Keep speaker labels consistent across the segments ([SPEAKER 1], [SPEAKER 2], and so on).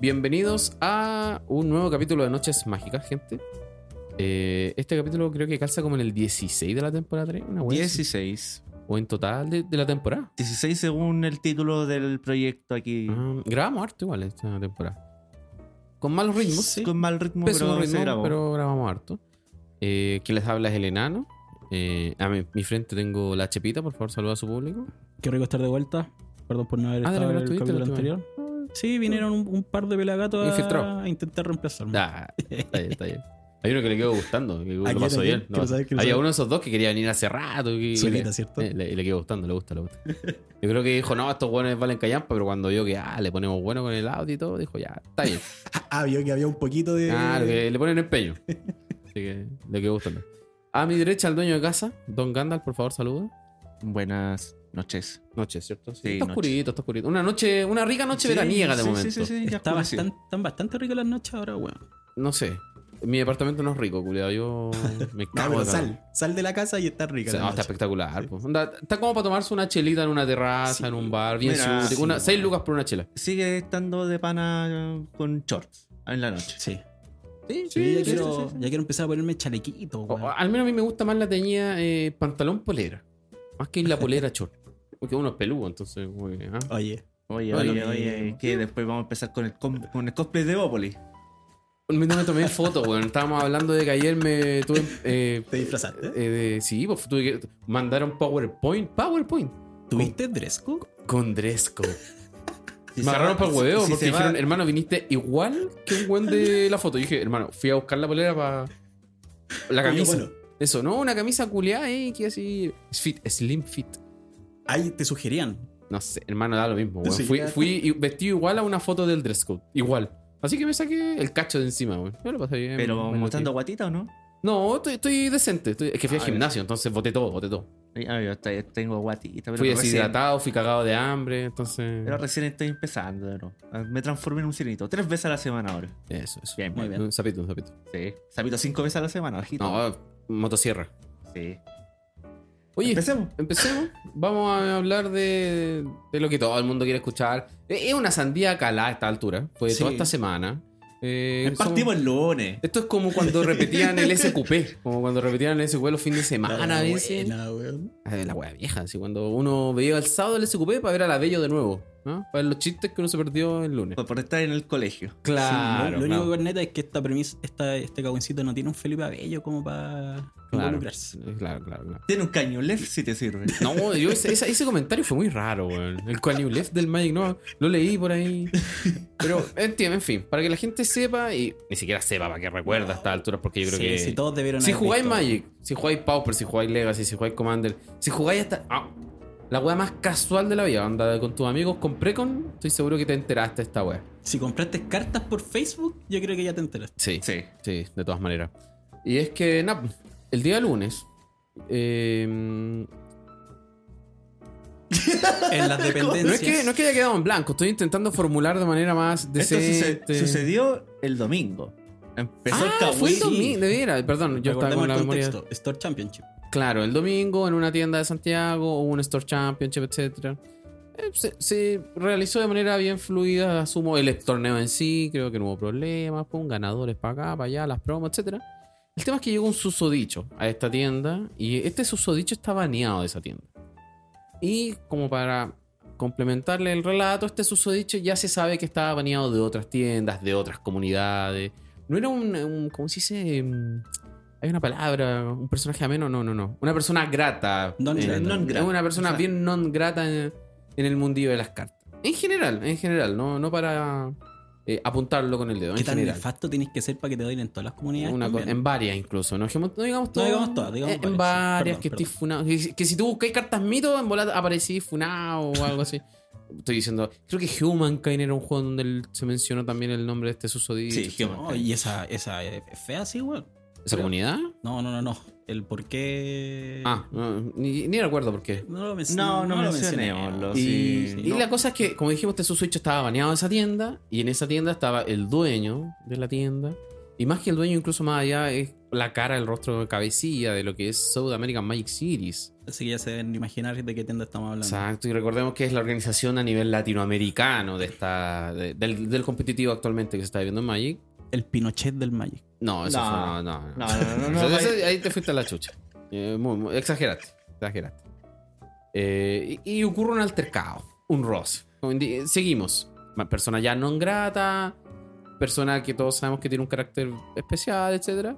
[SPEAKER 1] Bienvenidos a un nuevo capítulo de Noches Mágicas, gente. Eh, este capítulo creo que calza como en el 16 de la temporada 3, una wea así.
[SPEAKER 2] 16.
[SPEAKER 1] O en total de, de la temporada.
[SPEAKER 2] 16 según el título del proyecto aquí.
[SPEAKER 1] Ah, grabamos harto igual esta temporada. Con malos ritmos, sí.
[SPEAKER 2] Con mal ritmo,
[SPEAKER 1] Pésimo
[SPEAKER 2] pero se
[SPEAKER 1] ritmo,
[SPEAKER 2] grabó.
[SPEAKER 1] pero grabamos harto. Eh, ¿Quién les habla es el enano. Eh, a mi, mi frente tengo la Chepita, por favor, saluda a su público.
[SPEAKER 3] Qué rico estar de vuelta. Perdón por no haber
[SPEAKER 1] Ah, de
[SPEAKER 3] estado en
[SPEAKER 1] verdad
[SPEAKER 3] el
[SPEAKER 1] estuviste
[SPEAKER 3] capítulo
[SPEAKER 1] la última
[SPEAKER 3] anterior. Sí, vinieron un, un par de pelagatos
[SPEAKER 1] Infiltrado.
[SPEAKER 3] a, a intentar reemplazarme.
[SPEAKER 1] Ah, está bien, está bien. Hay uno que le quedó gustando, que lo
[SPEAKER 3] Ayer,
[SPEAKER 1] pasó
[SPEAKER 3] ayer,
[SPEAKER 1] bien. lo
[SPEAKER 3] quiero
[SPEAKER 1] pasó-
[SPEAKER 3] saber, quiero
[SPEAKER 1] Hay
[SPEAKER 3] saber.
[SPEAKER 1] uno de esos dos que quería venir hace rato. que- que
[SPEAKER 3] Solita,
[SPEAKER 1] le-
[SPEAKER 3] ¿cierto?
[SPEAKER 1] eh, Le, le quedó gustando, le gusta, le gusta. Yo creo que dijo, no, estos buenos valen callampa, pero cuando vio que ah, le ponemos bueno con el audio y todo, dijo, ya, está bien.
[SPEAKER 3] Ah, vio que había un poquito de.
[SPEAKER 1] Ah, le, le ponen empeño. Así que le quedó gustando. A mi derecha, el dueño de casa, Don Gandalf, por favor, saluda.
[SPEAKER 2] Buenas noches.
[SPEAKER 1] Noche, ¿cierto? Sí,
[SPEAKER 2] Sí,
[SPEAKER 1] está
[SPEAKER 2] noche.
[SPEAKER 1] oscurito, está oscurito. Una noche, una rica noche
[SPEAKER 2] Sí,
[SPEAKER 1] veraniega de
[SPEAKER 2] sí,
[SPEAKER 1] momento.
[SPEAKER 2] Sí, sí, sí, ya
[SPEAKER 3] Está
[SPEAKER 2] oscureció.
[SPEAKER 3] bastante, están bastante ricas las noches ahora, weón.
[SPEAKER 1] No sé. Mi departamento no es rico, culiado. Yo me
[SPEAKER 4] No,
[SPEAKER 1] cago
[SPEAKER 4] pero
[SPEAKER 1] de calor.
[SPEAKER 4] sal, sal de la casa y está rica.
[SPEAKER 1] O sea,
[SPEAKER 4] la
[SPEAKER 1] no,
[SPEAKER 4] noche.
[SPEAKER 1] está espectacular.
[SPEAKER 4] Sí.
[SPEAKER 1] pues. Onda, está como para tomarse una chelita en una terraza,
[SPEAKER 4] Sí.
[SPEAKER 1] en un bar, bien
[SPEAKER 2] Mira,
[SPEAKER 1] sucio.
[SPEAKER 2] sí,
[SPEAKER 1] Una-
[SPEAKER 2] bueno.
[SPEAKER 1] seis lucas por una chela.
[SPEAKER 2] Sigue estando de pana eh, con shorts en la noche.
[SPEAKER 3] Sí.
[SPEAKER 1] Sí, Oh, ah.
[SPEAKER 3] Sí, ya, quiero, ya quiero empezar a ponerme chalequito,
[SPEAKER 1] O-
[SPEAKER 3] weón.
[SPEAKER 1] o- al menos a mí me gusta más la teñida eh, pantalón polera. Más que la polera short. Porque uno es peludo, entonces, güey, ah.
[SPEAKER 3] Oye,
[SPEAKER 2] Oye,
[SPEAKER 3] No,
[SPEAKER 2] oye,
[SPEAKER 3] lo
[SPEAKER 2] oye,
[SPEAKER 3] mismo.
[SPEAKER 2] que después vamos a empezar con el, com- con el cosplay de Bópoli.
[SPEAKER 1] Un minuto me tomé foto, güey. Estábamos hablando de que ayer me tuve. eh,
[SPEAKER 4] ¿Te disfrazaste?
[SPEAKER 1] eh, de- sí, pues tuve que mandar un PowerPoint. PowerPoint.
[SPEAKER 3] ¿tuviste Dresco?
[SPEAKER 1] Con Dresco. me
[SPEAKER 2] Si se
[SPEAKER 1] agarraron
[SPEAKER 2] va-
[SPEAKER 1] para el
[SPEAKER 2] si-
[SPEAKER 1] hueveo
[SPEAKER 2] si
[SPEAKER 1] porque
[SPEAKER 2] se va-
[SPEAKER 1] dijeron, hermano, viniste igual que un buen de la foto. Y dije, hermano, fui a buscar la polera para. La
[SPEAKER 4] Oye,
[SPEAKER 1] camisa.
[SPEAKER 4] bueno,
[SPEAKER 1] Eso, ¿no? Una camisa culiada, eh, que así. Fit, slim fit.
[SPEAKER 3] Ahí te sugerían.
[SPEAKER 1] No sé, hermano, da lo mismo, weón.
[SPEAKER 4] Sí,
[SPEAKER 1] fui
[SPEAKER 4] ya.
[SPEAKER 1] fui i- vestido igual a una foto del dress code. Igual. Así que me saqué el cacho de encima, weón. Yo lo pasé bien.
[SPEAKER 2] Pero
[SPEAKER 1] me lo
[SPEAKER 2] mostrando
[SPEAKER 1] tiré.
[SPEAKER 2] guatita o no?
[SPEAKER 1] No, estoy, estoy decente. estoy- es que fui
[SPEAKER 2] Ah,
[SPEAKER 1] al
[SPEAKER 2] ya.
[SPEAKER 1] gimnasio, entonces boté todo, boté todo.
[SPEAKER 2] Ah, yo hasta- tengo guatita. Pero
[SPEAKER 1] fui
[SPEAKER 2] recién-
[SPEAKER 1] deshidratado, fui cagado de hambre, entonces.
[SPEAKER 2] Pero recién estoy empezando, de nuevo. Ah, Me transformé en un sirenito. Tres veces a la semana ahora.
[SPEAKER 1] Eso, eso.
[SPEAKER 2] Bien,
[SPEAKER 3] Muy bien.
[SPEAKER 1] Un sapito, un sapito.
[SPEAKER 2] Sí. Sapito cinco veces a la semana, ojito.
[SPEAKER 1] No, motosierra.
[SPEAKER 2] Sí.
[SPEAKER 1] Oye,
[SPEAKER 2] Empecemos.
[SPEAKER 1] Empecemos. Vamos a hablar de, de lo que todo el mundo quiere escuchar. Eh, Es una sandía calada a esta altura. Fue
[SPEAKER 3] Sí.
[SPEAKER 1] toda esta semana. Eh, somos-
[SPEAKER 4] Partimos el lunes.
[SPEAKER 1] Esto es como cuando repetían el SQP. Como cuando repetían el SQP los fines de semana a veces.
[SPEAKER 3] Buena, weón.
[SPEAKER 1] Ah, La wea vieja. Así cuando uno veía el sábado el SQP para ver a la Bello de nuevo. ¿no? Para ver los chistes que uno se perdió el lunes.
[SPEAKER 2] Por estar en el colegio.
[SPEAKER 3] Sí,
[SPEAKER 1] Claro.
[SPEAKER 3] lo, lo único
[SPEAKER 1] claro.
[SPEAKER 3] que corneta es que esta premisa, esta, este cagoncito no tiene un Felipe Abello como para involucrarse.
[SPEAKER 1] Claro, claro, claro.
[SPEAKER 2] Tiene un caño left si te sirve.
[SPEAKER 1] No, yo ese, ese- ese comentario fue muy raro, weón. El Kanye Left del Magic, no, lo leí por ahí. Pero entiendo, en fin, para que la gente sepa y ni siquiera sepa para que recuerda a estas alturas, porque yo creo
[SPEAKER 3] Sí,
[SPEAKER 1] que.
[SPEAKER 3] sí, todos debieron
[SPEAKER 1] si
[SPEAKER 3] haber
[SPEAKER 1] jugáis
[SPEAKER 3] visto.
[SPEAKER 1] Magic, si jugáis Pauper, si jugáis Legacy, si jugáis Commander, si jugáis hasta. ah, la weá más casual de la vida, anda con tus amigos con Precon, estoy seguro que te enteraste de esta weá.
[SPEAKER 3] Si compraste cartas por Facebook, yo creo que ya te enteraste.
[SPEAKER 1] Sí.
[SPEAKER 2] Sí.
[SPEAKER 1] Sí, de todas maneras. Y es que, na, el día lunes. Eh,
[SPEAKER 3] En las dependencias.
[SPEAKER 1] No es, que, no es que haya quedado en blanco, estoy intentando formular de manera más
[SPEAKER 2] Esto suce-
[SPEAKER 1] decente.
[SPEAKER 2] sucedió el domingo. Empezó el
[SPEAKER 1] Ah,
[SPEAKER 2] cahuí.
[SPEAKER 1] fue el domingo, de veras, perdón, yo estaba
[SPEAKER 3] Recordemos
[SPEAKER 1] con la
[SPEAKER 3] el
[SPEAKER 1] memoria.
[SPEAKER 3] contexto. Store Championship.
[SPEAKER 1] Claro, el domingo en una tienda de Santiago hubo un Store Championship, etc. Se, se realizó de manera bien fluida, asumo, el torneo en sí, creo que no hubo problemas, pum, ganadores para acá, para allá, las promos, etc. El tema es que llegó un susodicho a esta tienda y este susodicho está baneado de esa tienda. Y como para complementarle el relato, este susodicho ya se sabe que estaba baneado de otras tiendas, de otras comunidades. No era un, un ¿cómo se dice? Mm, Hay una palabra, un personaje ameno, no, no, non-grata. no. Una persona grata. Eh,
[SPEAKER 3] Non grata.
[SPEAKER 2] Non grata.
[SPEAKER 1] Es una persona
[SPEAKER 2] O sea-
[SPEAKER 1] bien non grata en, en el mundillo de las cartas. En general, en general, no, no para eh, apuntarlo con el dedo.
[SPEAKER 3] ¿Qué
[SPEAKER 1] en
[SPEAKER 3] tan
[SPEAKER 1] general.
[SPEAKER 3] nefasto tienes que ser para que te doy en todas las comunidades?
[SPEAKER 1] Una co-
[SPEAKER 3] también?
[SPEAKER 1] en varias incluso, no, Dijimos- no digamos
[SPEAKER 3] No
[SPEAKER 1] todas.
[SPEAKER 3] digamos todas, digamos
[SPEAKER 1] en, en
[SPEAKER 3] varias, sí.
[SPEAKER 1] varias
[SPEAKER 3] Perdón,
[SPEAKER 1] que estoy
[SPEAKER 3] perdón.
[SPEAKER 1] funado. Que, que si tú buscáis cartas mito, en volada aparecí funado o algo así. estoy diciendo, creo que Humankind era un juego donde el- se mencionó también el nombre de este susodicho.
[SPEAKER 2] Sí, Human.
[SPEAKER 3] No, y esa, esa es fea, sí, weón.
[SPEAKER 1] ¿Esa comunidad?
[SPEAKER 3] No, no, no, no. El por qué.
[SPEAKER 1] Ah, no, ni, ni recuerdo por qué.
[SPEAKER 3] No lo, menc-
[SPEAKER 2] No, no
[SPEAKER 3] lo
[SPEAKER 2] mencionémoslo,
[SPEAKER 3] mencioné.
[SPEAKER 1] Y,
[SPEAKER 2] sí.
[SPEAKER 1] y
[SPEAKER 3] no.
[SPEAKER 1] la cosa es que, como dijimos, este susodicho estaba baneado de esa tienda y en esa tienda estaba el dueño de la tienda Y más que el dueño, incluso más allá, es la cara, el rostro de cabecilla de lo que es South American Magic Series.
[SPEAKER 3] Así que ya se deben imaginar de qué tienda estamos hablando.
[SPEAKER 1] Exacto, y recordemos que es la organización a nivel latinoamericano de esta, de- del, del competitivo actualmente que se está viviendo en Magic.
[SPEAKER 3] El Pinochet del Magic.
[SPEAKER 1] No, eso
[SPEAKER 2] No.
[SPEAKER 1] fue- no, no, no.
[SPEAKER 2] No, no, no, no,
[SPEAKER 1] Entonces,
[SPEAKER 2] no,
[SPEAKER 1] ese- ahí te fuiste a la chucha. Eh, muy- muy- exageraste, exageraste. Eh, y, y ocurre un altercado, un roce. Como indi- eh, Seguimos. Ma- Persona ya no grata, persona que todos sabemos que tiene un carácter especial, etc.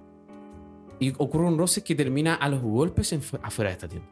[SPEAKER 1] Y ocurre un roce que termina a los golpes en fu- afuera de esta tienda.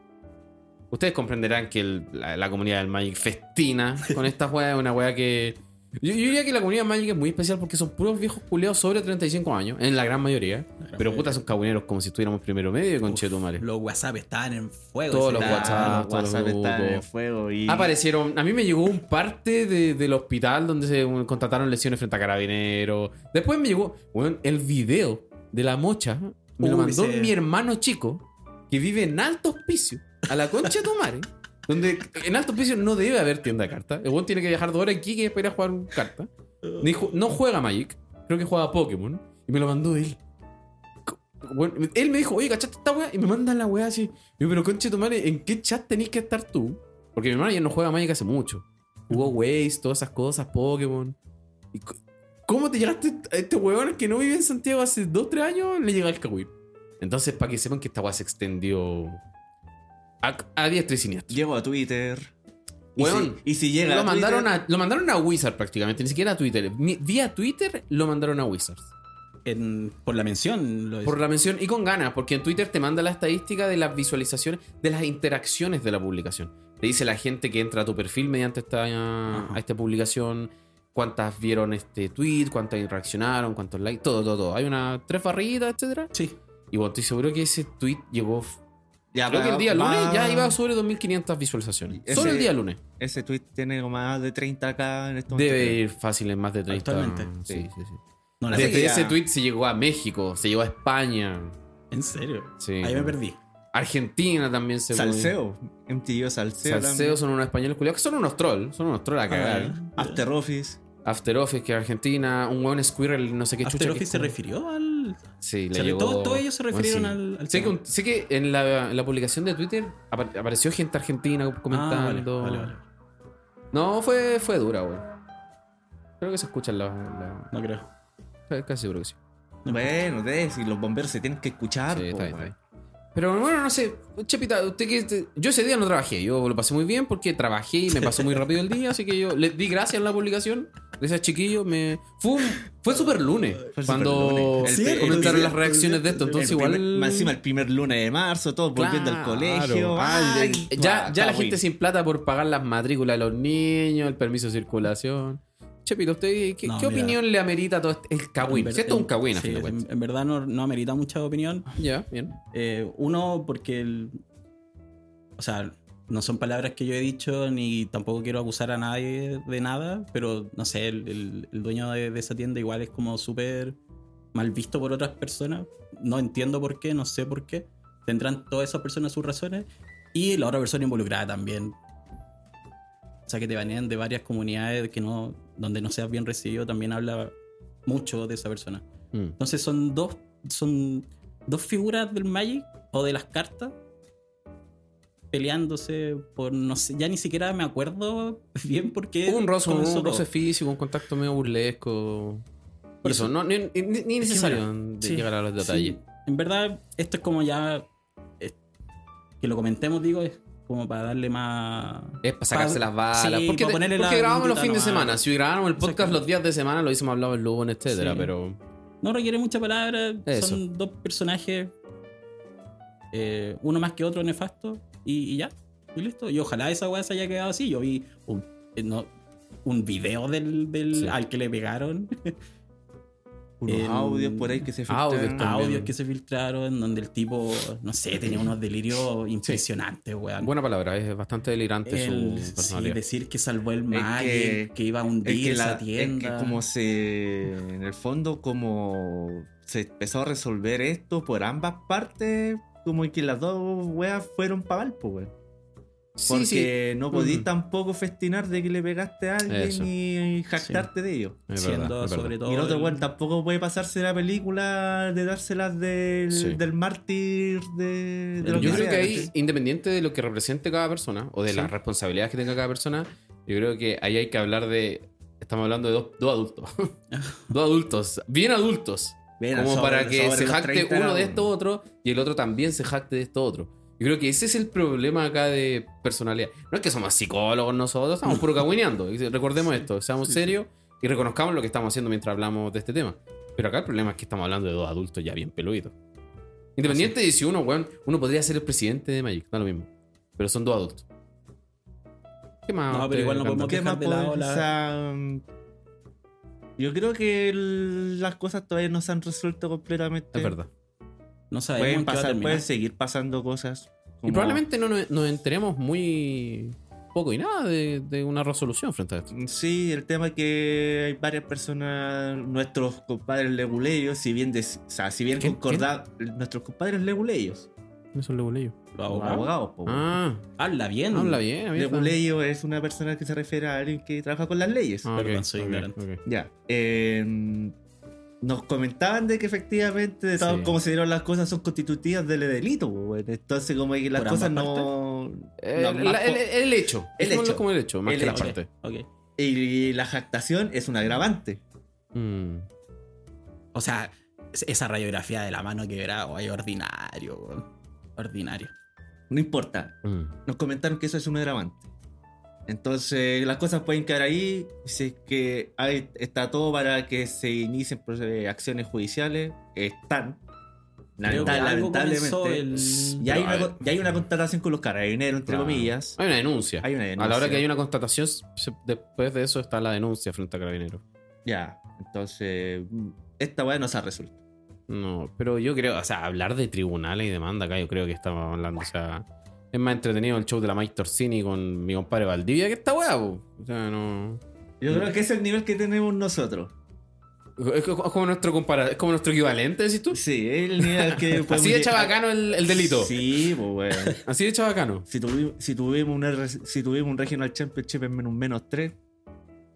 [SPEAKER 1] Ustedes comprenderán que el- la, la comunidad del Magic festina con esta wea. Es una wea que. Yo, yo diría que la comunidad Magic es muy especial porque son puros viejos culeados sobre 35 años, en la gran mayoría. Pero puta, son cabuneros como si estuviéramos primero medio, conchetumare.
[SPEAKER 3] Los WhatsApp estaban en fuego.
[SPEAKER 1] Todos
[SPEAKER 3] ese
[SPEAKER 1] los
[SPEAKER 3] día.
[SPEAKER 1] WhatsApp. todos los
[SPEAKER 2] WhatsApp están
[SPEAKER 1] grupos.
[SPEAKER 2] en fuego y.
[SPEAKER 1] Aparecieron. A mí me llegó un parte de- del hospital donde se um, contrataron lesiones frente a carabineros. Después me llegó weón, el video de la mocha. Me lo
[SPEAKER 3] Uy,
[SPEAKER 1] mandó
[SPEAKER 3] ese-
[SPEAKER 1] mi hermano chico que vive en Alto Hospicio, a la concha de tu madre. Donde en Alto Hospicio no debe haber tienda de cartas. El weón tiene que viajar dos horas aquí que para ir a jugar un carta. Ni ju- no juega Magic, creo que juega Pokémon. Y me lo mandó él. Co- weón, él me dijo, oye, ¿cachaste esta weá? Y me manda la weá así. Y yo, pero concha de tu madre, ¿en qué chat tenés que estar tú? Porque mi hermano ya no juega Magic hace mucho. Jugó Waze, todas esas cosas, Pokémon. ¿Y co- ¿Cómo te llegaste a este weón que no vive en Santiago hace 2-3 años? Le llega el Kawin. Entonces, para que sepan que esta weá se extendió a, a diestra y siniestra.
[SPEAKER 2] Llegó a Twitter. Y
[SPEAKER 1] Weón,
[SPEAKER 2] si, y si llega.
[SPEAKER 1] Lo
[SPEAKER 2] a
[SPEAKER 1] mandaron,
[SPEAKER 2] Twitter-
[SPEAKER 1] a, lo mandaron a Wizard prácticamente, ni siquiera a Twitter. Ni- Vía Twitter lo mandaron a Wizards.
[SPEAKER 3] En- por la mención. Lo
[SPEAKER 1] Por la mención y con ganas, porque en Twitter te manda la estadística de las visualizaciones, de las interacciones de la publicación. Te dice la gente que entra a tu perfil mediante esta, a esta publicación, cuántas vieron este tweet, cuántas interaccionaron, cuántos likes, todo, todo, todo. Hay una tres barritas, etcétera.
[SPEAKER 3] Sí.
[SPEAKER 1] Y bueno, estoy seguro que ese tweet llegó.
[SPEAKER 2] Ya,
[SPEAKER 1] Creo que el
[SPEAKER 2] va-
[SPEAKER 1] día lunes
[SPEAKER 2] va-
[SPEAKER 1] ya iba sobre 2.500 visualizaciones.
[SPEAKER 2] Ese-
[SPEAKER 1] Solo el día lunes.
[SPEAKER 2] Ese tweet tiene como más de 30k en este momento.
[SPEAKER 1] Debe ir fácil en más de 30.
[SPEAKER 3] Actualmente.
[SPEAKER 1] Sí, sí, sí.
[SPEAKER 3] No la
[SPEAKER 2] Así
[SPEAKER 1] Desde
[SPEAKER 2] que
[SPEAKER 1] ese
[SPEAKER 2] ya-
[SPEAKER 1] tweet se llegó a México, se llegó a España.
[SPEAKER 3] En serio.
[SPEAKER 1] Sí.
[SPEAKER 3] Ahí me perdí.
[SPEAKER 1] Argentina también se
[SPEAKER 2] Salseo. MTV Salseo.
[SPEAKER 1] Salseo son unos españoles culiados que son unos trolls, son unos trolls a cagar.
[SPEAKER 2] también. After Office.
[SPEAKER 1] After Office, que es Argentina, un weón Squirrel, no sé qué chucha.
[SPEAKER 3] After
[SPEAKER 1] que
[SPEAKER 3] Office
[SPEAKER 1] es
[SPEAKER 3] se
[SPEAKER 1] como-
[SPEAKER 3] refirió al.
[SPEAKER 1] Sí, le
[SPEAKER 3] se re-
[SPEAKER 1] llegó-
[SPEAKER 3] todo- todos ellos se
[SPEAKER 1] Bueno,
[SPEAKER 3] refirieron
[SPEAKER 1] sí.
[SPEAKER 3] al- al
[SPEAKER 1] Sé que,
[SPEAKER 3] tema.
[SPEAKER 1] un- sé que en la, en la publicación de Twitter apar- apareció gente argentina
[SPEAKER 3] Ah, vale,
[SPEAKER 1] comentando.
[SPEAKER 3] vale, vale.
[SPEAKER 1] No, fue, fue dura, weón. Creo que se escuchan las. La...
[SPEAKER 3] No creo.
[SPEAKER 1] Casi seguro que sí.
[SPEAKER 3] No.
[SPEAKER 2] Bueno, de si los bomberos se tienen que escuchar.
[SPEAKER 1] Sí, está
[SPEAKER 2] po,
[SPEAKER 1] bien, está
[SPEAKER 2] weón.
[SPEAKER 1] bien. eh. Pero bueno, no sé, Chepita, usted que este- yo ese día no trabajé, yo lo pasé muy bien porque trabajé y me pasó muy rápido el día, así que yo le di gracias en la publicación. Gracias chiquillos, me fue un- fue super lunes
[SPEAKER 2] Fue
[SPEAKER 1] cuando
[SPEAKER 2] superlunes.
[SPEAKER 3] Sí,
[SPEAKER 2] pe-
[SPEAKER 1] comentaron
[SPEAKER 2] primer-
[SPEAKER 1] las reacciones de esto,
[SPEAKER 2] el
[SPEAKER 1] entonces
[SPEAKER 2] primer-
[SPEAKER 1] igual
[SPEAKER 2] más encima el primer lunes de marzo, todos volviendo al
[SPEAKER 1] Claro.
[SPEAKER 2] colegio.
[SPEAKER 1] Ay,
[SPEAKER 2] Ay,
[SPEAKER 1] ya
[SPEAKER 2] pa-
[SPEAKER 1] ya la
[SPEAKER 2] pa-
[SPEAKER 1] gente
[SPEAKER 2] güey.
[SPEAKER 1] sin plata por pagar las matrículas de los niños, el permiso de circulación. Chepita, usted qué,
[SPEAKER 3] No,
[SPEAKER 1] qué
[SPEAKER 3] mira.
[SPEAKER 1] opinión le amerita todo este el
[SPEAKER 3] En
[SPEAKER 1] cagüín?
[SPEAKER 3] ver-
[SPEAKER 1] Si esto es un
[SPEAKER 3] en-
[SPEAKER 1] cagüín a
[SPEAKER 3] sí,
[SPEAKER 1] fin de cuentas.
[SPEAKER 3] en, en verdad no, no amerita mucha opinión.
[SPEAKER 1] Ya, bien.
[SPEAKER 3] Eh, uno, porque el- O sea, no son palabras que yo he dicho, ni tampoco quiero acusar a nadie de nada, pero no sé, el, el- el dueño de, de esa tienda igual es como súper mal visto por otras personas. No entiendo por qué, no sé por qué. Tendrán todas esas personas sus razones. Y la otra persona involucrada también. O sea, que te banean de varias comunidades que no, donde no seas bien recibido, también habla mucho de esa persona.
[SPEAKER 1] Mm.
[SPEAKER 3] Entonces son dos, son dos figuras del Magic o de las cartas peleándose por no sé, ya ni siquiera me acuerdo bien porque
[SPEAKER 1] Hubo un roce, un roce físico, un contacto medio burlesco. Por eso, no, ni, ni- ni necesario de
[SPEAKER 3] sí,
[SPEAKER 1] llegar a los detalles.
[SPEAKER 3] En verdad, esto es como ya eh, que lo comentemos, digo, es como para darle más
[SPEAKER 1] Es para sacarse
[SPEAKER 3] Pa-
[SPEAKER 1] las balas.
[SPEAKER 3] sí,
[SPEAKER 1] porque
[SPEAKER 3] pa'
[SPEAKER 1] te-
[SPEAKER 3] ponerle
[SPEAKER 1] porque
[SPEAKER 3] la
[SPEAKER 1] grabamos los
[SPEAKER 3] puntita
[SPEAKER 1] fines de
[SPEAKER 3] nomás.
[SPEAKER 1] semana. Si grabábamos el podcast
[SPEAKER 3] Exacto.
[SPEAKER 1] los días de semana, lo hicimos hablado el Lugo, etcétera,
[SPEAKER 3] Sí.
[SPEAKER 1] pero.
[SPEAKER 3] No requiere mucha palabra.
[SPEAKER 1] Eso.
[SPEAKER 3] Son dos personajes. eh, uno más que otro nefasto. Y, y ya. Y listo. Y ojalá esa weá se haya quedado así. Yo vi un, eh, no, un video del, del-
[SPEAKER 1] Sí.
[SPEAKER 3] al que le pegaron.
[SPEAKER 2] Unos
[SPEAKER 3] en-
[SPEAKER 2] audios por ahí que se filtran.
[SPEAKER 1] audios también.
[SPEAKER 3] Audios que se filtraron. Donde el tipo, no sé, tenía unos delirios impresionantes, weón.
[SPEAKER 1] Buena palabra, es bastante delirante
[SPEAKER 3] El-
[SPEAKER 1] su
[SPEAKER 3] sí,
[SPEAKER 1] personalidad.
[SPEAKER 3] decir que salvó el
[SPEAKER 2] Es
[SPEAKER 3] Magic,
[SPEAKER 2] que-
[SPEAKER 3] que, iba a hundir
[SPEAKER 2] Es que, la,
[SPEAKER 3] esa
[SPEAKER 2] es que
[SPEAKER 3] tienda.
[SPEAKER 2] como se. En el fondo, como se empezó a resolver esto por ambas partes, como que las dos weas fueron para mal, pues, weón.
[SPEAKER 1] Sí,
[SPEAKER 2] Porque
[SPEAKER 1] sí.
[SPEAKER 2] no podís
[SPEAKER 1] Mm.
[SPEAKER 2] tampoco festinar de que le pegaste a alguien
[SPEAKER 1] Eso.
[SPEAKER 2] y jactarte de ello.
[SPEAKER 1] Es
[SPEAKER 3] siendo
[SPEAKER 1] verdad, es verdad.
[SPEAKER 3] sobre todo.
[SPEAKER 2] Y el otro,
[SPEAKER 3] el-
[SPEAKER 2] weón, tampoco puede pasarse la película de dárselas del,
[SPEAKER 1] Sí.
[SPEAKER 2] del mártir de, de
[SPEAKER 3] Yo
[SPEAKER 2] lo
[SPEAKER 1] Yo creo
[SPEAKER 2] sea,
[SPEAKER 1] que ahí,
[SPEAKER 2] ¿cachai?
[SPEAKER 1] independiente de lo que represente cada persona o de las responsabilidades que tenga cada persona, yo creo que ahí hay que hablar de. Estamos hablando de dos, dos adultos. dos adultos, bien adultos.
[SPEAKER 2] Mira,
[SPEAKER 1] como
[SPEAKER 2] sobre-
[SPEAKER 1] para que
[SPEAKER 2] sobre
[SPEAKER 1] se
[SPEAKER 2] los
[SPEAKER 1] jacte
[SPEAKER 2] 30
[SPEAKER 1] uno
[SPEAKER 2] era
[SPEAKER 1] de
[SPEAKER 2] uno.
[SPEAKER 1] esto otro y el otro también se jacte de esto otro. Yo creo que ese es el problema acá de personalidad. No es que somos psicólogos nosotros, estamos puro cagüineando. Y Recordemos esto, seamos serios y reconozcamos lo que estamos haciendo mientras hablamos de este tema. Pero acá el problema es que estamos hablando de dos adultos ya bien peluditos. Independiente de si uno, weón, uno podría ser el presidente de Magic, da lo mismo. Pero son dos adultos. ¿Qué más?
[SPEAKER 3] No, pero
[SPEAKER 1] te
[SPEAKER 3] igual no
[SPEAKER 1] encanta?
[SPEAKER 3] podemos-
[SPEAKER 2] ¿Qué
[SPEAKER 3] dejar
[SPEAKER 2] más
[SPEAKER 3] de lado
[SPEAKER 2] podemos-
[SPEAKER 3] la-
[SPEAKER 2] o sea, mm, Yo creo que el- las cosas todavía no se han resuelto completamente.
[SPEAKER 1] Es verdad.
[SPEAKER 3] No sabemos
[SPEAKER 2] Pueden,
[SPEAKER 3] en qué va
[SPEAKER 2] pasar-
[SPEAKER 3] a
[SPEAKER 2] pues,
[SPEAKER 3] terminar.
[SPEAKER 2] pueden seguir pasando cosas.
[SPEAKER 1] Y
[SPEAKER 2] como-
[SPEAKER 1] probablemente no nos, nos enteremos muy poco y nada de, de una resolución frente a esto.
[SPEAKER 2] Sí, el tema es que hay varias personas, nuestros compadres leguleyos, si bien, des- o sea, si bien
[SPEAKER 1] ¿Quién?
[SPEAKER 2] concordad, nuestros compadres leguleyos,
[SPEAKER 1] Eso lo leí yo.
[SPEAKER 3] Los
[SPEAKER 2] los
[SPEAKER 3] abogados.
[SPEAKER 2] abogados, po,
[SPEAKER 1] Ah,
[SPEAKER 3] Habla
[SPEAKER 2] Mm.
[SPEAKER 3] bien.
[SPEAKER 1] habla bien, amigo.
[SPEAKER 2] Leguleyo es una persona que se refiere a alguien que trabaja con las leyes.
[SPEAKER 1] Ah, ok,
[SPEAKER 3] Perdón, soy
[SPEAKER 1] ok,
[SPEAKER 3] ignorante.
[SPEAKER 1] ok.
[SPEAKER 2] Ya. eh, nos comentaban de que efectivamente, de todo
[SPEAKER 1] Sí.
[SPEAKER 2] como se dieron las cosas, son constitutivas del delito. po, weón. Entonces, como que las
[SPEAKER 3] ¿Por
[SPEAKER 2] cosas
[SPEAKER 3] ambas
[SPEAKER 2] no.
[SPEAKER 1] Eh,
[SPEAKER 2] no,
[SPEAKER 1] la-
[SPEAKER 2] más
[SPEAKER 1] el,
[SPEAKER 2] po-
[SPEAKER 1] el hecho.
[SPEAKER 2] El
[SPEAKER 1] Dejémoslo
[SPEAKER 2] hecho.
[SPEAKER 1] como el hecho, más
[SPEAKER 2] El
[SPEAKER 1] que la
[SPEAKER 2] hecho.
[SPEAKER 1] parte.
[SPEAKER 3] Ah, Ok.
[SPEAKER 2] y la jactación es un agravante.
[SPEAKER 1] Mm.
[SPEAKER 3] O sea, es- esa radiografía de la mano que era, ay, ordinario, weón. Ordinario.
[SPEAKER 2] No importa.
[SPEAKER 1] Mm.
[SPEAKER 2] nos comentaron que eso es un agravante. Entonces, las cosas pueden quedar ahí. Si es que hay- está todo para que se inicien pues, eh, acciones judiciales, están.
[SPEAKER 3] Creo que
[SPEAKER 2] Lamenta-
[SPEAKER 3] algo comenzó
[SPEAKER 2] lamentablemente.
[SPEAKER 3] el-
[SPEAKER 2] Ya, hay
[SPEAKER 1] Pero, a
[SPEAKER 2] una,
[SPEAKER 1] ver.
[SPEAKER 2] co- ya hay una contratación con los carabineros, entre
[SPEAKER 1] Claro.
[SPEAKER 2] comillas.
[SPEAKER 1] Hay una denuncia.
[SPEAKER 2] Hay una
[SPEAKER 1] A la hora
[SPEAKER 2] denuncia.
[SPEAKER 1] que hay una constatación, se- después de eso está la denuncia frente a Carabinero.
[SPEAKER 2] Ya, entonces, mm, esta weá no se ha resuelto.
[SPEAKER 1] No, pero yo creo, o sea, hablar de tribunales y demanda acá, yo creo que estamos hablando, o sea, es más entretenido el show de la Mike Torsini con mi compadre Valdivia que esta weá, po. O sea, no.
[SPEAKER 2] Yo creo que ese es el nivel que tenemos nosotros.
[SPEAKER 1] Es co- es como nuestro compara- es como nuestro equivalente, decís tú.
[SPEAKER 2] Sí, es el nivel al que. podemos
[SPEAKER 1] Así de
[SPEAKER 2] llegar.
[SPEAKER 1] chabacano el, el delito.
[SPEAKER 2] Sí, pues, weón.
[SPEAKER 1] Así de chabacano.
[SPEAKER 2] Si, tuvi- si tuvimos un R- si tuvimos un Regional Championship en menos, menos 3,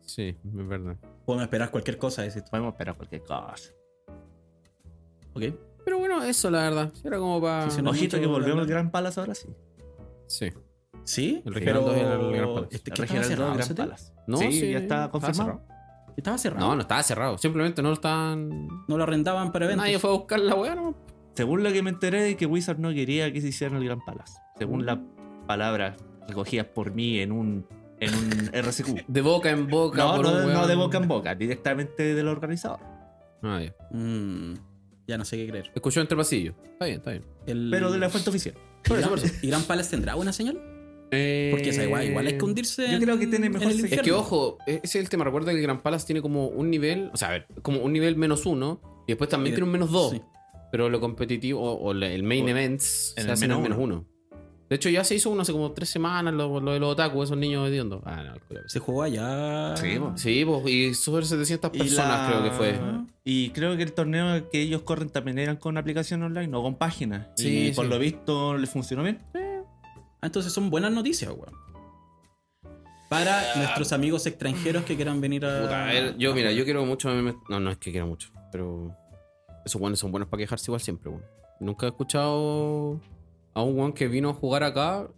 [SPEAKER 1] Sí, es verdad.
[SPEAKER 3] Podemos esperar cualquier cosa, decís tú.
[SPEAKER 2] podemos esperar cualquier cosa.
[SPEAKER 3] Ok.
[SPEAKER 1] Pero bueno, eso la verdad. Era como para.
[SPEAKER 3] Sí, se nos-
[SPEAKER 2] Ojito
[SPEAKER 3] mucho
[SPEAKER 2] que volvemos
[SPEAKER 3] hablar.
[SPEAKER 2] al Gran Palace ahora sí.
[SPEAKER 1] Sí.
[SPEAKER 3] Sí,
[SPEAKER 1] El
[SPEAKER 3] pero.
[SPEAKER 1] Regional dos y el Gran Palace.
[SPEAKER 3] Este,
[SPEAKER 2] El
[SPEAKER 3] ¿qué estaba
[SPEAKER 2] Regional
[SPEAKER 3] cerrado,
[SPEAKER 2] dos, Gran
[SPEAKER 3] ese hotel?
[SPEAKER 2] Palace.
[SPEAKER 1] No,
[SPEAKER 2] sí,
[SPEAKER 1] sí,
[SPEAKER 2] ya está
[SPEAKER 1] estaba
[SPEAKER 2] confirmado.
[SPEAKER 3] Estaba cerrado.
[SPEAKER 1] No,
[SPEAKER 3] No,
[SPEAKER 1] no estaba cerrado. Simplemente no lo estaban.
[SPEAKER 3] lo arrendaban para eventos.
[SPEAKER 1] Nadie fue a buscar la weá, ¿no?
[SPEAKER 2] Según lo que me enteré de que Wizard no quería que se hiciera en el Gran Palace.
[SPEAKER 1] Mm.
[SPEAKER 2] Según las palabras recogidas por mí en un, en un RCQ.
[SPEAKER 1] De boca en boca.
[SPEAKER 2] No,
[SPEAKER 1] por
[SPEAKER 2] no,
[SPEAKER 1] un
[SPEAKER 2] no
[SPEAKER 1] weón.
[SPEAKER 2] de boca en boca, directamente del organizador.
[SPEAKER 1] Ah, ya.
[SPEAKER 3] Mm, ya no sé qué creer.
[SPEAKER 1] Escuchó entre pasillos. Está bien, está bien.
[SPEAKER 3] El-
[SPEAKER 2] Pero de la fuente oficial.
[SPEAKER 1] Por eso, por eso.
[SPEAKER 3] ¿Y Gran Palace tendrá una señal?
[SPEAKER 2] Eh,
[SPEAKER 3] Porque esa igual, igual hay que hundirse.
[SPEAKER 2] yo creo que tiene
[SPEAKER 3] en
[SPEAKER 2] mejor
[SPEAKER 3] el
[SPEAKER 2] señal.
[SPEAKER 1] Eh, Es
[SPEAKER 3] infierno.
[SPEAKER 1] que ojo, e-, ese es el tema. Recuerda que el Gran Palace tiene como un nivel, o sea, a ver, como un nivel menos uno y después también
[SPEAKER 3] Y de-
[SPEAKER 1] tiene un menos dos.
[SPEAKER 3] Sí.
[SPEAKER 1] Pero lo competitivo o, o la- el main
[SPEAKER 2] O-
[SPEAKER 1] event se
[SPEAKER 2] en el
[SPEAKER 1] hace en el menos
[SPEAKER 2] menos
[SPEAKER 1] uno. De hecho, ya se hizo uno hace como tres semanas, lo, lo de los otaku, esos niños hediondos. Ah, no, cuidado.
[SPEAKER 3] Se jugó allá.
[SPEAKER 2] Sí, po.
[SPEAKER 1] Sí, pues, y sobre 700
[SPEAKER 2] Y
[SPEAKER 1] personas
[SPEAKER 2] la-
[SPEAKER 1] creo que fue.
[SPEAKER 2] Y creo que el torneo que ellos corren también eran con aplicación online, no con páginas.
[SPEAKER 1] Sí,
[SPEAKER 2] y por
[SPEAKER 1] sí.
[SPEAKER 2] lo visto les funcionó bien.
[SPEAKER 3] Ah, entonces son buenas noticias, weón. Para nuestros amigos extranjeros que quieran venir a.
[SPEAKER 1] Puta, a ver, yo,
[SPEAKER 3] a
[SPEAKER 1] mira,
[SPEAKER 3] jugar.
[SPEAKER 1] yo quiero mucho. a mí me- No, no es que quiero mucho, pero esos guanes son buenos para quejarse igual siempre, weón. Nunca he escuchado a un guan que vino a jugar acá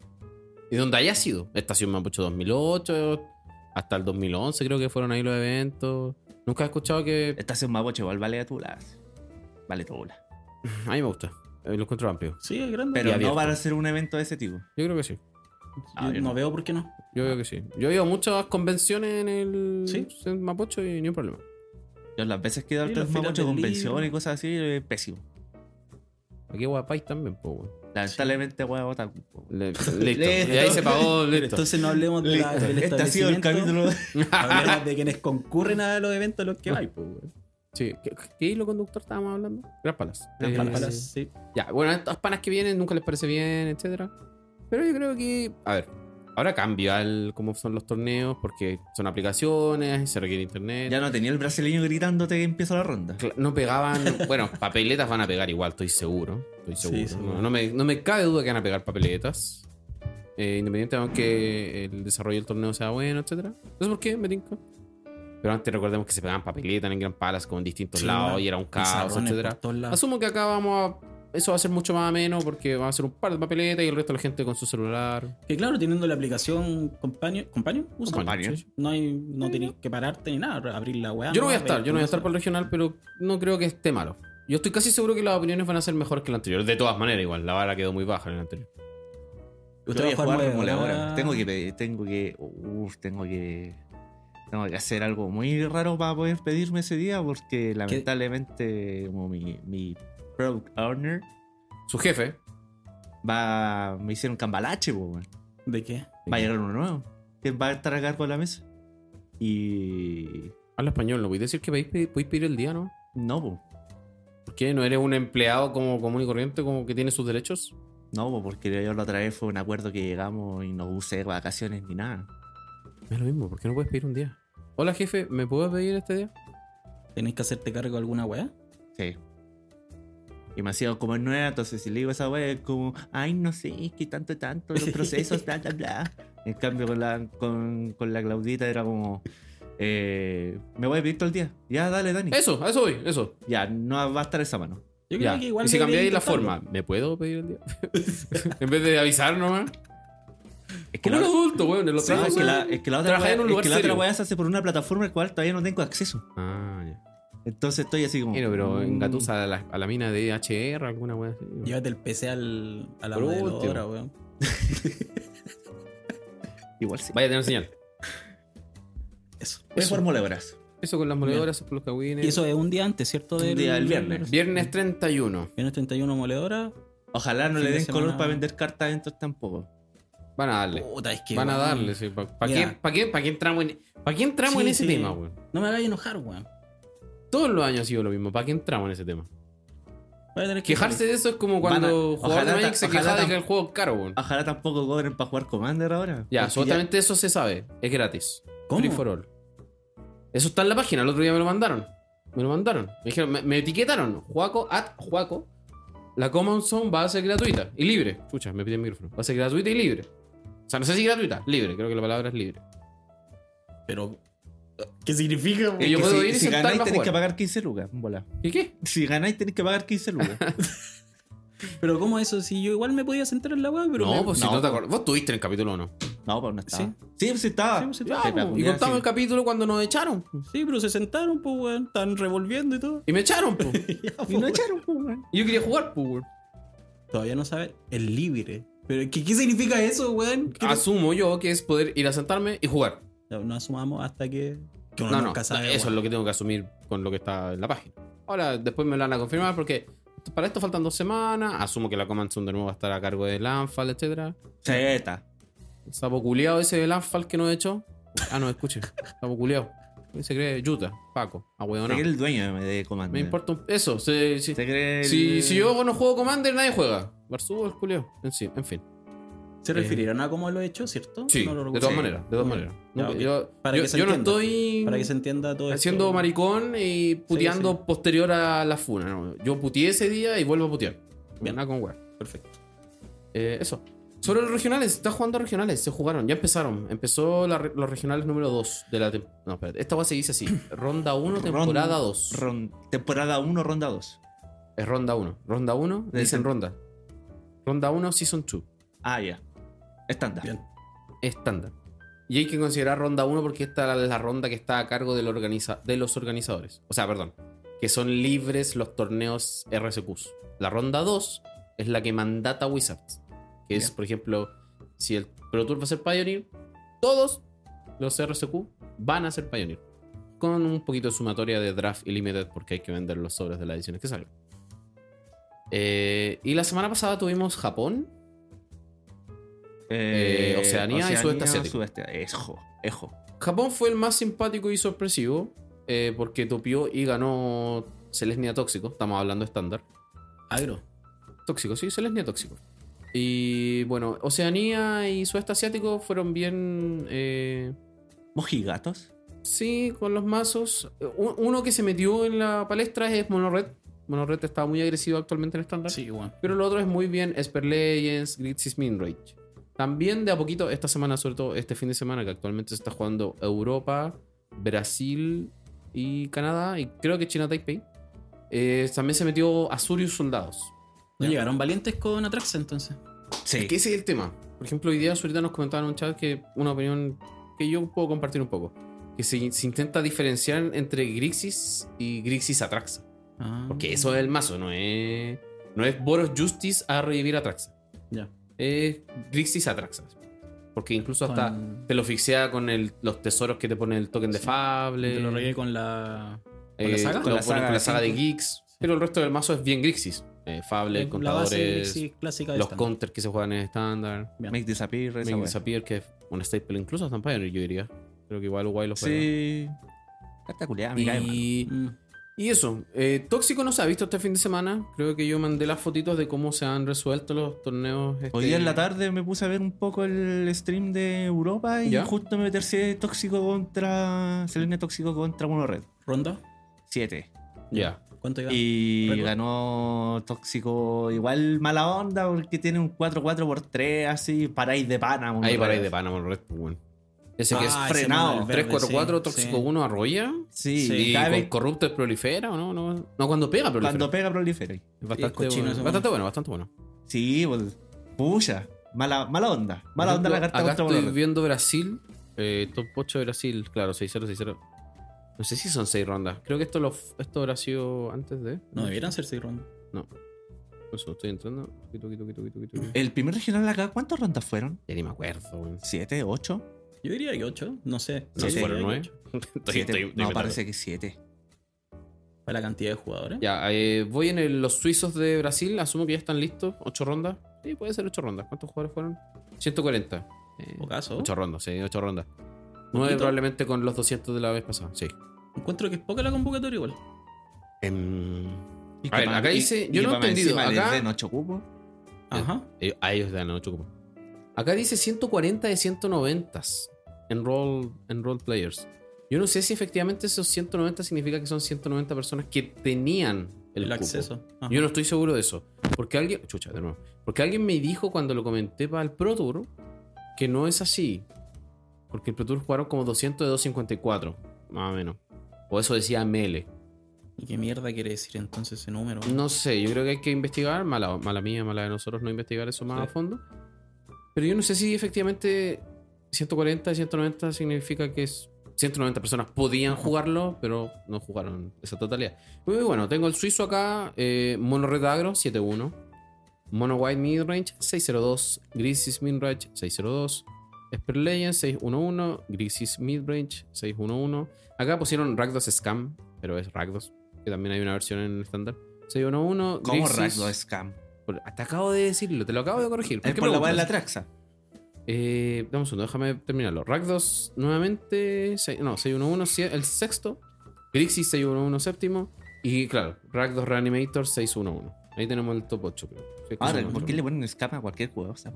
[SPEAKER 1] y donde haya sido. Estación Mapocho 2008, hasta el 2011 creo que fueron ahí los eventos. Nunca he escuchado que.
[SPEAKER 2] Esta es más igual vale a tu las. Vale tu las.
[SPEAKER 1] A mí me gusta, eh, lo encuentro amplio.
[SPEAKER 3] Sí, es grande.
[SPEAKER 2] Pero
[SPEAKER 1] abierto.
[SPEAKER 2] no para hacer un evento de ese tipo.
[SPEAKER 1] Yo creo que sí.
[SPEAKER 3] Yo
[SPEAKER 2] Ah, yo
[SPEAKER 3] no,
[SPEAKER 2] no.
[SPEAKER 3] veo por qué no.
[SPEAKER 1] Yo creo que sí. Yo he ido a muchas convenciones en el
[SPEAKER 3] Sí.
[SPEAKER 1] en Mapocho y ni un problema.
[SPEAKER 2] Yo las veces que he ido al
[SPEAKER 3] Sí, los
[SPEAKER 2] Transma
[SPEAKER 3] filas
[SPEAKER 2] 8
[SPEAKER 3] del libro.
[SPEAKER 2] convenciones y cosas así, eh, pésimo.
[SPEAKER 1] Aquí Guapais también, pues, weón.
[SPEAKER 2] Lamentablemente, hueá otaku. po.
[SPEAKER 1] Le- Listo.
[SPEAKER 2] Listo.
[SPEAKER 1] Y ahí se pagó, listo.
[SPEAKER 3] Entonces no hablemos de la, del
[SPEAKER 2] Este ha sido el
[SPEAKER 3] establecimiento,
[SPEAKER 2] capítulo.
[SPEAKER 3] Hablemos de quienes concurren a los eventos a los que hay, pues, weón.
[SPEAKER 1] Sí, ¿qué, qué hilo conductor estábamos hablando? Gran Palas.
[SPEAKER 2] Gran
[SPEAKER 1] Eh,
[SPEAKER 2] Palas.
[SPEAKER 3] Para- sí.
[SPEAKER 1] Ya, bueno, estas panas que vienen nunca les parece bien, etcétera. Pero yo creo que, a ver, ahora cambia el, cómo son los torneos porque son aplicaciones, se requiere internet.
[SPEAKER 2] Ya no tenía el brasileño gritándote que empieza la ronda.
[SPEAKER 1] Cla- No pegaban, bueno, papeletas van a pegar igual, estoy seguro. Estoy
[SPEAKER 3] Sí,
[SPEAKER 1] seguro.
[SPEAKER 3] seguro.
[SPEAKER 1] No, no me, no me cabe duda que van a pegar papeletas. eh, independiente aunque el desarrollo del torneo sea bueno, etcétera. No sé por qué, me tinca. Pero antes recordemos que se pegaban papeletas en Gran Palas con distintos
[SPEAKER 3] Sí,
[SPEAKER 1] lados
[SPEAKER 3] una-
[SPEAKER 1] y era un caos,
[SPEAKER 3] Pizarrones
[SPEAKER 1] etcétera.
[SPEAKER 3] por todos lados.
[SPEAKER 1] Asumo que acá vamos a. Eso va a ser mucho más ameno porque va a ser un par de papeletas y el resto de la gente con su celular.
[SPEAKER 3] Que claro, teniendo la aplicación Companion, ¿Companion? usa,
[SPEAKER 1] Compañía,
[SPEAKER 2] Companion.
[SPEAKER 1] sí.
[SPEAKER 3] No, hay, no tenés que pararte ni nada, abrir la weá.
[SPEAKER 1] Yo no voy a
[SPEAKER 3] nomás,
[SPEAKER 1] estar,
[SPEAKER 3] ve
[SPEAKER 1] yo no voy a estar
[SPEAKER 3] cómo
[SPEAKER 1] para el regional, pero no creo que esté malo. Yo estoy casi seguro que las opiniones van a ser mejores que la anterior. De todas maneras, igual, la vara quedó muy baja en el anterior.
[SPEAKER 3] se-
[SPEAKER 2] Yo
[SPEAKER 3] Usted
[SPEAKER 2] voy
[SPEAKER 3] va
[SPEAKER 2] a jugar
[SPEAKER 3] nueve
[SPEAKER 2] como la hora.
[SPEAKER 3] horas.
[SPEAKER 2] Tengo que pedir, tengo que. Uf, tengo que. Tengo que hacer algo muy raro para poder pedirme ese día porque lamentablemente como mi, mi product owner
[SPEAKER 1] Su jefe,
[SPEAKER 2] va me hicieron cambalache, po, weón.
[SPEAKER 3] ¿De qué?
[SPEAKER 2] va a llegar uno nuevo que va a estar a cargo de la mesa y
[SPEAKER 1] habla español, no voy a decir que podéis pedir, podéis pedir el día, ¿no?
[SPEAKER 2] no, po.
[SPEAKER 1] ¿Por qué? ¿No eres un empleado como común y corriente, como que tiene sus derechos?
[SPEAKER 2] no, po, porque yo la otra vez fue un acuerdo que llegamos y no usé vacaciones ni nada.
[SPEAKER 1] Es lo mismo, ¿por qué no puedes pedir un día? Hola jefe, ¿me puedo pedir este día?
[SPEAKER 3] ¿Tenés que hacerte cargo de alguna weá?
[SPEAKER 2] Sí. Y me hacía como nueva, entonces si le digo a esa wea es como, ay, no sé, es que tanto, tanto, los procesos, bla, bla, bla. En cambio, con la, con, con la Claudita era como, eh, me voy a pedir todo el día. Ya, dale, Dani.
[SPEAKER 1] Eso, a eso voy, eso.
[SPEAKER 2] Ya, no va a estar esa mano.
[SPEAKER 3] Yo
[SPEAKER 1] Ya.
[SPEAKER 3] creo que igual.
[SPEAKER 1] y si
[SPEAKER 3] debería
[SPEAKER 1] cambiáis la
[SPEAKER 3] intentarlo.
[SPEAKER 1] forma, ¿me puedo pedir el día? en vez de avisar nomás.
[SPEAKER 2] Es que
[SPEAKER 1] Como un
[SPEAKER 2] la,
[SPEAKER 1] adulto, weón, en los
[SPEAKER 2] Sí, es que la, es que la otra
[SPEAKER 1] Trabajar en un
[SPEAKER 2] wea- es
[SPEAKER 1] lugar
[SPEAKER 2] que la otra
[SPEAKER 1] serio.
[SPEAKER 2] wea se hace por una plataforma al cual todavía no tengo acceso.
[SPEAKER 1] Ah, ya.
[SPEAKER 2] Entonces estoy así como.
[SPEAKER 1] Mira, pero
[SPEAKER 2] mm,
[SPEAKER 1] engatusa a la, a la mina de HR, alguna weá así. weón.
[SPEAKER 3] Llévate el PC al, a la
[SPEAKER 1] Por último.
[SPEAKER 3] modeladora, weón.
[SPEAKER 2] Igual sí.
[SPEAKER 1] Vaya a tener señal.
[SPEAKER 3] Eso.
[SPEAKER 1] Eh,
[SPEAKER 2] Es fórmula de horas.
[SPEAKER 1] Eso con las moledoras, eso con los
[SPEAKER 3] Y
[SPEAKER 1] cagüines.
[SPEAKER 3] eso es un día antes, ¿cierto?
[SPEAKER 2] Un día, el viernes.
[SPEAKER 1] Viernes 31.
[SPEAKER 3] Viernes 31 moledora.
[SPEAKER 2] Ojalá no
[SPEAKER 3] Fin
[SPEAKER 2] le
[SPEAKER 3] de
[SPEAKER 2] den color
[SPEAKER 3] semana.
[SPEAKER 2] para vender cartas adentro tampoco.
[SPEAKER 1] Van a darle.
[SPEAKER 3] Puta, es que.
[SPEAKER 1] Van a
[SPEAKER 3] weón,
[SPEAKER 1] darle, sí. ¿Para
[SPEAKER 3] Mira.
[SPEAKER 1] qué, pa qué- pa qué entramos en, pa qué entramos
[SPEAKER 3] Sí,
[SPEAKER 1] en ese
[SPEAKER 3] sí.
[SPEAKER 1] tema, weón?
[SPEAKER 3] No me hagáis enojar, weón.
[SPEAKER 1] Todos los años ha sido lo mismo. ¿Para qué entramos en ese tema?
[SPEAKER 3] Voy a tener que-
[SPEAKER 1] Quejarse de eso es como cuando
[SPEAKER 2] Van a-
[SPEAKER 1] jugador
[SPEAKER 2] ojalá
[SPEAKER 1] de Magic
[SPEAKER 2] ta-
[SPEAKER 1] se
[SPEAKER 2] ojalá
[SPEAKER 1] quejaba de
[SPEAKER 2] tam-
[SPEAKER 1] que el juego es caro, weón.
[SPEAKER 2] Ojalá tampoco cobren para jugar Commander ahora.
[SPEAKER 1] ya,
[SPEAKER 2] Porque ya-
[SPEAKER 1] absolutamente eso se sabe. Es gratis.
[SPEAKER 3] ¿Cómo?
[SPEAKER 1] Free for all. Eso está en la página. El otro día me lo mandaron. Me lo mandaron. Me dijeron, me, me etiquetaron. Juaco, at Juaco. La Common Zone va a ser gratuita y libre. Escucha, me pide el micrófono. Va a ser gratuita y libre. O sea, no sé si gratuita, libre. Creo que la palabra es libre.
[SPEAKER 3] Pero. ¿Qué significa, weón?
[SPEAKER 1] que yo
[SPEAKER 2] Es que
[SPEAKER 1] puedo
[SPEAKER 2] si,
[SPEAKER 1] ir y
[SPEAKER 2] si
[SPEAKER 1] sentarme
[SPEAKER 2] ganáis
[SPEAKER 1] a
[SPEAKER 2] tenéis
[SPEAKER 1] jugar.
[SPEAKER 2] que pagar 15 lucas, bola.
[SPEAKER 1] ¿Y qué?
[SPEAKER 2] Si ganáis tenéis que pagar 15 lucas.
[SPEAKER 3] Pero, ¿cómo eso? Si yo igual me podía sentar en la weá, pero.
[SPEAKER 1] no,
[SPEAKER 3] me-
[SPEAKER 1] pues si
[SPEAKER 2] no,
[SPEAKER 1] no te
[SPEAKER 2] pues-
[SPEAKER 1] acuerdas. Vos estuviste en el capítulo 1.
[SPEAKER 2] no, pues no estaba. Sí, sí, pues estaba.
[SPEAKER 3] Sí, pues
[SPEAKER 1] Ya,
[SPEAKER 3] estaba.
[SPEAKER 2] Sí, pues,
[SPEAKER 1] po, y
[SPEAKER 2] ya,
[SPEAKER 1] contamos
[SPEAKER 2] sí.
[SPEAKER 1] el capítulo cuando nos echaron. po.
[SPEAKER 3] Sí, pero se sentaron, pues, weón. Están revolviendo y todo.
[SPEAKER 1] Y me echaron, po.
[SPEAKER 2] Y no echaron, pues, weón.
[SPEAKER 1] Y yo quería jugar, po, weón.
[SPEAKER 3] Todavía no sabe el libre. Pero, ¿qué, qué significa eso, weón? ¿Qué-
[SPEAKER 1] Asumo yo que es poder ir a sentarme y jugar.
[SPEAKER 3] No, no asumamos hasta que. que uno
[SPEAKER 1] No, no,
[SPEAKER 3] nunca sabe,
[SPEAKER 1] eso es
[SPEAKER 3] weón.
[SPEAKER 1] lo que tengo que asumir con lo que está en la página. Ahora, después me lo van a confirmar porque para esto faltan dos semanas. Asumo que la Command Zone de nuevo va a estar a cargo de Lanfal, etcétera.
[SPEAKER 2] Cheta.
[SPEAKER 1] El sapo culiao ese de Lanfal que no he hecho. Ah, no, escuche. Sapo culiao. ¿Quién se cree? Yuta, Paco, a
[SPEAKER 2] Se cree el dueño de Commander.
[SPEAKER 1] Me importa un... Eso, se- si,
[SPEAKER 2] Se cree el-
[SPEAKER 1] si, si yo no juego Commander, nadie juega. Barzudo el culiao. En, sí, en fin.
[SPEAKER 3] Se
[SPEAKER 1] Eh,
[SPEAKER 3] refirieron a cómo lo he hecho, ¿cierto?
[SPEAKER 1] Sí,
[SPEAKER 3] No lo
[SPEAKER 1] de todas
[SPEAKER 3] recuerdo.
[SPEAKER 1] maneras, de todas
[SPEAKER 3] Mm.
[SPEAKER 1] maneras.
[SPEAKER 3] Ya,
[SPEAKER 1] No,
[SPEAKER 3] ok.
[SPEAKER 1] Yo,
[SPEAKER 3] Para
[SPEAKER 1] yo-
[SPEAKER 3] que se
[SPEAKER 1] yo no
[SPEAKER 3] entienda.
[SPEAKER 1] estoy...
[SPEAKER 3] Para que se entienda todo
[SPEAKER 1] Haciendo
[SPEAKER 3] esto.
[SPEAKER 1] maricón y puteando
[SPEAKER 3] sí.
[SPEAKER 1] posterior a la funa. ¿no? Yo puteé ese día y vuelvo a putear.
[SPEAKER 3] Bien.
[SPEAKER 1] Nada con wea.
[SPEAKER 3] Perfecto.
[SPEAKER 1] Eh, eso. Sobre los regionales, se está jugando regionales, se jugaron, ya empezaron. Empezó la re- los regionales número 2 de la tem- No, espérate, esta wea se dice así: Ronda 1,
[SPEAKER 2] Ron-
[SPEAKER 1] temporada 2.
[SPEAKER 2] ron- temporada 1, ronda 2.
[SPEAKER 1] es ronda 1. Ronda 1,
[SPEAKER 2] Del
[SPEAKER 1] dicen
[SPEAKER 2] tem-
[SPEAKER 1] ronda. Ronda 1, season 2.
[SPEAKER 2] Ah, ya. Estándar.
[SPEAKER 3] Bien.
[SPEAKER 1] Estándar. Y hay que considerar ronda 1 porque esta es la ronda que está a cargo del organiza de los organizadores. O sea, perdón. Que son libres los torneos RSQs. La ronda 2 es la que mandata Wizards. Que es,
[SPEAKER 2] Bien.
[SPEAKER 1] por ejemplo, si el Pro Tour va a ser Pioneer, todos los RSQ van a ser Pioneer. Con un poquito de sumatoria de Draft y Limited porque hay que vender los sobres de las ediciones que salen. Eh, y la semana pasada tuvimos Japón. Eh, Oceanía y Sudeste Asiático.
[SPEAKER 2] Sudeste- Ejo, ejo.
[SPEAKER 1] Japón fue el más simpático y sorpresivo eh, porque topió y ganó Selesnia Tóxico. Estamos hablando estándar.
[SPEAKER 3] Agro.
[SPEAKER 1] Tóxico, sí, Selesnia Tóxico. Y bueno, Oceanía y Sudeste Asiático fueron bien. eh,
[SPEAKER 2] Mojigatos.
[SPEAKER 1] sí, con los mazos. Eh, U- Uno que se metió en la palestra es Monored. Monored está muy agresivo actualmente en estándar.
[SPEAKER 3] Sí, weón.
[SPEAKER 1] Pero lo otro es muy bien Esper Legends, Grixis Minrage. También de a poquito, esta semana, sobre todo este fin de semana, que actualmente se está jugando Europa, Brasil y Canadá, y creo que China Taipei, eh, también se metió Azurius Soldados.
[SPEAKER 3] No llegaron valientes con Atraxa entonces.
[SPEAKER 1] Es que ese es el tema. Por ejemplo, hoy día ahorita nos comentaban en un chat que una opinión que yo puedo compartir un poco. Que se, se intenta diferenciar entre Grixis y Grixis Atraxa.
[SPEAKER 3] Ah.
[SPEAKER 1] Porque eso es el mazo, no es. No es Boros Justice a revivir Atraxa.
[SPEAKER 3] Ya.
[SPEAKER 1] Es Grixis Atraxa. Porque incluso hasta
[SPEAKER 3] Con-
[SPEAKER 1] te lo fixea con el- los tesoros que te pone el token de
[SPEAKER 3] Sí.
[SPEAKER 1] Fable.
[SPEAKER 3] Te lo regué con la.
[SPEAKER 1] Eh,
[SPEAKER 3] ¿Con la saga?
[SPEAKER 1] lo
[SPEAKER 2] Con la
[SPEAKER 1] ponen
[SPEAKER 2] saga
[SPEAKER 1] con la
[SPEAKER 2] de
[SPEAKER 1] saga de
[SPEAKER 2] cinco.
[SPEAKER 1] Geeks. Pero el resto del mazo es bien Grixis. Eh, Fable,
[SPEAKER 3] la base de
[SPEAKER 1] contadores,
[SPEAKER 3] Elixir clásica de
[SPEAKER 1] los
[SPEAKER 3] estándar.
[SPEAKER 1] counters que se juegan en estándar.
[SPEAKER 2] Make disappear, esa
[SPEAKER 1] Make
[SPEAKER 2] wea.
[SPEAKER 1] Disappear, que es un staple incluso hasta en Pioneer, yo diría. Creo que igual Wild lo juega.
[SPEAKER 2] Sí. Carta culiada, me cae mal.
[SPEAKER 1] Y,
[SPEAKER 3] Mm.
[SPEAKER 1] y eso, eh, Tóxico no se ha visto este fin de semana. Creo que yo mandé las fotitos de cómo se han resuelto los torneos. este-
[SPEAKER 2] Hoy día en la tarde me puse a ver un poco el stream de Europa y
[SPEAKER 1] ¿Ya?
[SPEAKER 2] justo me tercié tóxico contra. Selene tóxico contra Mono Red.
[SPEAKER 3] ¿Ronda?
[SPEAKER 2] 7.
[SPEAKER 1] Ya.
[SPEAKER 3] ¿Cuánto iba?
[SPEAKER 2] Y
[SPEAKER 3] Récord.
[SPEAKER 2] ganó tóxico igual mala onda porque tiene un 4-4 por 3 así, paráis de pana. Mono
[SPEAKER 1] Ahí
[SPEAKER 2] Red.
[SPEAKER 1] paráis de Panamá, Red, pues, bueno. Ese que es
[SPEAKER 3] Ah,
[SPEAKER 2] ese
[SPEAKER 3] mono,
[SPEAKER 2] frenado.
[SPEAKER 3] el verde,
[SPEAKER 1] 344,
[SPEAKER 3] sí,
[SPEAKER 1] Tóxico
[SPEAKER 3] sí.
[SPEAKER 1] 1 arrolla.
[SPEAKER 2] Sí,
[SPEAKER 3] Sí,
[SPEAKER 1] Y,
[SPEAKER 2] y cada
[SPEAKER 1] con
[SPEAKER 2] vez
[SPEAKER 1] corrupto es prolifera o no, no. No, cuando pega prolifera.
[SPEAKER 2] cuando pega prolifera.
[SPEAKER 3] Es bastante
[SPEAKER 1] Este,
[SPEAKER 3] cochino
[SPEAKER 1] bueno,
[SPEAKER 3] ese
[SPEAKER 1] bastante bueno, bastante bueno.
[SPEAKER 2] Sí, pues, pucha. Mala, mala onda. Mala
[SPEAKER 1] Por
[SPEAKER 2] onda la
[SPEAKER 1] ejemplo,
[SPEAKER 2] carta
[SPEAKER 1] Acá
[SPEAKER 2] contra Mono
[SPEAKER 1] estoy
[SPEAKER 2] Red.
[SPEAKER 1] viendo Brasil, eh, top 8 de Brasil, claro, 6-0, 6-0. No sé si son 6 rondas. Creo que esto, lo, esto habrá sido antes de.
[SPEAKER 3] No, debieran ser seis rondas.
[SPEAKER 1] No. Eso, estoy entrando. Tuqui, tuqui, tuqui, tuqui, tuqui, tuqui.
[SPEAKER 2] El primer regional acá, ¿cuántas rondas fueron?
[SPEAKER 1] Ya ni me acuerdo, weón.
[SPEAKER 2] ¿7, 8?
[SPEAKER 3] Yo diría que ocho, no sé.
[SPEAKER 1] No
[SPEAKER 2] Sí,
[SPEAKER 1] fueron
[SPEAKER 3] diría que
[SPEAKER 1] nueve.
[SPEAKER 3] ocho.
[SPEAKER 1] Estoy-
[SPEAKER 2] Siete.
[SPEAKER 1] estoy- estoy
[SPEAKER 2] no,
[SPEAKER 1] inventando.
[SPEAKER 2] parece que siete.
[SPEAKER 3] Para la cantidad de jugadores.
[SPEAKER 1] Ya, eh, voy en el- los suizos de Brasil. Asumo que ya están listos. ¿Ocho rondas? Sí, puede ser ocho rondas. ¿Cuántos jugadores fueron? 140. Eh,
[SPEAKER 3] O caso.
[SPEAKER 1] ocho rondas, sí, ocho rondas. Nueve
[SPEAKER 3] Poquito.
[SPEAKER 1] probablemente con los 200 de la vez pasada, sí.
[SPEAKER 3] Encuentro que es poca la convocatoria igual.
[SPEAKER 1] Em,
[SPEAKER 2] Y
[SPEAKER 1] A ver,
[SPEAKER 2] capaz-
[SPEAKER 1] acá
[SPEAKER 2] y-
[SPEAKER 1] dice-
[SPEAKER 2] y
[SPEAKER 1] yo no he
[SPEAKER 2] capaz
[SPEAKER 1] entendido,
[SPEAKER 2] encima les
[SPEAKER 1] acá-
[SPEAKER 2] den ocho cupos.
[SPEAKER 3] Ajá.
[SPEAKER 1] Eh, A ellos dan 8 cupos. Acá dice 140 de 190 en role, en role players. Yo no sé si efectivamente esos 190 significa que son 190 personas que tenían el,
[SPEAKER 3] El,
[SPEAKER 1] cupo.
[SPEAKER 3] acceso. Ah, Ajá.
[SPEAKER 1] Yo no estoy seguro de eso. Porque alguien. Chucha, de nuevo. Porque alguien me dijo cuando lo comenté para el Pro Tour que no es así. Porque el Pro Tour jugaron como 200 de 254, más o menos. O eso decía Mele.
[SPEAKER 3] ¿Y qué mierda quiere decir entonces ese número?
[SPEAKER 1] No sé, yo creo que hay que investigar, mala, mala mía, mala de nosotros no investigar eso más
[SPEAKER 3] Sí.
[SPEAKER 1] a fondo. Pero yo no sé si efectivamente 140, 190 significa que es 190 personas podían jugarlo, pero no jugaron esa totalidad. Muy bueno, tengo el suizo acá, eh, Mono Red Agro 7-1, Mono White Midrange 602, Grisis Midrange 602, Esper Legend 611, Grisis Midrange 611. Acá pusieron Rakdos Scam, pero es Rakdos, que también hay una versión en el estándar. 611,
[SPEAKER 2] ¿Cómo
[SPEAKER 1] Grixis-
[SPEAKER 2] Ragdo Scam?
[SPEAKER 1] Por- Te acabo de decirlo, te lo acabo de corregir. ¿Por
[SPEAKER 2] Es
[SPEAKER 1] qué
[SPEAKER 2] por la
[SPEAKER 1] preguntas?
[SPEAKER 2] cual la traxa.
[SPEAKER 1] Eh, dame un segundo, déjame terminarlo. Rakdos nuevamente, se- no, 611 sie- el sexto, Grixis 611 séptimo y claro, Rakdos Reanimator 611. Ahí tenemos el top 8, creo. Sí,
[SPEAKER 2] Ahora,
[SPEAKER 1] sí,
[SPEAKER 2] ¿por
[SPEAKER 1] sí.
[SPEAKER 2] qué le ponen Scam a cualquier juego? O sea,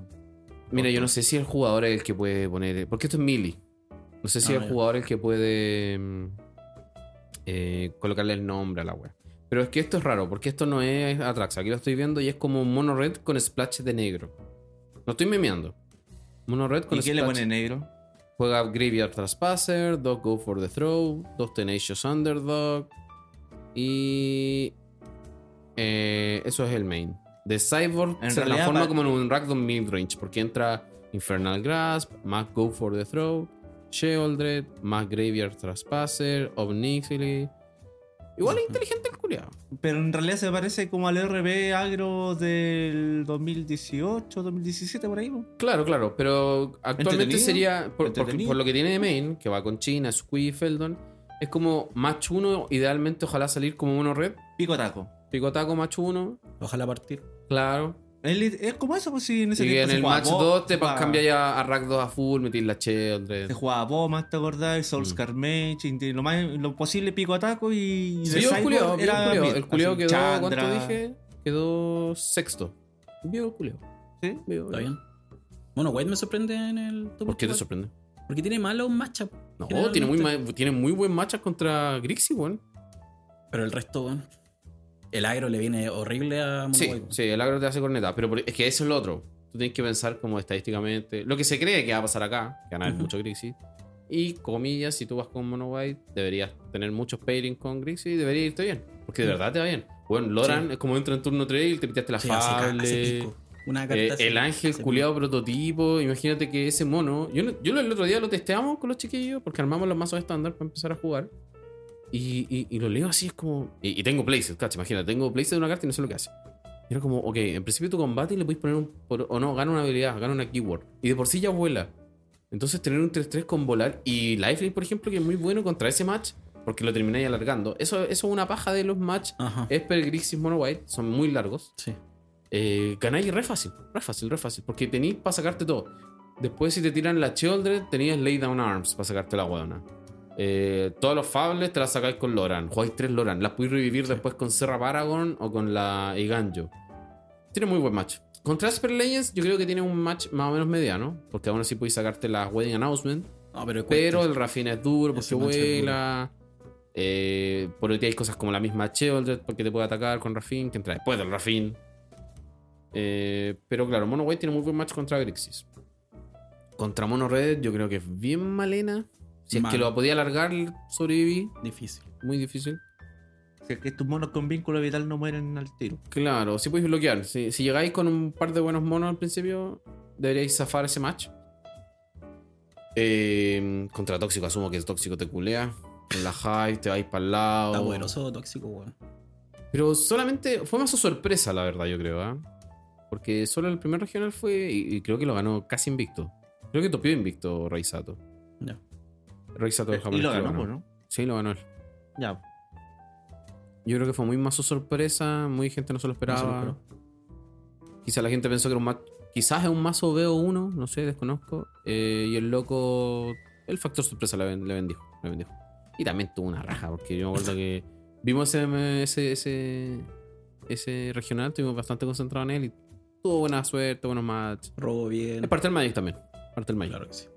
[SPEAKER 1] Mira, yo no sé si el jugador es el que puede poner, porque esto es melee. No sé si
[SPEAKER 3] Ah,
[SPEAKER 1] el
[SPEAKER 3] ya.
[SPEAKER 1] jugador es el que puede mm, eh, colocarle el nombre a la wea. Pero es que esto es raro, porque esto no es Atrax. Aquí lo estoy viendo y es como mono red con splash de negro. No estoy memeando. Mono red con
[SPEAKER 2] ¿Y qué le
[SPEAKER 1] splash-
[SPEAKER 2] pone negro?
[SPEAKER 1] Juega Graveyard Trespasser, 2 Go for the Throw, 2 Tenacious Underdog y... eh, eso es el main. De Cyborg
[SPEAKER 2] En
[SPEAKER 1] se
[SPEAKER 2] realidad,
[SPEAKER 1] transforma
[SPEAKER 2] pa-
[SPEAKER 1] como en un Ragdoll Midrange porque entra Infernal Grasp, más Go for the Throw, Sheoldred, más Graveyard Trespasser, Obnixily. Igual es inteligente el culiao.
[SPEAKER 2] Pero en realidad se parece como al RB agro del 2018, 2017, por ahí. ¿no?
[SPEAKER 1] Claro, claro, pero actualmente
[SPEAKER 2] Entretenido,
[SPEAKER 1] sería, por, por-
[SPEAKER 2] entretenido.
[SPEAKER 1] por lo que tiene de main, que va con China, Squee, Feldon, es como match 1, idealmente ojalá salir como mono red,
[SPEAKER 2] Pico taco.
[SPEAKER 1] picotaco match 1,
[SPEAKER 3] Ojalá partir.
[SPEAKER 1] claro.
[SPEAKER 2] Es lit- es como eso, pues si en ese
[SPEAKER 1] y que
[SPEAKER 2] tiempo
[SPEAKER 1] en
[SPEAKER 2] se
[SPEAKER 1] el
[SPEAKER 2] jugaba
[SPEAKER 1] match
[SPEAKER 2] Bo-
[SPEAKER 1] 2 te
[SPEAKER 2] se jugaba-
[SPEAKER 1] cambias ya a Rack 2 a full, metís la Sheldred.
[SPEAKER 2] Se jugaba Bomas, ¿te acordás? Souls
[SPEAKER 1] Mm.
[SPEAKER 2] Carmage, y lo, más, lo posible pico ataco y.
[SPEAKER 1] Sí,
[SPEAKER 2] de
[SPEAKER 1] vio el
[SPEAKER 2] Cyborg
[SPEAKER 1] culiao, vio
[SPEAKER 2] era
[SPEAKER 1] el culiao.
[SPEAKER 2] mid,
[SPEAKER 1] El culiao
[SPEAKER 2] así,
[SPEAKER 1] quedó, ¿cuánto
[SPEAKER 2] Chandra.
[SPEAKER 1] dije? Quedó sexto. Vio el culiao.
[SPEAKER 2] ¿Sí?
[SPEAKER 1] vio,
[SPEAKER 3] Está
[SPEAKER 1] vio.
[SPEAKER 3] bien. Bueno, White me sorprende en el top
[SPEAKER 1] ¿Por qué te
[SPEAKER 3] 24,
[SPEAKER 1] sorprende?
[SPEAKER 3] Porque tiene malos matchups.
[SPEAKER 1] No,
[SPEAKER 3] Generalmente-
[SPEAKER 1] tiene muy, ma- tiene muy buen match contra Grixie, weón.
[SPEAKER 3] Pero el resto, bueno. El agro le viene horrible a Mono
[SPEAKER 1] Sí,
[SPEAKER 3] White.
[SPEAKER 1] sí, el agro te hace corneta, pero por- es que eso es lo otro. Tú tienes que pensar como estadísticamente, lo que se cree que va a pasar acá, que van a haber
[SPEAKER 3] Ujú.
[SPEAKER 1] mucho Grixis. Y comillas, si tú vas con Mono White, deberías tener muchos pairings con Grixis y debería irte bien. Porque de verdad te va bien. Bueno, Loran es como entra en turno 3 y te piteaste la
[SPEAKER 3] Mm. Sí, hace ca-
[SPEAKER 1] fable.
[SPEAKER 3] hace pico. Una carta
[SPEAKER 1] Eh,
[SPEAKER 3] así,
[SPEAKER 1] el ángel
[SPEAKER 3] hace
[SPEAKER 1] culiado prototipo. Imagínate que ese mono. Yo, no- yo lo- el otro día lo testeamos con los chiquillos porque armamos los mazos estándar para empezar a jugar. Y, y- y lo leo así, es como. Y, y tengo places, cacho, imagínate. Tengo places de una carta y no sé lo que hace. Y era como, ok, en principio tu combate y le puedes poner un. por- o no, gana una habilidad, gana una keyword. Y de por sí ya vuela. Entonces tener un 3-3 con volar y Lifelink, por ejemplo, que es muy bueno contra ese match porque lo termináis alargando. Eso, eso es una paja de los match.
[SPEAKER 3] pico. Ajá.
[SPEAKER 1] Esper, Grixis, Mono White son muy largos
[SPEAKER 3] Sí.
[SPEAKER 1] eh, ganáis re fácil, re fácil, re fácil, porque tenéis para sacarte todo. Después, si te tiran la Children, tenías Lay Down Arms para sacarte la huevona. Eh, todos los fables te las sacáis con Loran. Jugáis tres Loran. Las podéis revivir después con Serra Paragon o con la Iganjo. Tiene muy buen match. Contra Asper Legends, yo creo que tiene un match más o menos mediano. Porque aún así podéis sacarte las Wedding Announcement.
[SPEAKER 3] No, pero,
[SPEAKER 1] Pero
[SPEAKER 3] cuesta.
[SPEAKER 1] el Rafina es duro porque
[SPEAKER 3] Ese match es
[SPEAKER 1] vuela. Eh, por hoy hay cosas como la misma Sheldred porque te puede atacar con Rafin, que entra después del Rafin. Eh, pero claro, Mono White tiene muy buen match contra Grixis. Contra Mono Red, yo creo que es bien malena. Si es que
[SPEAKER 3] Mal.
[SPEAKER 1] lo podía alargar, sobreviví.
[SPEAKER 3] difícil.
[SPEAKER 1] Muy difícil.
[SPEAKER 2] Si es que tus monos con vínculo vital no mueren al tiro.
[SPEAKER 1] Claro, si podéis bloquear. Si, si llegáis con un par de buenos monos al principio, deberíais zafar ese match. Eh, contra Tóxico, asumo que es Tóxico te culea. Con la hype, te vais para el lado.
[SPEAKER 3] Está poderoso tóxico, weón.
[SPEAKER 1] Pero solamente fue más su sorpresa, la verdad, yo creo. ¿ah? Porque solo el primer regional fue, y, y creo que lo ganó casi invicto. Creo que topió invicto Reisato.
[SPEAKER 3] Ya.
[SPEAKER 1] Reisato de
[SPEAKER 2] y
[SPEAKER 1] japonés
[SPEAKER 2] lo
[SPEAKER 1] que
[SPEAKER 2] ganó, pues, ¿no?
[SPEAKER 1] Sí, lo ganó él.
[SPEAKER 2] Ya.
[SPEAKER 1] Yo creo que fue muy más su sorpresa, muy gente no se lo esperaba.
[SPEAKER 3] esperó.
[SPEAKER 1] Quizá la gente pensó que era un mazo. Quizás es un mazo veo uno, no sé, desconozco. Eh, y el loco. El factor sorpresa le, ben- le bendijo, le bendijo. Y también tuvo una raja, porque yo me acuerdo que. Vimos ese, ese, ese, ese regional, estuvimos bastante concentrados en él y tuvo buena suerte, buenos match.
[SPEAKER 3] Robo bien.
[SPEAKER 1] Es parte del Magic también. Parte del Magic.
[SPEAKER 3] Claro que sí.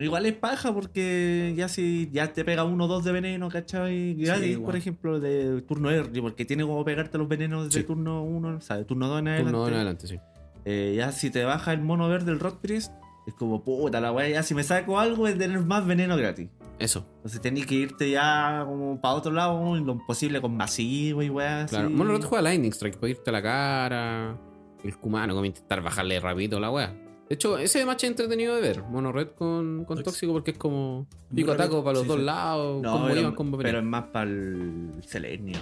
[SPEAKER 2] Igual es paja porque ya si ya te pega uno o dos de veneno, ¿cachai? Gratis, por
[SPEAKER 3] bueno.
[SPEAKER 2] ejemplo, de turno early, porque tiene como pegarte los venenos de
[SPEAKER 1] Sí.
[SPEAKER 2] turno uno, o sea, de turno dos en adelante.
[SPEAKER 1] Turno en adelante, sí.
[SPEAKER 2] Eh, ya si te baja el mono verde del Rock Priest, es como, puta la weá, ya si me saco algo es tener más veneno gratis.
[SPEAKER 1] Eso.
[SPEAKER 2] Entonces tenés que irte ya como para otro lado, en lo imposible con masivo y weá. así.
[SPEAKER 1] Claro. Mono Red juega Lightning Strike, puede irte a la cara. El Kumano, como intentar bajarle rapidito la wea. De hecho, ese match es entretenido de ver. Mono Red con, con
[SPEAKER 3] Tóxico.
[SPEAKER 1] Tóxico, porque es como pico
[SPEAKER 3] Mono Red,
[SPEAKER 1] ataco para los
[SPEAKER 3] sí,
[SPEAKER 1] dos
[SPEAKER 3] sí.
[SPEAKER 1] lados.
[SPEAKER 2] No,
[SPEAKER 1] combo
[SPEAKER 2] pero,
[SPEAKER 1] iban, combo venían.
[SPEAKER 2] pero es más para el Selenia.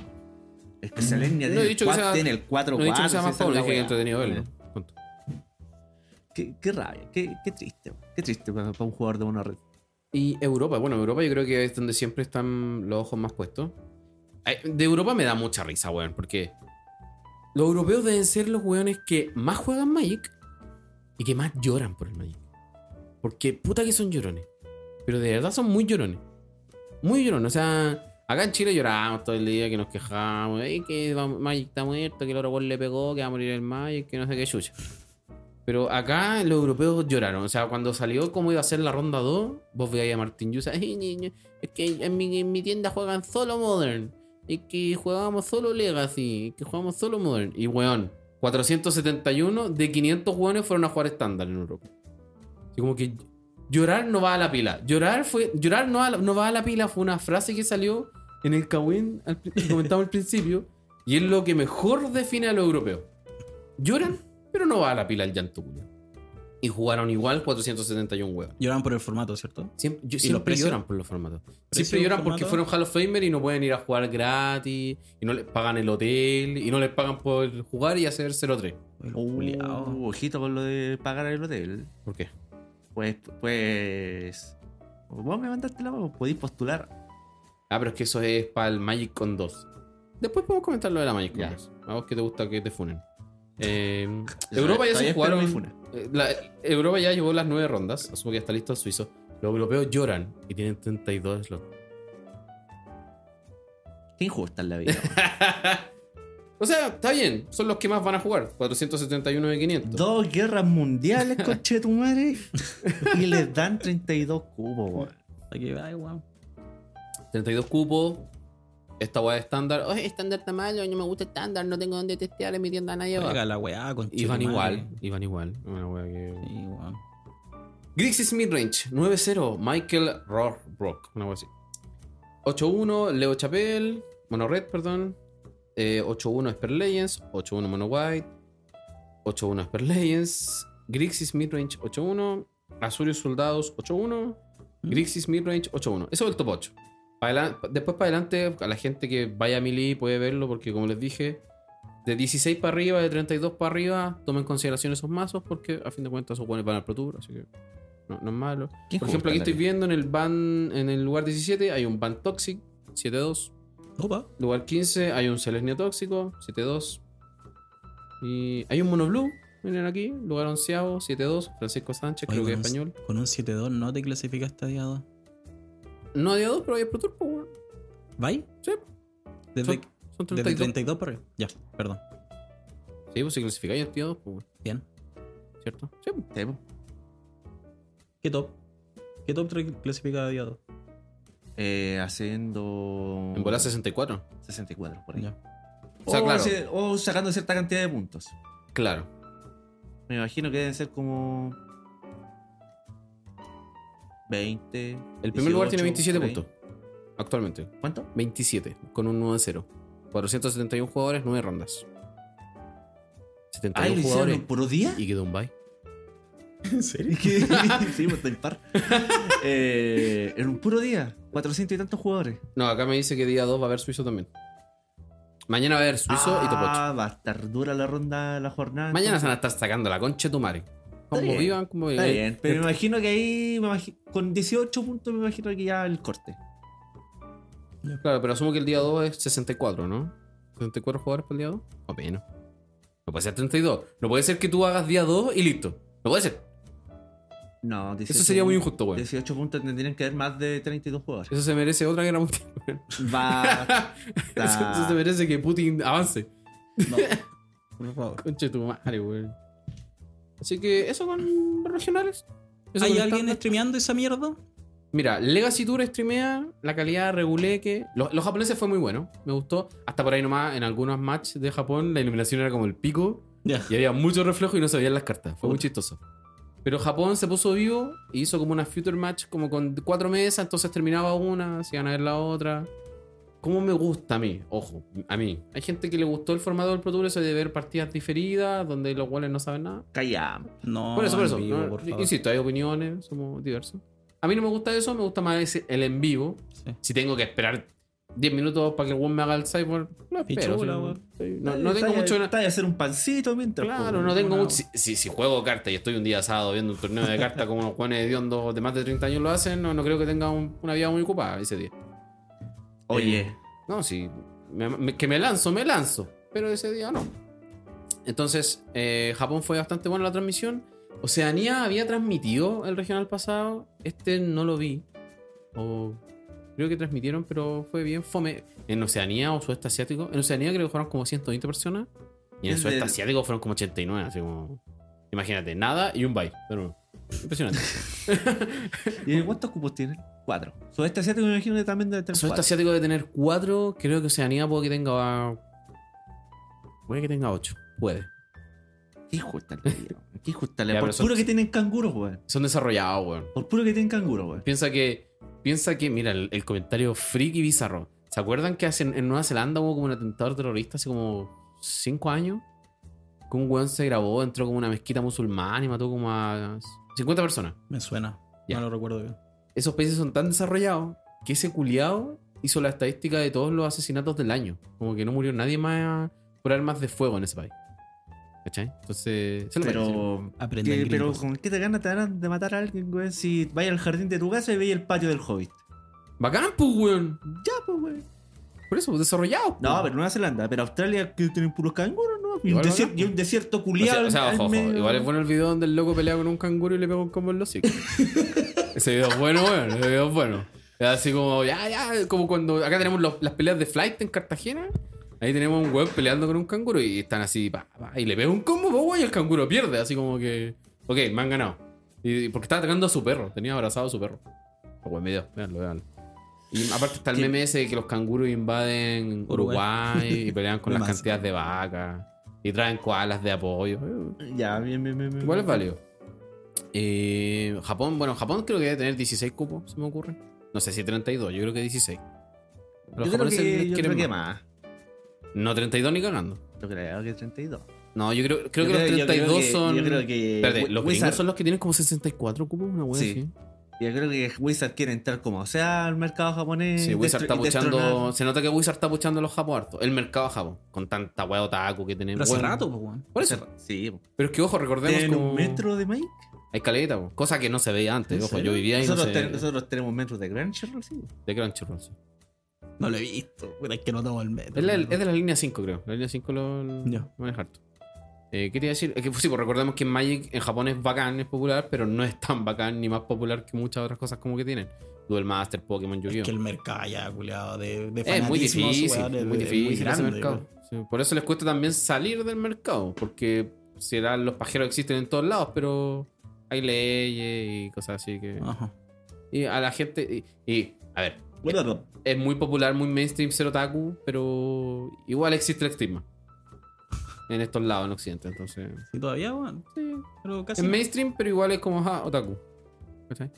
[SPEAKER 2] Es que Selenia
[SPEAKER 1] Mm. No he
[SPEAKER 2] tiene, el
[SPEAKER 1] dicho que
[SPEAKER 2] cuatro-
[SPEAKER 1] sea-
[SPEAKER 2] tiene el 4
[SPEAKER 1] no he dicho que sea más pobre, dije que entretenido verlo.
[SPEAKER 2] Mm.
[SPEAKER 1] Punto.
[SPEAKER 2] Eh, Qué, qué rabia, qué, qué triste, qué triste para, para un jugador de una red.
[SPEAKER 1] Y Europa, bueno, Europa yo creo que es donde siempre están los ojos más puestos. Ay, De Europa me da mucha risa, weón, porque los europeos deben ser los weones que más juegan Magic y que más lloran por el Magic. Porque puta que son llorones. Pero de verdad son muy llorones. Muy llorones. O sea, acá en Chile lloramos todo el día, que nos quejamos, "Ey, que va- Magic está muerto, que el oro le pegó, que va a morir el Magic, que no sé qué chucha. Pero acá los europeos lloraron. O sea, cuando salió cómo iba a ser la ronda 2, vos veías a Martín Yusa. "Ay, niño, Es que en mi, en mi tienda juegan solo Modern. Y que jugábamos solo Legacy. y que jugábamos solo Modern. Y weón, 471 de 500 weones fueron a jugar estándar en Europa. Así como que llorar no va a la pila. Llorar fue llorar no, va a la- no va a la pila fue una frase que salió en el Kawin al pri- que comentamos al principio. Y es lo que mejor define a los europeos. Lloran pero no va a la pila el llanto, culiao. Y jugaron igual 471 huevos.
[SPEAKER 3] Lloraban por el formato, ¿cierto?
[SPEAKER 1] Siempre, yo-
[SPEAKER 3] ¿Y
[SPEAKER 1] siempre
[SPEAKER 3] los precios?
[SPEAKER 1] lloran por los formatos.
[SPEAKER 3] ¿Precios
[SPEAKER 1] Siempre lloran porque
[SPEAKER 3] formato?
[SPEAKER 1] fueron Hall of Famer y no pueden ir a jugar gratis, y no les pagan el hotel, y no les pagan por jugar y hacer 0-3.
[SPEAKER 3] Oye, los culiados.
[SPEAKER 2] Uh, ojito con lo de pagar el hotel.
[SPEAKER 1] ¿Por qué?
[SPEAKER 2] Pues, pues. Vos me mandaste la voz, podéis postular.
[SPEAKER 1] Ah, pero es que eso es para el Magic con 2. Después podemos comentar lo de la Magic con
[SPEAKER 2] Ya.
[SPEAKER 1] 2. A vos que te gusta que te funen. Eh, Europa ya se
[SPEAKER 2] Todavía espero mi
[SPEAKER 1] jugaron.
[SPEAKER 2] funa.
[SPEAKER 1] Eh, la- Europa ya llevó las nueve rondas. Asumo que ya está listo el suizo. Los europeos lloran y tienen 32 slots.
[SPEAKER 2] Qué injusta es la vida. weón.
[SPEAKER 1] O sea, está bien, son los que más van a jugar. 471 de 500.
[SPEAKER 2] Dos guerras mundiales, coche tu madre. Y les dan 32 cubos, weón.
[SPEAKER 3] Aquí va, weón.
[SPEAKER 1] 32 cupos. esta weá de estándar, "Oye, estándar está malo, no me gusta estándar, no tengo dónde testear en mi tienda nadie va.
[SPEAKER 3] Oiga, la weá, con
[SPEAKER 1] Y van igual, y van igual. Una weá que...
[SPEAKER 3] Igual.
[SPEAKER 1] Grixis Midrange, 9-0, Michael Rohrbrock, una cosa así. 8-1, Leo Chapel, Mono Red, perdón. Eh, 8-1 Esper Legends, 8-1 Mono White, 8-1 Esper Legends, Grixis Midrange 8-1, Azurios Soldados 8-1, Grixis Midrange 8-1. Eso es el top 8. Pa' adelan- después para adelante, a la gente que vaya a Melee puede verlo porque como les dije, de 16 para arriba, de 32 para arriba, tomen en consideración esos mazos porque a fin de cuentas esos buenos van al Pro Tour, así que no, no es malo.
[SPEAKER 2] ¿Qué
[SPEAKER 1] Por
[SPEAKER 2] juego
[SPEAKER 1] ejemplo, aquí
[SPEAKER 2] está
[SPEAKER 1] estoy
[SPEAKER 2] la
[SPEAKER 1] viendo en el ban, en el lugar 17 hay un ban Toxic 7-2.
[SPEAKER 3] Opa.
[SPEAKER 1] Lugar 15 hay un Selesnio Tóxico 7-2. Y hay un Mono Blue, miren aquí, lugar 11 7-2, Francisco Sánchez, creo
[SPEAKER 3] Oye,
[SPEAKER 1] que es
[SPEAKER 3] con un-
[SPEAKER 1] español.
[SPEAKER 3] Con un 7-2 no te clasificaste a día 2.
[SPEAKER 1] No hay a 2, pero hay Pro Tour, pues, weón.
[SPEAKER 3] ¿Vai?
[SPEAKER 1] Sí.
[SPEAKER 3] Desde,
[SPEAKER 1] Son, son
[SPEAKER 3] desde
[SPEAKER 1] 32.
[SPEAKER 3] 32 para arriba. Ya, perdón.
[SPEAKER 1] Sí, pues si clasificáis en tío, pues, weón,
[SPEAKER 3] Bien.
[SPEAKER 1] ¿cierto? Sí, pues.
[SPEAKER 2] Sí, po.
[SPEAKER 3] ¿Qué top? ¿Qué top te clasifica a día 2?
[SPEAKER 2] Eh, haciendo.
[SPEAKER 1] en bola 64.
[SPEAKER 2] 64, por ahí.
[SPEAKER 3] Ya.
[SPEAKER 1] O
[SPEAKER 2] Oh,
[SPEAKER 1] sea, claro.
[SPEAKER 2] hace- o sacando cierta cantidad de puntos.
[SPEAKER 1] Claro.
[SPEAKER 2] Me imagino que deben ser como. 20.
[SPEAKER 1] El primer lugar tiene
[SPEAKER 2] 18,
[SPEAKER 1] 27
[SPEAKER 2] por ahí.
[SPEAKER 1] puntos. Actualmente.
[SPEAKER 2] ¿Cuánto?
[SPEAKER 1] 27, con un 9-0. 471 jugadores, 9 rondas. 71
[SPEAKER 2] Ay, lo Ah, hicieron
[SPEAKER 1] jugadores
[SPEAKER 2] en puro día.
[SPEAKER 1] y quedó un bye.
[SPEAKER 3] ¿En serio?
[SPEAKER 2] sí, pues está impar. Eh, en un puro día, 400 y tantos jugadores.
[SPEAKER 1] No, acá me dice que día 2 va a haber suizo también. Mañana va a haber suizo y top ocho.
[SPEAKER 2] Ah, va a estar dura la ronda, la jornada.
[SPEAKER 1] Mañana se van a estar sacando la concha de tu madre. Como
[SPEAKER 2] bien.
[SPEAKER 1] vivan, como eh,
[SPEAKER 2] Está
[SPEAKER 1] vivan.
[SPEAKER 2] bien, pero me imagino que ahí, me imagi- con 18 puntos, me imagino que ya el corte.
[SPEAKER 1] Claro, pero asumo que el día 2 es 64, ¿no? 64 jugadores para el día 2. O menos. No puede ser 32. No puede ser que tú hagas día 2 y listo. No puede ser.
[SPEAKER 2] No, 18
[SPEAKER 1] Eso sería muy injusto, weón.
[SPEAKER 2] 18 puntos tendrían que haber más de 32 jugadores.
[SPEAKER 1] Eso se merece otra guerra mundial. weón.
[SPEAKER 2] Va.
[SPEAKER 1] Eso, eso se merece que Putin avance.
[SPEAKER 3] No. Por favor.
[SPEAKER 1] Conche tu madre, weón. Así que eso con los regionales. Eso
[SPEAKER 3] ¿Hay
[SPEAKER 1] con el
[SPEAKER 3] alguien
[SPEAKER 1] estándar.
[SPEAKER 3] streameando esa mierda?
[SPEAKER 1] Mira, Legacy Tour streamea la calidad regulé que. Los, los japoneses fue muy bueno, me gustó. Hasta por ahí nomás, en algunos matches de Japón, la iluminación era como el pico
[SPEAKER 3] Ya.
[SPEAKER 1] y había mucho reflejo y no se veían las cartas. Fue muy
[SPEAKER 3] Puta.
[SPEAKER 1] chistoso. Pero Japón se puso vivo y hizo como una future match, como con cuatro mesas, entonces terminaba una, se iban a ver la otra. Como me gusta a mí, ojo, a mí. Hay gente que le gustó el formato del Pro Tour, eso de ver partidas diferidas, donde los cuales no saben nada.
[SPEAKER 2] Callamos.
[SPEAKER 3] No.
[SPEAKER 1] Por eso, por eso.
[SPEAKER 3] en vivo,
[SPEAKER 1] no,
[SPEAKER 3] por favor.
[SPEAKER 1] insisto, hay opiniones, somos diversos. A mí no me gusta eso, me gusta más ese- el en vivo.
[SPEAKER 3] Sí.
[SPEAKER 1] Si tengo que esperar 10 minutos para que el one me haga el cyborg, lo espero.
[SPEAKER 3] chula,
[SPEAKER 1] sí,
[SPEAKER 3] weón.
[SPEAKER 1] sí. no, no tengo
[SPEAKER 2] Está-
[SPEAKER 1] mucho.
[SPEAKER 2] Está de hacer un pancito mientras.
[SPEAKER 1] Claro,
[SPEAKER 2] pues.
[SPEAKER 1] no tengo
[SPEAKER 3] una-
[SPEAKER 1] mucho. Si, si- si juego cartas y estoy un día asado viendo un torneo de cartas como los Juanes hediondos de más de 30 años lo hacen, no, no creo que tenga un- una vida muy ocupada ese día.
[SPEAKER 2] Oye,
[SPEAKER 1] No, sí. me- me- que me lanzo, me lanzo. Pero ese día no. Entonces, eh, Japón fue bastante buena la transmisión. Oceanía había transmitido el regional pasado. Este no lo vi. O creo que transmitieron, pero fue bien fome. En Oceanía o Sudeste Asiático. En Oceanía creo que fueron como 120 personas. Y en el
[SPEAKER 2] Es
[SPEAKER 1] Sudeste
[SPEAKER 2] del-
[SPEAKER 1] Asiático fueron como 89. Así como. Imagínate, nada y un bye. Pero, impresionante.
[SPEAKER 2] ¿y cuántos cupos tiene? Cuatro. Sobre este asiático me imagino que también debe tener
[SPEAKER 1] Sudeste
[SPEAKER 2] cuatro.
[SPEAKER 1] Asiático debe tener 4. Creo que Oceanía puede que tenga. Puede que tenga 8. Puede.
[SPEAKER 2] Qué justa la vida, weón. Qué justa la
[SPEAKER 1] Ya,
[SPEAKER 2] vida.
[SPEAKER 1] pero
[SPEAKER 2] Por
[SPEAKER 1] son-
[SPEAKER 2] puro que tienen canguros, weón.
[SPEAKER 1] Son desarrollados, weón.
[SPEAKER 2] Por puro que tienen canguros, weón.
[SPEAKER 1] Piensa que. Piensa que, mira, el, el comentario freak y bizarro. ¿Se acuerdan que hace, en Nueva Zelanda hubo como un atentado terrorista hace como 5 años? Que un weón se grabó, entró como a una mezquita musulmana y mató como a 50 personas.
[SPEAKER 3] Me suena.
[SPEAKER 1] Ya.
[SPEAKER 3] No lo recuerdo bien.
[SPEAKER 1] Esos países son tan desarrollados que ese culiao hizo la estadística de todos los asesinatos del año. Como que no murió nadie más por armas de fuego en ese país. ¿Cachai? Entonces, se lo merecen.
[SPEAKER 2] Pero.
[SPEAKER 3] Aprendan
[SPEAKER 2] que- pero
[SPEAKER 3] gringos.
[SPEAKER 2] con qué te ganas te ganas de matar a alguien, weón. Si vaya al jardín de tu casa y veis el patio del hobbit.
[SPEAKER 1] Bacán, pues, weón.
[SPEAKER 2] Ya, pues, weón.
[SPEAKER 1] Por eso, desarrollado.
[SPEAKER 2] No,
[SPEAKER 1] pues.
[SPEAKER 2] pero Nueva Zelanda, pero Australia que tienen puros canguros, ¿no? Y un,
[SPEAKER 1] Igual no,
[SPEAKER 2] desier-
[SPEAKER 1] no.
[SPEAKER 2] y un desierto
[SPEAKER 1] O sea,
[SPEAKER 2] culiado.
[SPEAKER 1] o sea,
[SPEAKER 2] al
[SPEAKER 1] ojo, ojo.
[SPEAKER 2] medio.
[SPEAKER 1] Igual es bueno el video donde el loco pelea con un canguro y le pega un combo en los hocico. Ese video es bueno, bueno. Ese video es bueno. Es así como, ya, ya. Como cuando acá tenemos los- las peleas de flight en Cartagena. Ahí tenemos un weón peleando con un canguro y están así, pa, pa, y le pega un combo, po, weón, y el canguro pierde. Así como que, ok, me han ganado. Y, y porque estaba atacando a su perro. Tenía abrazado a su perro. O weón, video, veanlo, veanlo. Y aparte está el
[SPEAKER 3] Sí.
[SPEAKER 1] meme ese de que los canguros invaden
[SPEAKER 3] Uruguay.
[SPEAKER 1] Uruguay y pelean con
[SPEAKER 3] No
[SPEAKER 1] las
[SPEAKER 3] más.
[SPEAKER 1] cantidades de vacas y traen koalas de apoyo. Eh,
[SPEAKER 2] Ya, bien, bien, bien. bien.
[SPEAKER 1] Igual es válido. Eh, Japón, bueno, Japón creo que debe tener 16 cupos, se me ocurre. No sé si 32, yo creo que 16. A los
[SPEAKER 2] Yo creo
[SPEAKER 1] japoneses
[SPEAKER 2] que,
[SPEAKER 1] les
[SPEAKER 2] yo
[SPEAKER 1] quieren
[SPEAKER 2] creo que
[SPEAKER 1] más.
[SPEAKER 2] más.
[SPEAKER 1] No, 32 ni cagando.
[SPEAKER 2] Yo creo que 32.
[SPEAKER 1] No, yo creo, creo
[SPEAKER 2] Yo
[SPEAKER 1] que los
[SPEAKER 2] yo
[SPEAKER 1] 32
[SPEAKER 2] que-
[SPEAKER 1] son.
[SPEAKER 2] Yo creo que.
[SPEAKER 1] Espérate, los
[SPEAKER 2] Wizard,
[SPEAKER 1] gringos son los que tienen como 64 cupos, una wea
[SPEAKER 2] Sí.
[SPEAKER 1] así.
[SPEAKER 2] Yo creo que Wizard quiere entrar como sea al mercado japonés.
[SPEAKER 1] Sí,
[SPEAKER 2] y
[SPEAKER 1] Wizard está
[SPEAKER 2] Eh, destro- y destronar-
[SPEAKER 1] puchando. Se nota que Wizard está puchando los japos harto. El mercado a Japón. Con tanta wea otaku que
[SPEAKER 3] Pero
[SPEAKER 1] tenemos.
[SPEAKER 3] hace
[SPEAKER 1] Bueno,
[SPEAKER 3] rato, pues, weón.
[SPEAKER 1] Por eso.
[SPEAKER 2] Sí, po.
[SPEAKER 1] Pero es que, ojo, recordemos
[SPEAKER 2] ¿Tienen
[SPEAKER 1] como...
[SPEAKER 2] un metro de Mike?
[SPEAKER 1] Hay caleta, po. cosa que no se veía antes.
[SPEAKER 2] ¿En
[SPEAKER 1] Ojo,
[SPEAKER 2] serio?
[SPEAKER 1] yo vivía ahí no
[SPEAKER 2] Nosotros,
[SPEAKER 1] sé,
[SPEAKER 2] ten- nosotros tenemos metros de Crunchyroll, sí. pues. po.
[SPEAKER 1] de Crunchyroll. sí.
[SPEAKER 3] No lo he visto. Pero es que no tomo el metro.
[SPEAKER 1] Es, la-
[SPEAKER 3] weón.
[SPEAKER 1] es de la línea 5, creo. La línea 5 lo, lo
[SPEAKER 3] Ya.
[SPEAKER 1] maneja harto. Eh, ¿Qué te iba a decir? Es que, pues, sí, pues, recordemos que Magic en Japón es bacán, es popular, pero no es tan bacán ni más popular que muchas otras cosas como que tienen. Duel Master, Pokémon,
[SPEAKER 3] Es
[SPEAKER 1] Yu-Gi-Oh!
[SPEAKER 3] que el mercado ya, culiado, de, de
[SPEAKER 1] Es muy
[SPEAKER 3] fanatismos,
[SPEAKER 1] difícil,
[SPEAKER 3] weón, es-
[SPEAKER 1] es muy
[SPEAKER 3] es
[SPEAKER 1] difícil ese
[SPEAKER 3] grande,
[SPEAKER 1] mercado.
[SPEAKER 3] weón.
[SPEAKER 1] Sí, por eso les cuesta también salir del mercado, porque será, los pajeros existen en todos lados, pero hay leyes y cosas así que...
[SPEAKER 3] Ajá.
[SPEAKER 1] Y a la gente... Y, y, a ver,
[SPEAKER 2] Bueno,
[SPEAKER 1] es muy popular, muy mainstream ser otaku, pero igual existe el estigma. En estos lados, en Occidente, entonces...
[SPEAKER 3] Sí, todavía, weón.
[SPEAKER 1] Sí,
[SPEAKER 3] Pero
[SPEAKER 1] es
[SPEAKER 3] casi.
[SPEAKER 1] mainstream, pero igual es como, ajá, otaku. ¿Cachai?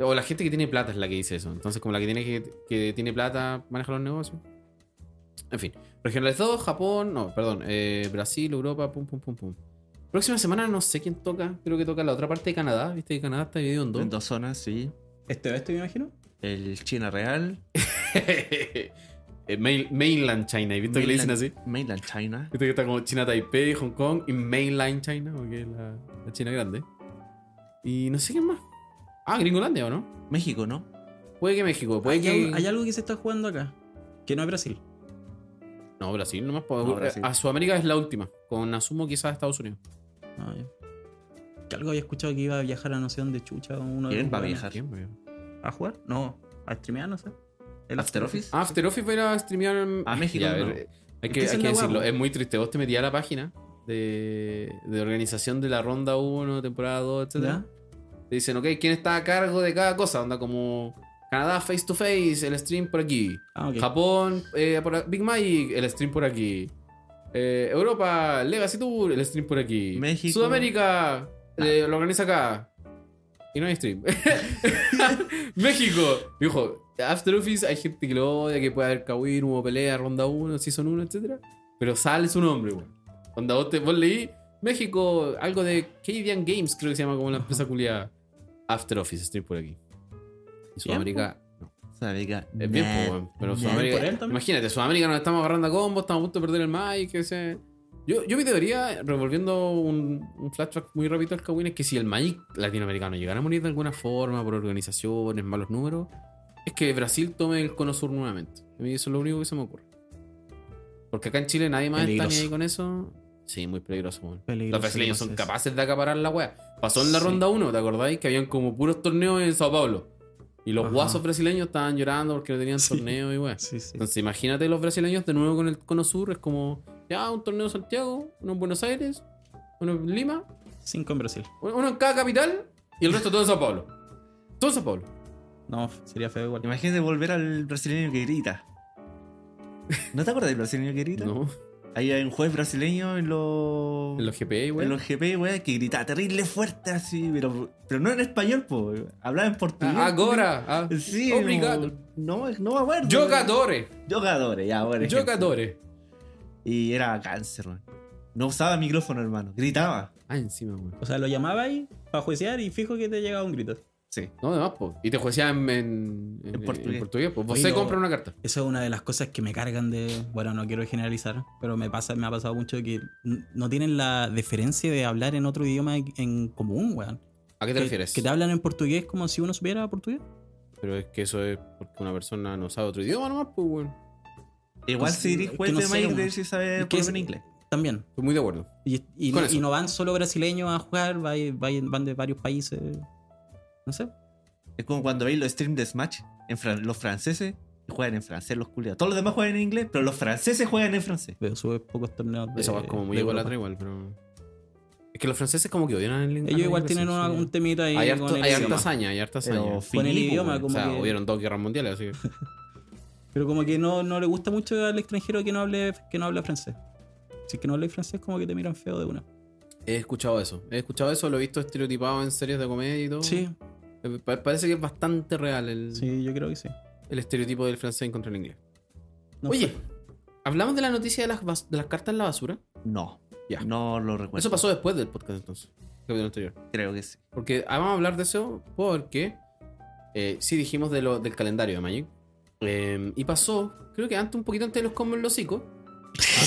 [SPEAKER 1] O la gente que tiene plata es la que dice eso. Entonces, como la que tiene, que, que tiene plata maneja los negocios. En fin. Regionales 2, Japón, no, perdón. eh, Brasil, Europa, pum, pum, pum, pum. Próxima semana no sé quién toca. Creo que toca la otra parte de Canadá. Viste que Canadá está dividido en dos.
[SPEAKER 2] en dos zonas, sí.
[SPEAKER 3] Este oeste, me imagino.
[SPEAKER 2] El China Real.
[SPEAKER 1] Eh, main- mainland China. ¿Y viste que le dicen
[SPEAKER 2] Mainland-
[SPEAKER 1] así?
[SPEAKER 2] Mainland China.
[SPEAKER 1] Viste que está como China Taipei, Hong Kong y Mainland China, porque es la, la China grande. Y no sé quién más. Ah, Gringolandia, ¿o no?
[SPEAKER 2] México, ¿no?
[SPEAKER 1] Puede que México, puede
[SPEAKER 3] Hay,
[SPEAKER 1] que.
[SPEAKER 3] algo- hay algo que se está jugando acá. Que no es Brasil.
[SPEAKER 1] No, Brasil nomás. puede-
[SPEAKER 2] No, Brasil.
[SPEAKER 1] A Sudamérica es la última. Con asumo quizás Estados Unidos.
[SPEAKER 3] Ah, ya. Que algo había escuchado que iba a viajar a no sé dónde chucha. Uno de
[SPEAKER 2] ¿Quién
[SPEAKER 3] los
[SPEAKER 2] va a
[SPEAKER 3] weones.
[SPEAKER 2] viajar?
[SPEAKER 3] ¿A jugar? No, a streamear, no sé. ¿El
[SPEAKER 2] ¿After Office?
[SPEAKER 1] Ah, After Office va a ir a streamear en-
[SPEAKER 2] A México,
[SPEAKER 1] Ya, a ver,
[SPEAKER 2] no.
[SPEAKER 1] eh, hay
[SPEAKER 3] que
[SPEAKER 1] que,
[SPEAKER 3] esa
[SPEAKER 1] hay que
[SPEAKER 3] es la hueá,
[SPEAKER 1] decirlo.
[SPEAKER 3] po.
[SPEAKER 1] Es muy triste. Vos te metías a la página de, de organización de la ronda 1, temporada 2, etc.
[SPEAKER 3] ¿Ya?
[SPEAKER 1] Te dicen, ok, ¿quién está a cargo de cada cosa? Onda como Canadá face to face, el stream por aquí.
[SPEAKER 3] Ah, ok.
[SPEAKER 1] Japón, eh, por a- Big Magic, el stream por aquí. Eh, Europa, Legacy Tour, el stream por aquí.
[SPEAKER 2] México.
[SPEAKER 1] Sudamérica, eh, lo organiza acá. Y no hay stream. México. Dijo, After Office hay gente que lo odia, que puede haber Kawin, hubo pelea, ronda 1, season 1, etc. Pero sale su nombre, weón. Onda, vos, te, vos leí México, algo de Cadian Games, creo que se llama como la empresa culiada. After Office, stream por aquí. Y Sudamérica,
[SPEAKER 2] Sudamérica.
[SPEAKER 1] es bien,
[SPEAKER 2] nah.
[SPEAKER 1] po, weón. Pero
[SPEAKER 2] Nah.
[SPEAKER 1] Sudamérica.
[SPEAKER 3] por él también.
[SPEAKER 1] Imagínate, Sudamérica nos estamos agarrando a combo, estamos a punto de perder el Magic. Ese... Yo, yo mi teoría, revolviendo un, un flashback muy rápido al Kawin, es que si el Magic latinoamericano llegara a morir de alguna forma por organizaciones, malos números, es que Brasil tome el cono sur nuevamente. A mí eso es lo único que se me ocurre. Porque acá en Chile nadie más está ni
[SPEAKER 3] Peligroso.
[SPEAKER 1] ahí con eso. Sí, muy peligroso, weón.
[SPEAKER 3] Peligroso
[SPEAKER 1] Los brasileños
[SPEAKER 3] que
[SPEAKER 1] son
[SPEAKER 3] pase eso.
[SPEAKER 1] capaces de acaparar la wea. Pasó en la
[SPEAKER 3] Sí.
[SPEAKER 1] ronda 1, ¿te acordáis? Que habían como puros torneos en Sao Paulo. Y los
[SPEAKER 3] Ajá.
[SPEAKER 1] guasos brasileños estaban llorando porque no tenían
[SPEAKER 3] Sí.
[SPEAKER 1] torneo y wea.
[SPEAKER 3] Sí, sí.
[SPEAKER 1] Entonces imagínate los brasileños de nuevo con el Cono Sur. Es como, ya, un torneo en Santiago, uno en Buenos Aires, uno en Lima,
[SPEAKER 3] Cinco en Brasil.
[SPEAKER 1] uno en cada capital y el resto todo en Sao Paulo. Todo en Sao Paulo.
[SPEAKER 3] No, sería feo igual.
[SPEAKER 2] Imagínate volver al brasileño que grita. ¿No te acuerdas del brasileño que grita?
[SPEAKER 1] No,
[SPEAKER 2] Ahí hay un juez brasileño en los.
[SPEAKER 1] en los GPI,
[SPEAKER 2] en
[SPEAKER 1] wea.
[SPEAKER 2] los GP, weón, que gritaba terrible fuerte así, pero, pero no en español, po. Hablaba en portugués.
[SPEAKER 1] Ah, Agora, ah,
[SPEAKER 2] Sí,
[SPEAKER 3] Oh
[SPEAKER 1] obrigado.
[SPEAKER 2] No, no me acuerdo.
[SPEAKER 1] Jogadores,
[SPEAKER 2] Jogadores, ya, por ejemplo.
[SPEAKER 1] jogadores.
[SPEAKER 2] Y era cáncer, weón. No usaba micrófono, hermano. Gritaba.
[SPEAKER 1] Ah, encima, weón.
[SPEAKER 3] O sea, lo llamaba ahí para juiciar y fijo que te llegaba un grito.
[SPEAKER 2] Sí.
[SPEAKER 1] No, además, pues. Y te juecean en, en,
[SPEAKER 2] En portugués.
[SPEAKER 1] en portugués. Pues vos
[SPEAKER 3] Oye,
[SPEAKER 1] se
[SPEAKER 3] lo-
[SPEAKER 1] compra una carta.
[SPEAKER 3] Esa es una de las cosas que me cargan de. Bueno, no quiero generalizar, pero me pasa, me ha pasado mucho que n- no tienen la deferencia de hablar en otro idioma en- en común, weón.
[SPEAKER 1] ¿A qué te
[SPEAKER 3] Que-
[SPEAKER 1] refieres?
[SPEAKER 3] Que te hablan en portugués como si uno supiera portugués.
[SPEAKER 1] Pero es que eso es porque una persona no sabe otro idioma nomás, pues, weón.
[SPEAKER 2] Igual
[SPEAKER 3] Pues,
[SPEAKER 2] si eres
[SPEAKER 3] es que
[SPEAKER 2] juez
[SPEAKER 3] no
[SPEAKER 2] de
[SPEAKER 3] sé,
[SPEAKER 2] Magic,
[SPEAKER 3] weón.
[SPEAKER 2] debes saber
[SPEAKER 3] Es
[SPEAKER 2] por
[SPEAKER 3] que
[SPEAKER 2] lo
[SPEAKER 3] es-
[SPEAKER 2] menos inglés.
[SPEAKER 3] También.
[SPEAKER 1] Estoy muy de acuerdo.
[SPEAKER 3] Y, y,
[SPEAKER 1] Con
[SPEAKER 3] no,
[SPEAKER 1] eso.
[SPEAKER 3] y no van solo brasileños a jugar, va- va- van de varios países. No sé.
[SPEAKER 2] Es como cuando veis los streams de Smash, en fran- los franceses juegan en francés los culiados. Todos los demás juegan en inglés, pero los franceses juegan en francés.
[SPEAKER 3] Pero sube pocos torneos. De,
[SPEAKER 1] Esa weá es como muy
[SPEAKER 3] de
[SPEAKER 1] igual a
[SPEAKER 3] Europa.
[SPEAKER 1] igual, pero. Es que los franceses como que odian al inglés.
[SPEAKER 3] Ellos igual tienen una- un temita ahí
[SPEAKER 1] Hay, harto-
[SPEAKER 3] con el
[SPEAKER 1] hay harta
[SPEAKER 3] idioma.
[SPEAKER 1] hazaña, hay harta hazaña.
[SPEAKER 2] Pero
[SPEAKER 3] Con el
[SPEAKER 2] finí,
[SPEAKER 3] idioma,
[SPEAKER 2] weón.
[SPEAKER 1] o
[SPEAKER 3] como
[SPEAKER 1] sea,
[SPEAKER 3] que-
[SPEAKER 1] hubieron dos guerras mundiales, así que...
[SPEAKER 3] Pero como que no, no le gusta mucho al extranjero que no hable que no habla francés. Si es que no habla francés, como que te miran feo de una.
[SPEAKER 1] He escuchado eso. He escuchado eso, lo he visto estereotipado en series de comedia y todo.
[SPEAKER 3] Sí,
[SPEAKER 1] Eh, pa- parece que es bastante real el,
[SPEAKER 3] sí, yo creo que sí.
[SPEAKER 1] el estereotipo del francés en contra el inglés.
[SPEAKER 3] No
[SPEAKER 1] Oye,
[SPEAKER 3] sé.
[SPEAKER 1] hablamos de la noticia de las, bas- de las cartas en la basura.
[SPEAKER 2] No.
[SPEAKER 1] Ya.
[SPEAKER 2] No lo recuerdo.
[SPEAKER 1] Eso pasó después del podcast entonces. Capítulo anterior.
[SPEAKER 2] Creo que sí.
[SPEAKER 1] Porque ah, vamos a hablar de eso porque eh, sí dijimos de lo, del calendario de Magic. Eh, y pasó, creo que antes, un poquito antes de los combos en los hocico,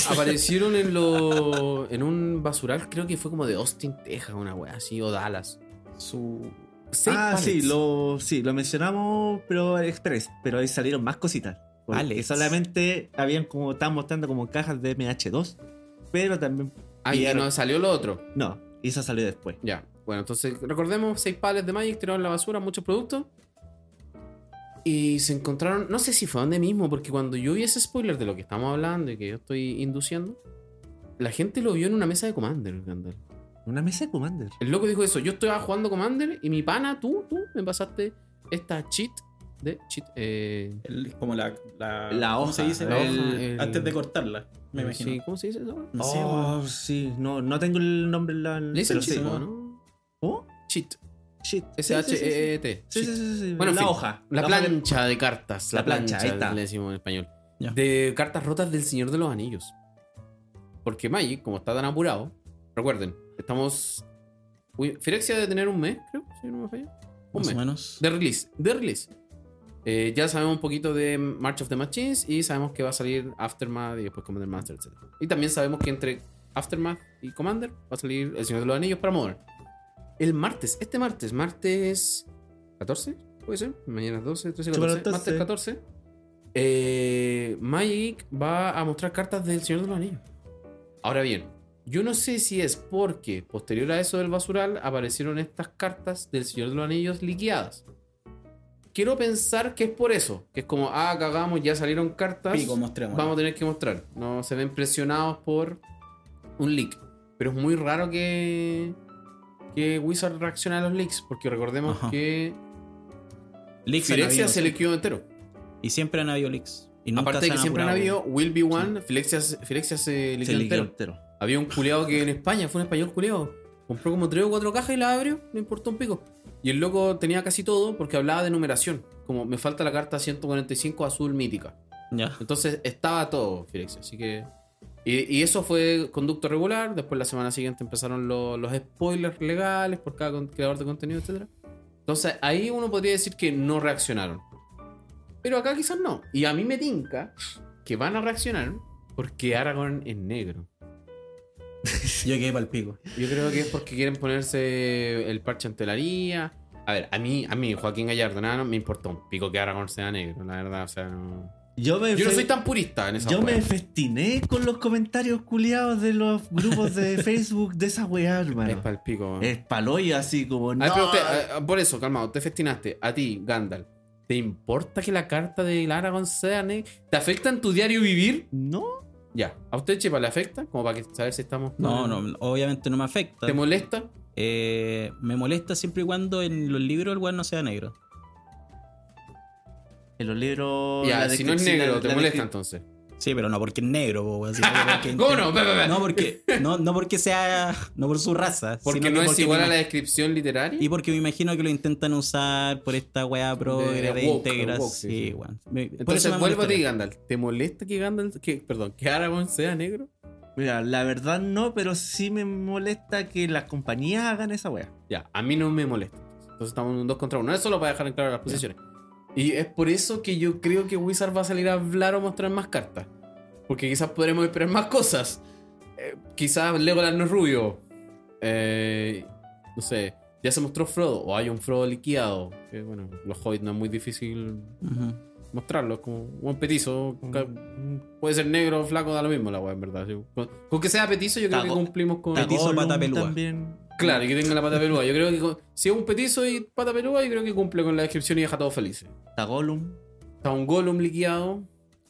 [SPEAKER 1] a- aparecieron en, lo, en un basural, creo que fue como de Austin, Texas, una wea así, o Dallas.
[SPEAKER 2] Su...
[SPEAKER 1] Seis
[SPEAKER 2] ah, sí
[SPEAKER 1] pallets.
[SPEAKER 2] lo, sí, lo mencionamos, pero express. Pero ahí salieron más cositas. Porque
[SPEAKER 3] Pallets.
[SPEAKER 2] solamente habían como, estaban mostrando como cajas de MH2. Pero también.
[SPEAKER 1] Ah, y
[SPEAKER 2] pillaron-
[SPEAKER 1] no salió lo otro.
[SPEAKER 2] No, esa salió después.
[SPEAKER 1] Ya. Bueno, entonces recordemos, seis palets de Magic tiraron a la basura, muchos productos. Y se encontraron, no sé si fue donde mismo, porque cuando yo vi ese spoiler de lo que estamos hablando y que yo estoy induciendo, la gente lo vio en una mesa de Commander, Gandalf.
[SPEAKER 2] Una mesa de Commander.
[SPEAKER 1] El loco dijo eso, yo estaba jugando Commander y mi pana, tú, tú, me pasaste esta cheat de cheat. eh,
[SPEAKER 3] El- como la, la,
[SPEAKER 2] La
[SPEAKER 3] ¿cómo
[SPEAKER 2] hoja,
[SPEAKER 3] se dice?
[SPEAKER 2] la
[SPEAKER 3] El-
[SPEAKER 1] hoja, el-
[SPEAKER 3] Antes de cortarla, me imagino.
[SPEAKER 1] sí, ¿Cómo se dice eso?
[SPEAKER 3] No sé, weón.
[SPEAKER 2] oh, sí. No, no tengo el nombre. en La,
[SPEAKER 1] Le dicen
[SPEAKER 2] pero
[SPEAKER 1] cheat,
[SPEAKER 2] sí.
[SPEAKER 1] ¿no?
[SPEAKER 2] ¿Oh?
[SPEAKER 1] Cheat.
[SPEAKER 2] Shit.
[SPEAKER 1] S-H-E-E-T.
[SPEAKER 2] Sí, sí, sí, sí, sí.
[SPEAKER 1] E. Bueno, en
[SPEAKER 2] la
[SPEAKER 1] fin,
[SPEAKER 2] hoja.
[SPEAKER 1] La
[SPEAKER 2] hoja de-
[SPEAKER 1] plancha de cartas. La,
[SPEAKER 2] La plancha,
[SPEAKER 1] plancha,
[SPEAKER 2] ahí está.
[SPEAKER 1] le decimos en español.
[SPEAKER 3] Ya.
[SPEAKER 1] De cartas rotas del Señor de los Anillos. Porque Magic, como está tan apurado, recuerden, estamos. Uy, Firexia debe tener un mes, creo, si no me falla. Un
[SPEAKER 3] Más o
[SPEAKER 1] mes.
[SPEAKER 3] menos.
[SPEAKER 1] De release. De release. Eh, ya sabemos un poquito de March of the Machines y sabemos que va a salir Aftermath y después Commander Master, etc. Y también sabemos que entre Aftermath y Commander va a salir El Señor de los Anillos para Modern. El martes, este martes, martes 14, puede ser, mañana es 12, 13, 14,
[SPEAKER 2] Chúpalo,
[SPEAKER 1] martes 14, eh, Magic va a mostrar cartas del Señor de los Anillos. Ahora bien, yo no sé si es porque posterior a eso del basural aparecieron estas cartas del Señor de los Anillos liqueadas. Quiero pensar que es por eso, que es como, ah, cagamos, ya salieron cartas,
[SPEAKER 3] Pico, mostremos.
[SPEAKER 1] vamos a tener que mostrar. No se ven presionados por un leak. Pero es muy raro que, que Wizard reaccione a los leaks, porque recordemos
[SPEAKER 3] Ajá.
[SPEAKER 1] que
[SPEAKER 3] Leaks han
[SPEAKER 1] Firexia
[SPEAKER 3] habido,
[SPEAKER 1] se
[SPEAKER 3] sí.
[SPEAKER 1] le quedó entero.
[SPEAKER 3] Y siempre han habido leaks. Y nunca
[SPEAKER 1] Aparte
[SPEAKER 3] se
[SPEAKER 1] de que
[SPEAKER 3] han
[SPEAKER 1] siempre han
[SPEAKER 3] apurado.
[SPEAKER 1] habido Will Be One, Firexia, Firexia se
[SPEAKER 2] Sí,
[SPEAKER 1] liqueó entero.
[SPEAKER 2] helicóptero.
[SPEAKER 1] Había un culeado que en España, fue un español culeado. Compró como tres o cuatro cajas y las abrió, no importó un pico. Y el loco tenía casi todo porque hablaba de numeración. Como me falta la carta 145 azul mítica.
[SPEAKER 3] Ya.
[SPEAKER 1] Entonces estaba todo, Firexia. Así que. Y, y eso fue conducto regular. Después la semana siguiente empezaron lo- los spoilers legales por cada con- creador de contenido, etc. Entonces ahí uno podría decir que no reaccionaron. Pero acá quizás no. Y a mí me tinca que van a reaccionar porque Aragorn es negro.
[SPEAKER 3] Yo quedé para el pico.
[SPEAKER 1] Yo creo que es porque quieren ponerse el parche ante la haría. A ver, a mí, a mí, Joaquín Gallardo, nada, no me importó un pico que Aragorn sea negro, la verdad, o sea, no...
[SPEAKER 2] Yo me,
[SPEAKER 1] Yo no
[SPEAKER 2] fe-
[SPEAKER 1] soy tan purista en esa
[SPEAKER 2] yo
[SPEAKER 1] wea.
[SPEAKER 2] me festiné con los comentarios culiados de los grupos de Facebook de esa weá,
[SPEAKER 1] Es
[SPEAKER 2] hermano.
[SPEAKER 1] pa'l pico. weón.
[SPEAKER 2] Es paloya así como.
[SPEAKER 1] A ver,
[SPEAKER 2] no,
[SPEAKER 1] pero usted, a- a- por eso, calmado, te festinaste. A ti, Gandalf, ¿te importa que la carta de Aragorn sea negra? ¿Te afecta en tu diario vivir?
[SPEAKER 2] no.
[SPEAKER 1] Ya. ¿A usted, Chepa, le afecta? Como para que saber si estamos...
[SPEAKER 3] No, no, obviamente no me afecta.
[SPEAKER 1] ¿Te molesta?
[SPEAKER 3] Eh, me molesta siempre y cuando en los libros el weón no sea negro.
[SPEAKER 2] En los libros.
[SPEAKER 1] ya,
[SPEAKER 2] la
[SPEAKER 1] si no es
[SPEAKER 2] descripción-
[SPEAKER 1] negro,
[SPEAKER 2] la-
[SPEAKER 1] ¿te
[SPEAKER 2] la
[SPEAKER 1] molesta
[SPEAKER 2] descrip-
[SPEAKER 1] entonces?
[SPEAKER 3] Sí, pero no porque es negro, po, weón, sino que porque-
[SPEAKER 1] ¿Cómo no? Ve, ve, ve.
[SPEAKER 3] No porque, no, no porque sea. No por su raza.
[SPEAKER 1] Porque
[SPEAKER 3] sino
[SPEAKER 1] no
[SPEAKER 3] que
[SPEAKER 1] es
[SPEAKER 3] porque
[SPEAKER 1] igual
[SPEAKER 3] me
[SPEAKER 1] a la
[SPEAKER 3] imag-
[SPEAKER 1] descripción literaria.
[SPEAKER 3] Y porque me imagino que lo intentan usar por esta weá progre
[SPEAKER 1] De
[SPEAKER 3] de,
[SPEAKER 1] woke, de
[SPEAKER 3] integración.
[SPEAKER 1] woke, sí,
[SPEAKER 3] sí,
[SPEAKER 1] sí.
[SPEAKER 3] weón. Me- por eso
[SPEAKER 1] Entonces
[SPEAKER 3] me
[SPEAKER 1] vuelvo a ti,
[SPEAKER 3] molestaría.
[SPEAKER 1] Gandalf. ¿Te molesta que Gandalf, que, perdón, que Aragorn sea negro?
[SPEAKER 2] Mira, la verdad no, pero sí me molesta que las compañías hagan esa weá.
[SPEAKER 1] Ya, a mí no me molesta. Entonces estamos en un 2 contra 1. Eso lo para dejar en claro las posiciones. Y es por eso que yo creo que Wizard va a salir a hablar o mostrar más cartas. Porque quizás podremos esperar más cosas. Eh, quizás Legolas no es rubio. Eh, no sé. Ya se mostró Frodo. O hay un Frodo liquidado. Que bueno, los hobbits no es muy difícil
[SPEAKER 3] Ujú.
[SPEAKER 1] mostrarlo. Es como un petizo. ca- Puede ser negro o flaco, da lo mismo la weá, en verdad. sí. Con, con que sea petizo, yo creo que
[SPEAKER 2] Tago-
[SPEAKER 1] cumplimos con.
[SPEAKER 3] Petizo,
[SPEAKER 2] Gollum
[SPEAKER 3] pata pelúa.
[SPEAKER 2] También.
[SPEAKER 1] Claro, y que tenga la pata peluda. Yo creo que con- si es un petizo y pata peluda, yo creo que cumple con la descripción y deja todos felices.
[SPEAKER 2] Está Gollum.
[SPEAKER 1] Está un Golem liquidado.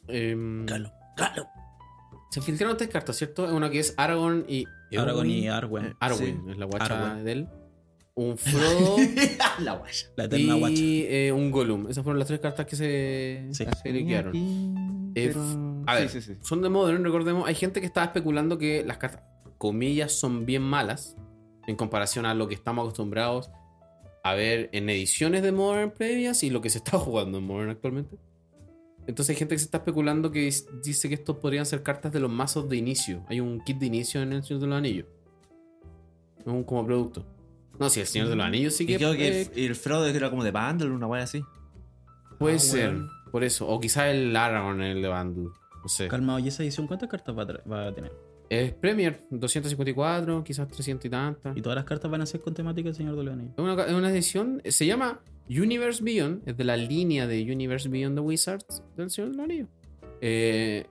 [SPEAKER 1] em,
[SPEAKER 2] Gollum. Gollum.
[SPEAKER 1] se filtraron tres cartas, ¿cierto? Una que es Aragorn y
[SPEAKER 3] Aragorn y
[SPEAKER 1] Arwen.
[SPEAKER 3] Arwen.
[SPEAKER 1] Arwen es la guacha
[SPEAKER 3] Arwen.
[SPEAKER 1] de él. Un Frodo
[SPEAKER 4] la guaya.
[SPEAKER 3] La eterna guacha.
[SPEAKER 1] y eh, un Gollum. Esas fueron las tres cartas que se,
[SPEAKER 3] Sí.
[SPEAKER 1] se le quedaron. Eh,
[SPEAKER 2] Pero-
[SPEAKER 1] a ver.
[SPEAKER 2] Sí, sí, sí.
[SPEAKER 1] Son de Modern, recordemos. Hay gente que estaba especulando que las cartas, comillas, son bien malas en comparación a lo que estamos acostumbrados a ver en ediciones de Modern previas y lo que se está jugando en Modern actualmente. Entonces hay gente que se está especulando que es- dice que estos podrían ser cartas de los mazos de inicio. Hay un kit de inicio en El Señor de los Anillos. Es un como producto. No, si El Señor de los Anillos sí
[SPEAKER 2] Y
[SPEAKER 1] que,
[SPEAKER 2] creo que
[SPEAKER 1] eh,
[SPEAKER 2] el, el Frodo era como de bundle, una wea así.
[SPEAKER 1] puede
[SPEAKER 3] Ah,
[SPEAKER 1] ser.
[SPEAKER 3] weón.
[SPEAKER 1] Por eso. O quizá el Aragorn, el de Bundle. No sé.
[SPEAKER 3] Calmado, ¿y esa edición cuántas cartas va a, tra- va a tener?
[SPEAKER 1] Es Premier, 254, quizás 300 y tantas.
[SPEAKER 3] Y todas las cartas van a ser con temática del Señor de los Anillos.
[SPEAKER 1] Es una, es una edición, se llama Universe Beyond, es de la línea de Universe Beyond the Wizards del Señor de los Anillos. Eh,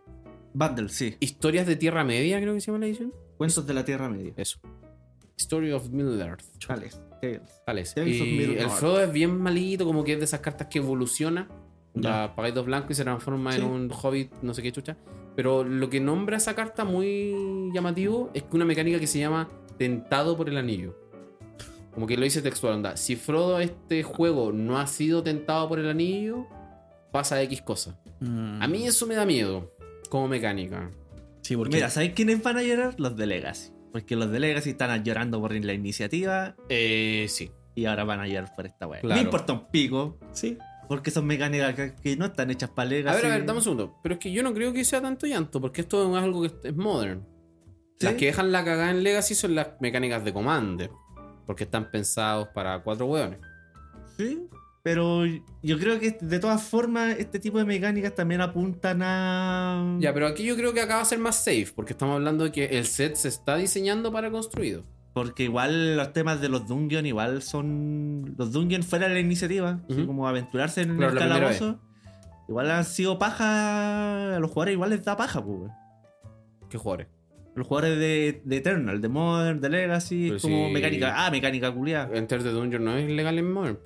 [SPEAKER 2] Bundle, sí.
[SPEAKER 1] Historias de Tierra Media, creo que se llama la edición.
[SPEAKER 2] Cuentos de la Tierra Media.
[SPEAKER 1] Eso. Story of Middle Earth.
[SPEAKER 2] Chales, tales.
[SPEAKER 1] Tales.
[SPEAKER 2] Tales of
[SPEAKER 1] Y
[SPEAKER 2] Middle
[SPEAKER 1] el
[SPEAKER 2] Earth.
[SPEAKER 1] Frodo es bien malito, como que es de esas cartas que evoluciona. La paga dos blancos y se transforma
[SPEAKER 2] Sí.
[SPEAKER 1] en un hobbit, no sé qué chucha. Pero lo que nombra esa carta muy llamativo es que una mecánica que se llama Tentado por el Anillo. Como que lo dice textual, onda. Si Frodo a este juego no ha sido tentado por el anillo, pasa X cosa.
[SPEAKER 3] Mm.
[SPEAKER 1] A mí eso me da miedo, como mecánica.
[SPEAKER 3] Sí, porque.
[SPEAKER 2] Mira, ¿sabes quiénes van a llorar? Los de Legacy. Porque los de Legacy están llorando por la iniciativa
[SPEAKER 1] Eh, sí.
[SPEAKER 2] y ahora van a llorar por esta wea.
[SPEAKER 1] Claro.
[SPEAKER 2] No importa un pico,
[SPEAKER 3] sí.
[SPEAKER 2] porque son mecánicas que, que no están hechas para
[SPEAKER 1] A
[SPEAKER 2] Legacy.
[SPEAKER 1] ver, a ver, dame un segundo. Pero es que yo no creo que sea tanto llanto, porque esto es algo que es modern.
[SPEAKER 2] ¿Sí?
[SPEAKER 1] Las que dejan la cagada en Legacy son las mecánicas de Commander, porque están pensados para cuatro hueones.
[SPEAKER 2] Sí, pero yo creo que de todas formas este tipo de mecánicas también apuntan a...
[SPEAKER 1] Ya, pero aquí yo creo que acá va a ser más safe, porque estamos hablando de que el set se está diseñando para construido.
[SPEAKER 2] Porque igual los temas de los Dungeon igual son... Los Dungeon fuera de la iniciativa, así
[SPEAKER 1] Ujú.
[SPEAKER 2] como aventurarse en
[SPEAKER 1] Claro,
[SPEAKER 2] el
[SPEAKER 1] la primera
[SPEAKER 2] calabozo. Igual han sido paja... A los jugadores igual les da paja, pues. weón.
[SPEAKER 1] Que jugadores.
[SPEAKER 2] Los jugadores de, de Eternal, de Modern, de Legacy,
[SPEAKER 1] Pero
[SPEAKER 2] es como
[SPEAKER 1] sí.
[SPEAKER 2] mecánica... Ah, mecánica culiada.
[SPEAKER 1] Enter the Dungeon no es legal en Modern.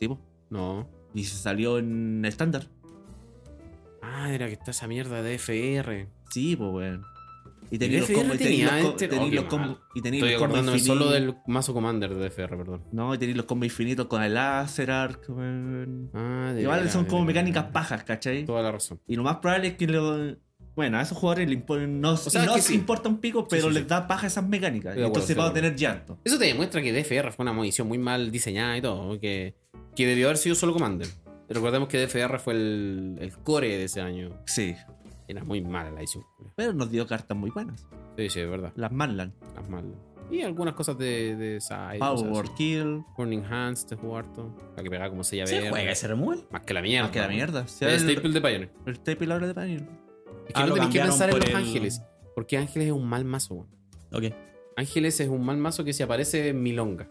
[SPEAKER 2] Sí, po.
[SPEAKER 1] No.
[SPEAKER 2] Y se salió en estándar.
[SPEAKER 1] Ah, era que está esa mierda de FR.
[SPEAKER 2] Sí, pues, weón. Y
[SPEAKER 1] El
[SPEAKER 2] tenéis los
[SPEAKER 1] FR
[SPEAKER 2] combos... Y tenéis
[SPEAKER 1] tenía
[SPEAKER 2] los co-
[SPEAKER 1] este-
[SPEAKER 2] tenéis
[SPEAKER 1] oh, qué
[SPEAKER 2] los combos...
[SPEAKER 1] mal.
[SPEAKER 2] Y tenéis
[SPEAKER 1] Estoy
[SPEAKER 2] los combos
[SPEAKER 1] acordándome solo
[SPEAKER 2] infinitos.
[SPEAKER 1] del mazo Commander de FR, perdón.
[SPEAKER 2] No, y tenéis los combos infinitos con el láser arc, weón.
[SPEAKER 1] Ah, de
[SPEAKER 2] Igual
[SPEAKER 1] veras,
[SPEAKER 2] son
[SPEAKER 1] de
[SPEAKER 2] como
[SPEAKER 1] veras.
[SPEAKER 2] mecánicas pajas, ¿cachai?
[SPEAKER 1] Toda la razón.
[SPEAKER 2] Y lo más probable es que lo- Bueno, a esos jugadores le impo- no,
[SPEAKER 1] sea,
[SPEAKER 2] no
[SPEAKER 1] que
[SPEAKER 2] se
[SPEAKER 1] sí.
[SPEAKER 2] importa un pico, pero
[SPEAKER 1] sí, sí.
[SPEAKER 2] les da paja esas mecánicas.
[SPEAKER 1] Estoy de
[SPEAKER 2] y
[SPEAKER 1] acuerdo,
[SPEAKER 2] entonces
[SPEAKER 1] estoy
[SPEAKER 2] va
[SPEAKER 1] de
[SPEAKER 2] a tener llanto.
[SPEAKER 1] Eso te demuestra que DFR fue una munición muy mal diseñada y todo, que, que debió haber sido solo Commander. Recordemos que DFR fue el, el core de ese año.
[SPEAKER 2] Sí.
[SPEAKER 1] Era muy mala la edición.
[SPEAKER 2] Pero nos dio cartas muy buenas.
[SPEAKER 1] Sí, sí, es verdad.
[SPEAKER 2] Las Manland.
[SPEAKER 1] Las malas. Y algunas cosas de, de side.
[SPEAKER 2] Power
[SPEAKER 1] cosas así.
[SPEAKER 2] Word Kill.
[SPEAKER 1] Burning Hands, este juego harto. La que pegaba como sella
[SPEAKER 3] ¿Se
[SPEAKER 1] verde.
[SPEAKER 3] juega ese removal?
[SPEAKER 1] Más que la mierda.
[SPEAKER 2] Más Ah, que la
[SPEAKER 1] ¿no?
[SPEAKER 2] mierda. O sea,
[SPEAKER 1] Es
[SPEAKER 2] el,
[SPEAKER 1] staple de Pioneer.
[SPEAKER 2] el staple ahora de Pioneer.
[SPEAKER 1] Es que
[SPEAKER 3] Ah,
[SPEAKER 1] no
[SPEAKER 3] lo
[SPEAKER 1] tenés que
[SPEAKER 3] cambiaron
[SPEAKER 1] pensar en
[SPEAKER 3] por
[SPEAKER 1] los
[SPEAKER 3] el-
[SPEAKER 1] ángeles. Porque ángeles es un mal mazo, weón.
[SPEAKER 3] Ok.
[SPEAKER 1] Ángeles es un mal mazo que se aparece en Milonga.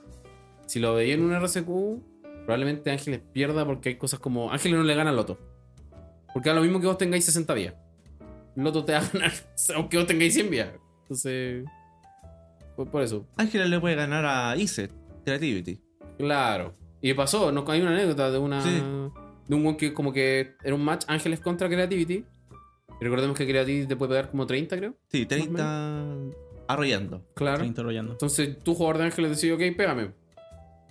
[SPEAKER 1] Si lo veía en un RCQ, probablemente Ángeles pierda porque hay cosas como. Ángeles no le gana al Loto. Porque a lo mismo que vos tengáis 60 vías. Loto te va a ganar. Aunque vos tengáis 100 vías. Entonces. Por, por eso.
[SPEAKER 2] Ángel le puede ganar a Iset. Creativity.
[SPEAKER 1] Claro. Y pasó, no, hay una anécdota de una.
[SPEAKER 2] Sí.
[SPEAKER 1] De un weón que como que era un match Ángeles contra Creativity. Y recordemos que Creativity te puede pegar como 30, creo.
[SPEAKER 2] Sí, 30 arrollando.
[SPEAKER 1] Claro.
[SPEAKER 3] Estoy interrogando.
[SPEAKER 1] Entonces tú, jugador de Ángeles, decís, ok, pégame.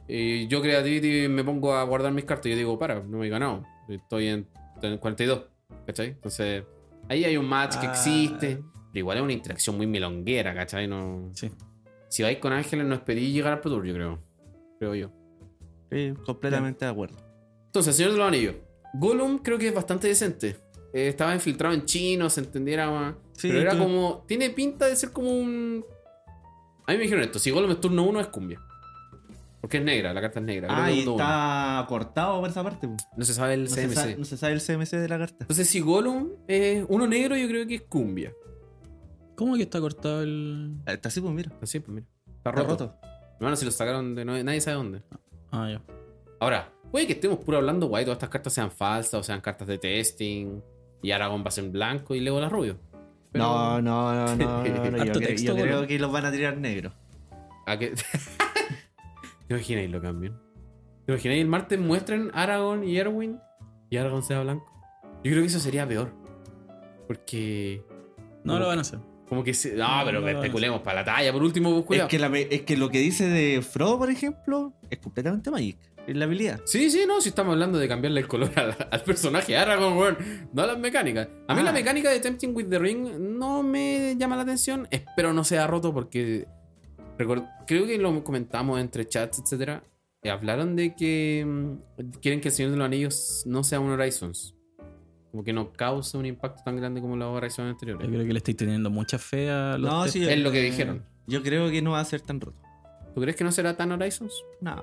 [SPEAKER 1] Y yo, Creativity, me pongo a guardar mis cartas. Yo digo, para, no me he ganado. Estoy en, en 42. ¿Cachai? Entonces, ahí hay un match que
[SPEAKER 3] Ah.
[SPEAKER 1] existe. Pero igual es una interacción muy milonguera, ¿cachai? No...
[SPEAKER 3] Sí.
[SPEAKER 1] Si vais con Ángeles, no esperéis llegar al Pro Tour, yo creo. Creo yo.
[SPEAKER 2] Sí, completamente de acuerdo.
[SPEAKER 1] Entonces, Señor de los Anillos. Gollum creo que es bastante decente. Eh, estaba infiltrado en chino, se entendiera más.
[SPEAKER 2] Sí,
[SPEAKER 1] pero era
[SPEAKER 2] tú-
[SPEAKER 1] como. Tiene pinta de ser como un. A mí me dijeron esto: si Gollum es turno 1, es cumbia. Porque es negra, la carta es negra. Creo
[SPEAKER 2] Ah,
[SPEAKER 1] que
[SPEAKER 2] y
[SPEAKER 1] es turno uno.
[SPEAKER 2] está cortado por esa parte. po.
[SPEAKER 1] No se sabe el
[SPEAKER 2] No, Se
[SPEAKER 1] CMC.
[SPEAKER 2] sabe, no se sabe el CMC de la carta.
[SPEAKER 1] Entonces, si Gollum es uno negro, yo creo que es cumbia.
[SPEAKER 3] ¿Cómo que está cortado el.?
[SPEAKER 2] Está así, pues mira.
[SPEAKER 1] Así, pues mira.
[SPEAKER 2] Está roto.
[SPEAKER 1] Hermano, si lo sacaron de. no- nadie sabe dónde.
[SPEAKER 3] Ah, ya.
[SPEAKER 1] Ahora, puede que estemos puro hablando, guay, todas estas cartas sean falsas o sean cartas de testing. Y Aragón va a ser en blanco y luego las rubio. Pero-
[SPEAKER 2] No, no, no, no. no, no, yo,
[SPEAKER 3] Harto
[SPEAKER 2] cre-
[SPEAKER 3] texto,
[SPEAKER 2] yo
[SPEAKER 3] bueno.
[SPEAKER 2] creo que los van a tirar negro.
[SPEAKER 1] ¿A qué? ¿Te imagináis lo cambian? ¿Te imagináis el martes muestran Aragorn y Erwin y Aragorn sea blanco? Yo creo que eso sería peor. Porque
[SPEAKER 3] No lo van a hacer.
[SPEAKER 1] Como que sí. No, pero
[SPEAKER 3] No, no,
[SPEAKER 1] especulemos para la talla. Por último, pues,
[SPEAKER 2] Es
[SPEAKER 1] cuidado.
[SPEAKER 2] que, la- es que lo que dice de Frodo, por ejemplo, es completamente Magic. Es la habilidad.
[SPEAKER 1] Sí, sí, no, si estamos hablando de cambiarle el color al, al personaje Aragorn, weón, no a las mecánicas. A mí
[SPEAKER 2] Ah.
[SPEAKER 1] la mecánica de Tempting with the Ring no me llama la atención, espero no sea roto porque record- creo que lo comentamos entre chats, etcétera. eh, hablaron de que mm, quieren que el Señor de los Anillos no sea un Horizons. Como que no cause un impacto tan grande como los Horizons
[SPEAKER 3] Yo
[SPEAKER 1] anteriores.
[SPEAKER 3] creo que le estoy teniendo mucha fe a los
[SPEAKER 2] No,
[SPEAKER 3] test.
[SPEAKER 2] sí,
[SPEAKER 1] Es
[SPEAKER 2] eh,
[SPEAKER 1] lo que dijeron.
[SPEAKER 2] Yo creo que no va a ser tan roto.
[SPEAKER 1] ¿Tú crees que no será tan Horizons?
[SPEAKER 2] No.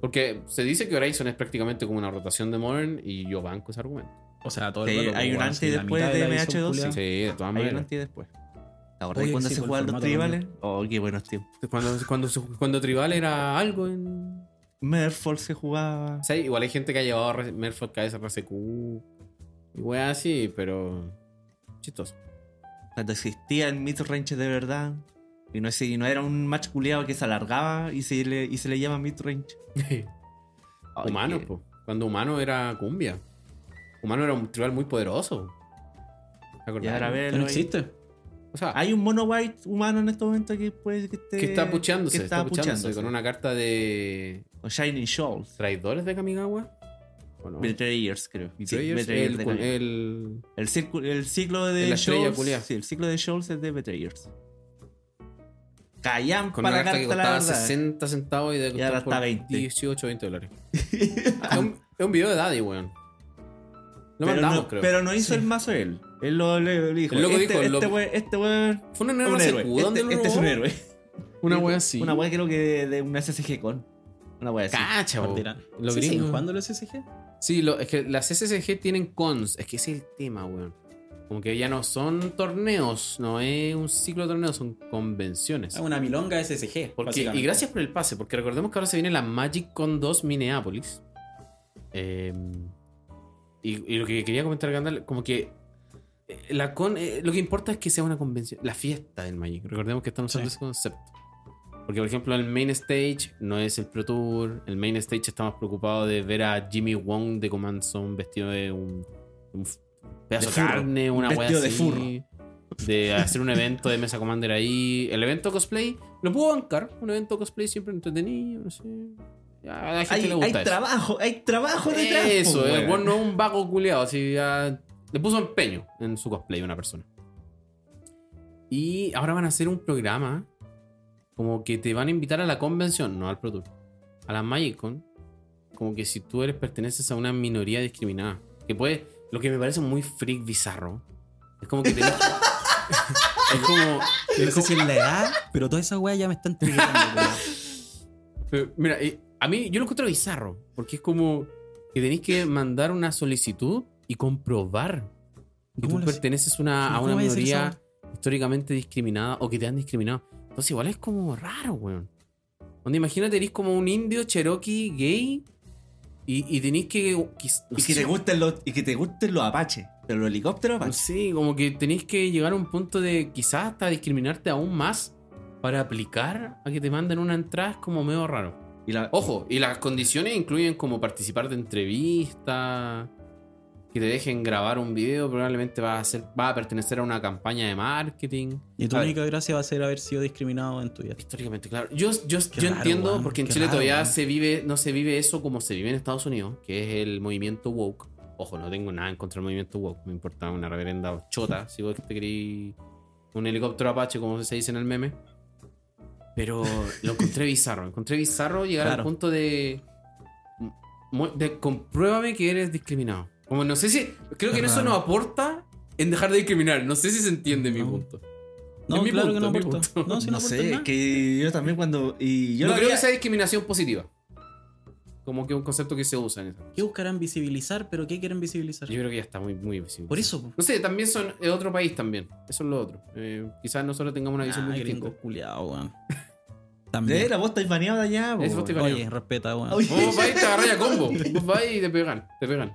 [SPEAKER 1] Porque se dice que Horizon es prácticamente como una rotación de Modern y yo banco ese argumento.
[SPEAKER 3] O sea, todo
[SPEAKER 2] Sí,
[SPEAKER 3] el rato,
[SPEAKER 2] hay un
[SPEAKER 3] weón,
[SPEAKER 2] antes y
[SPEAKER 3] sí, la
[SPEAKER 2] después
[SPEAKER 3] mitad
[SPEAKER 2] de
[SPEAKER 3] la edición
[SPEAKER 2] MH2,
[SPEAKER 3] culiao.
[SPEAKER 1] Sí, de todas
[SPEAKER 2] Hay un
[SPEAKER 1] maneras.
[SPEAKER 2] antes y después. ¿Te acordás
[SPEAKER 3] Oye,
[SPEAKER 2] cuando
[SPEAKER 3] sí,
[SPEAKER 2] se
[SPEAKER 3] por el
[SPEAKER 2] jugaban los
[SPEAKER 3] formato
[SPEAKER 2] tribales? Oh, qué buenos tiempos.
[SPEAKER 1] Cuando, cuando, se- cuando Tribal era algo en.
[SPEAKER 2] Merfolk se jugaba.
[SPEAKER 1] O sea, igual hay gente que ha llevado re- Merfolk a esa RCQ. Y wea así, pero. Chistoso.
[SPEAKER 2] Cuando existía el midrange de verdad. Y no, sé, y no era un match culiado que se alargaba y se le, y se le llama midrange. Ay,
[SPEAKER 1] humano,
[SPEAKER 2] qué-
[SPEAKER 1] po. Cuando humano era cumbia. Humano era un tribal muy poderoso. ¿Te acordás?
[SPEAKER 2] Y ahora
[SPEAKER 3] Ya
[SPEAKER 2] verlo
[SPEAKER 3] No
[SPEAKER 2] ahí.
[SPEAKER 3] existe.
[SPEAKER 1] O sea,
[SPEAKER 2] Hay un mono white humano en este momento que puede que esté.
[SPEAKER 1] que está pucheándose.
[SPEAKER 2] que
[SPEAKER 1] está, pucheándose Con una carta de.
[SPEAKER 2] Con Shining Shoals.
[SPEAKER 1] Traidores de Kamigawa. ¿O no?
[SPEAKER 2] Betrayers, creo. Sí,
[SPEAKER 1] Betrayers,
[SPEAKER 2] Betrayers de
[SPEAKER 1] el-
[SPEAKER 2] Kamigawa.
[SPEAKER 1] el,
[SPEAKER 2] El, círculo- el ciclo de
[SPEAKER 1] La estrella
[SPEAKER 2] Shoals-
[SPEAKER 1] culiá.
[SPEAKER 2] Sí, el ciclo de Shoals es de Betrayers. Callan
[SPEAKER 1] Con
[SPEAKER 2] para
[SPEAKER 1] una carta que
[SPEAKER 2] la
[SPEAKER 1] costaba
[SPEAKER 2] verdad.
[SPEAKER 1] 60 centavos y de
[SPEAKER 2] Y ahora está 20.
[SPEAKER 1] 18 20 dólares. es, un, es un video de Daddy, weón. Lo
[SPEAKER 2] pero,
[SPEAKER 1] mandamos,
[SPEAKER 2] no,
[SPEAKER 1] creo.
[SPEAKER 2] pero no hizo el mazo él. Él lo, le- le dijo.
[SPEAKER 1] El loco
[SPEAKER 2] este,
[SPEAKER 1] dijo,
[SPEAKER 2] Este
[SPEAKER 1] lo-
[SPEAKER 2] we- este weón
[SPEAKER 1] Fue una
[SPEAKER 2] es
[SPEAKER 1] nueva
[SPEAKER 2] un héroe.
[SPEAKER 1] SQ, ¿dónde
[SPEAKER 2] Este,
[SPEAKER 1] lo
[SPEAKER 2] este es
[SPEAKER 1] robó?
[SPEAKER 2] un héroe.
[SPEAKER 1] Una wea así.
[SPEAKER 2] Una wea creo que de, de una SSG con. Una wea así.
[SPEAKER 1] Cacha, weón.
[SPEAKER 3] Partirán.
[SPEAKER 1] Los
[SPEAKER 3] ¿Sí siguen
[SPEAKER 1] gringos.
[SPEAKER 3] jugando los SSG?
[SPEAKER 1] Sí, lo- es que las SSG tienen cons. Es que ese es el tema, weón. Como que ya no son torneos, no es un ciclo de torneos, son convenciones.
[SPEAKER 3] Ah, una milonga SSG.
[SPEAKER 1] Porque,
[SPEAKER 3] básicamente.
[SPEAKER 1] y gracias por el pase, porque recordemos que ahora se viene la Magic Con 2 Minneapolis. Eh, y, y lo que quería comentar, Gandalf, como que eh, la con, eh, lo que importa es que sea una convención, la fiesta del Magic. Recordemos que estamos usando
[SPEAKER 3] Sí.
[SPEAKER 1] ese concepto. Porque, por ejemplo, el main stage no es el Pro Tour. El main stage está más preocupado de ver a Jimmy Wong de Command Zone vestido de un, un f- pedazo de,
[SPEAKER 2] De furro.
[SPEAKER 1] carne, una wea
[SPEAKER 2] Vestido de
[SPEAKER 1] así,
[SPEAKER 2] furro.
[SPEAKER 1] De hacer un evento de Mesa Commander ahí. El evento cosplay lo puedo bancar. Un evento cosplay siempre entretenido, no sé. A la gente
[SPEAKER 2] Hay,
[SPEAKER 1] le
[SPEAKER 2] hay
[SPEAKER 1] gusta eso.
[SPEAKER 2] trabajo, hay trabajo detrás.
[SPEAKER 1] Eso, eh,
[SPEAKER 2] po,
[SPEAKER 1] el
[SPEAKER 2] weón.
[SPEAKER 1] weón no es un vago culeado, así ya le puso empeño en su cosplay una persona. Y ahora van a hacer un programa como que te van a invitar a la convención, no al Pro Tour, a la Magic Con, como que si tú eres perteneces a una minoría discriminada, que puede, lo que me parece muy freak bizarro, es como que te es como
[SPEAKER 3] No sé si es la edad, pero toda esa weá ya me están intrigando.
[SPEAKER 1] Pero, mira, eh, a mí yo lo encuentro bizarro, porque es como que tenéis que mandar una solicitud y comprobar que tú
[SPEAKER 3] ¿Cómo lo haces?
[SPEAKER 1] perteneces una- a
[SPEAKER 3] ¿Cómo
[SPEAKER 1] una
[SPEAKER 3] voy a hacer esa
[SPEAKER 1] minoría históricamente discriminada o que te han discriminado. Entonces igual es como raro, weón. Donde imagínate, eres como un indio cherokee gay y, y tenéis que... que- no
[SPEAKER 2] Y que,
[SPEAKER 1] sé,
[SPEAKER 2] te gusten los, y que te gusten los apaches. Pero los helicópteros
[SPEAKER 1] no
[SPEAKER 2] apaches.
[SPEAKER 1] sé, como que tenéis que llegar a un punto de quizás hasta discriminarte aún más para aplicar a que te manden una entrada es como medio raro.
[SPEAKER 2] Y la-
[SPEAKER 1] Ojo, y las condiciones incluyen como participar de entrevistas, que te dejen grabar un video, probablemente va a, ser, va a pertenecer a una campaña de marketing.
[SPEAKER 3] Y tu
[SPEAKER 1] A ver.
[SPEAKER 3] única gracia va a ser haber sido discriminado en tu vida.
[SPEAKER 1] Históricamente, claro. Yo, yo,
[SPEAKER 3] Qué
[SPEAKER 1] yo
[SPEAKER 3] raro,
[SPEAKER 1] entiendo,
[SPEAKER 3] weón,
[SPEAKER 1] porque en
[SPEAKER 3] qué
[SPEAKER 1] Chile
[SPEAKER 3] raro,
[SPEAKER 1] todavía
[SPEAKER 3] weón.
[SPEAKER 1] se vive, no se vive eso como se vive en Estados Unidos, que es el movimiento woke. Ojo, no tengo nada en contra del movimiento woke, me importa una reverenda chota, si vos te querís un helicóptero apache, como se dice en el meme. Pero lo encontré bizarro, encontré bizarro llegar al
[SPEAKER 3] Claro.
[SPEAKER 1] punto de, mu- de compruébame que eres discriminado. Como no sé si, creo que en eso
[SPEAKER 3] Raro.
[SPEAKER 1] nos aporta en dejar de discriminar, no sé si se entiende mi
[SPEAKER 3] No.
[SPEAKER 1] punto.
[SPEAKER 3] No,
[SPEAKER 1] Es mi
[SPEAKER 3] claro
[SPEAKER 1] punto, es
[SPEAKER 3] que
[SPEAKER 1] mi
[SPEAKER 3] no aporta.
[SPEAKER 1] punto.
[SPEAKER 3] No, si no,
[SPEAKER 2] no
[SPEAKER 3] aporta
[SPEAKER 2] sé,
[SPEAKER 3] nada.
[SPEAKER 2] que yo también cuando. Y yo
[SPEAKER 1] no
[SPEAKER 2] lo
[SPEAKER 1] creo
[SPEAKER 2] había-
[SPEAKER 1] que sea discriminación positiva. Como que un concepto que se usa en esa.
[SPEAKER 3] ¿Qué buscarán visibilizar? ¿Pero qué quieren visibilizar?
[SPEAKER 1] Yo creo que ya está muy, muy visible.
[SPEAKER 3] Por eso. po.
[SPEAKER 1] No sé, también son de otro país también. Eso es lo otro. Eh, quizás nosotros tengamos una visión
[SPEAKER 3] Ah,
[SPEAKER 1] muy
[SPEAKER 3] gringo
[SPEAKER 1] distinta.
[SPEAKER 3] culiao, weón.
[SPEAKER 2] De
[SPEAKER 3] También.
[SPEAKER 2] la vos estáis baneado de allá, po,
[SPEAKER 1] Eso vos
[SPEAKER 2] weón.
[SPEAKER 1] estáis
[SPEAKER 3] Oye, respeta, weón.
[SPEAKER 2] Oye.
[SPEAKER 1] Vos vais y te agarráis a combo. Vos vais y te pegan. Te pegan.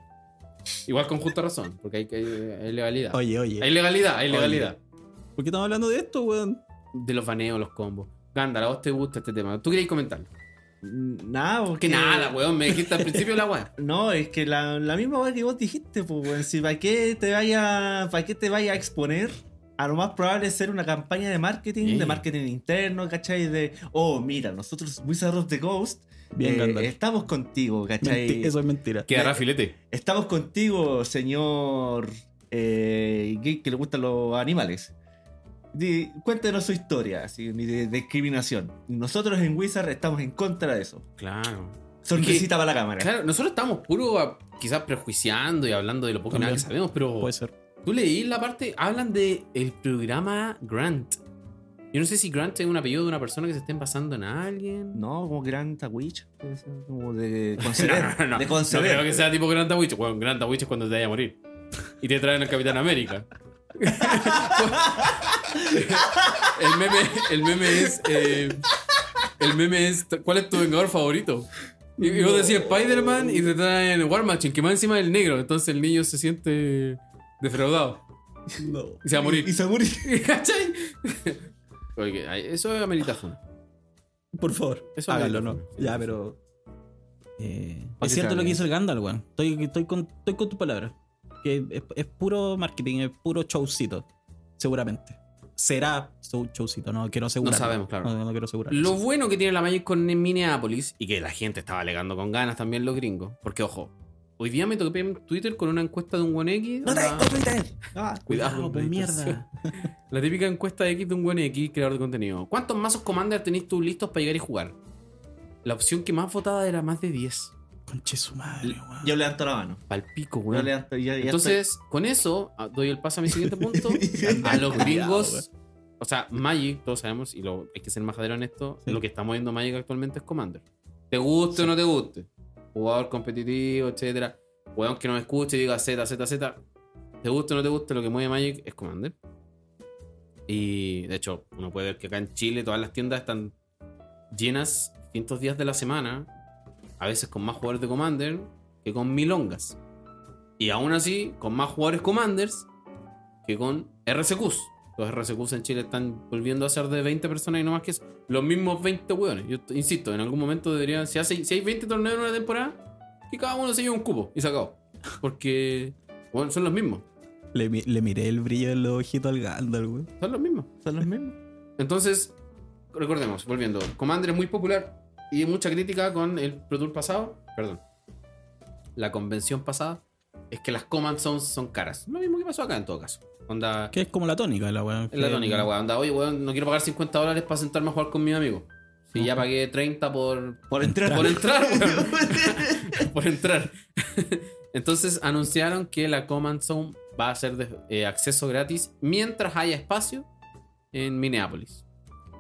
[SPEAKER 1] Igual con justa razón, porque hay, hay- hay legalidad.
[SPEAKER 3] Oye, oye.
[SPEAKER 1] Hay legalidad, hay legalidad.
[SPEAKER 3] ¿Por qué estamos hablando de esto, weón?
[SPEAKER 1] De los baneos, los combos. Gándara, a vos te gusta este tema. ¿Tú queréis comentarlo?
[SPEAKER 2] Mm, Nada,
[SPEAKER 1] Que
[SPEAKER 3] Eh.
[SPEAKER 2] porque.
[SPEAKER 1] nada, weón. Me dijiste al principio la weá.
[SPEAKER 2] No, es que la, la misma weá que vos dijiste, pues, weón. Si para qué te vaya. ¿Para qué te vaya a exponer a a lo más probable es ser una campaña de marketing,
[SPEAKER 3] Sí.
[SPEAKER 2] de marketing interno, ¿cachai? De, oh, mira, nosotros, Wizard of the Ghost,
[SPEAKER 3] Bien,
[SPEAKER 2] eh,
[SPEAKER 3] Gandalf.
[SPEAKER 2] estamos contigo, ¿cachai?
[SPEAKER 4] Menti- eso es mentira.
[SPEAKER 1] Quedará filete.
[SPEAKER 2] Estamos contigo, señor eh, geek que le gustan los animales. Di- cuéntenos su historia así, ni de, discriminación. Nosotros en Wizard estamos en contra de eso.
[SPEAKER 1] Claro.
[SPEAKER 2] Sorpresita para la cámara.
[SPEAKER 1] Claro, nosotros estamos puro ah, quizás prejuiciando y hablando de lo poco y nada que
[SPEAKER 3] También. Pues.
[SPEAKER 1] sabemos, pero
[SPEAKER 3] Puede ser.
[SPEAKER 1] tú leí la parte, hablan de el programa Grant. Yo no sé si Grant es un apellido de una persona que se estén pasando en alguien.
[SPEAKER 2] No, como Grand Witch, como de
[SPEAKER 1] No,
[SPEAKER 2] conceder.
[SPEAKER 1] no, no,
[SPEAKER 2] de
[SPEAKER 1] no
[SPEAKER 2] conceder.
[SPEAKER 1] creo que sea tipo Grant Witch. Bueno, Grant Witch es cuando te vaya a morir. Y te traen al Capitán América. el, meme, el meme es. eh, el meme es. ¿Cuál es tu vengador favorito? Y, y vos decís Spider-Man y te traen War Machine, que más encima es el negro. Entonces el niño se siente defraudado
[SPEAKER 3] No.
[SPEAKER 1] y se va a
[SPEAKER 2] Y
[SPEAKER 1] morir.
[SPEAKER 2] se va a morir.
[SPEAKER 1] ¿Cachai? Oye, ay, eso amerita funa.
[SPEAKER 3] Por favor,
[SPEAKER 1] Eso
[SPEAKER 3] hágalo,
[SPEAKER 1] no.
[SPEAKER 3] ¿no? Ya, pero. eh,
[SPEAKER 2] que
[SPEAKER 3] es cierto
[SPEAKER 2] sea
[SPEAKER 3] lo que
[SPEAKER 2] bien.
[SPEAKER 3] hizo el Gandalf, weón. Estoy, estoy con, estoy con tu palabra. Que es, es puro marketing, es puro showcito. Seguramente. Será show- showcito, no quiero asegurar.
[SPEAKER 1] sabemos, claro.
[SPEAKER 3] No, no quiero asegurar.
[SPEAKER 1] Lo bueno que tiene la Magic con Minneapolis y que la gente estaba alegando con ganas también los gringos. Porque, ojo, hoy día me toqué en Twitter con una encuesta de un buen X.
[SPEAKER 3] ¡No te
[SPEAKER 1] onda-
[SPEAKER 3] Twitter!
[SPEAKER 2] Ah,
[SPEAKER 1] Cuidado,
[SPEAKER 3] Cuidado, pues mierda.
[SPEAKER 1] La típica encuesta de X de un buen X, creador de contenido. ¿Cuántos mazos Commander tenéis tú listos para llegar y jugar? La opción que más votada era más de 10.
[SPEAKER 3] Conche su madre, weón.
[SPEAKER 2] Yo levanto la mano.
[SPEAKER 1] Palpico,
[SPEAKER 2] Yo
[SPEAKER 1] weón.
[SPEAKER 2] levanto, ya- ya
[SPEAKER 1] Entonces, con eso, a- doy el paso a mi siguiente punto. A los gringos. O sea, Magic, todos sabemos, y lo, hay que ser majadero en esto,
[SPEAKER 3] Sí.
[SPEAKER 1] lo que estamos viendo Magic actualmente es Commander. Te guste o no te guste. Jugador competitivo, etcétera. Weón que no me escuche y diga Z, Z, Z. Te guste o no te guste, lo que mueve Magic es Commander. Y de hecho, uno puede ver que acá en Chile todas las tiendas están llenas distintos días de la semana. A veces con más jugadores de Commander que con Milongas. Y aún así, con más jugadores Commanders que con RCQs. Los RCQs en Chile están volviendo a ser de 20 personas y no más que eso. Los mismos 20 hueones. Yo t- insisto, en algún momento deberían. Si, hace, si hay 20 torneos en una temporada, que cada uno se lleve un cubo y se acabó. Porque bueno, son los mismos.
[SPEAKER 3] Le, mi- le miré el brillo en los ojitos al Gandalf, weón.
[SPEAKER 1] Son los mismos.
[SPEAKER 2] Son los mismos.
[SPEAKER 1] Entonces, recordemos, volviendo, Commander es muy popular y hay mucha crítica con el Pro Tour pasado, perdón, la convención pasada, es que las Command Zones son caras. Lo mismo que pasó acá en todo caso. Onda,
[SPEAKER 3] Que es como la tónica de la weón.
[SPEAKER 1] es la tónica la weá, onda, oye weón, no quiero pagar 50 dólares para sentarme a jugar con mis amigos. Si ya pagué 30 por,
[SPEAKER 2] Por entrar.
[SPEAKER 1] por entrar, weón. por entrar. Entonces anunciaron que la Command Zone va a ser de eh, acceso gratis mientras haya espacio en Minneapolis.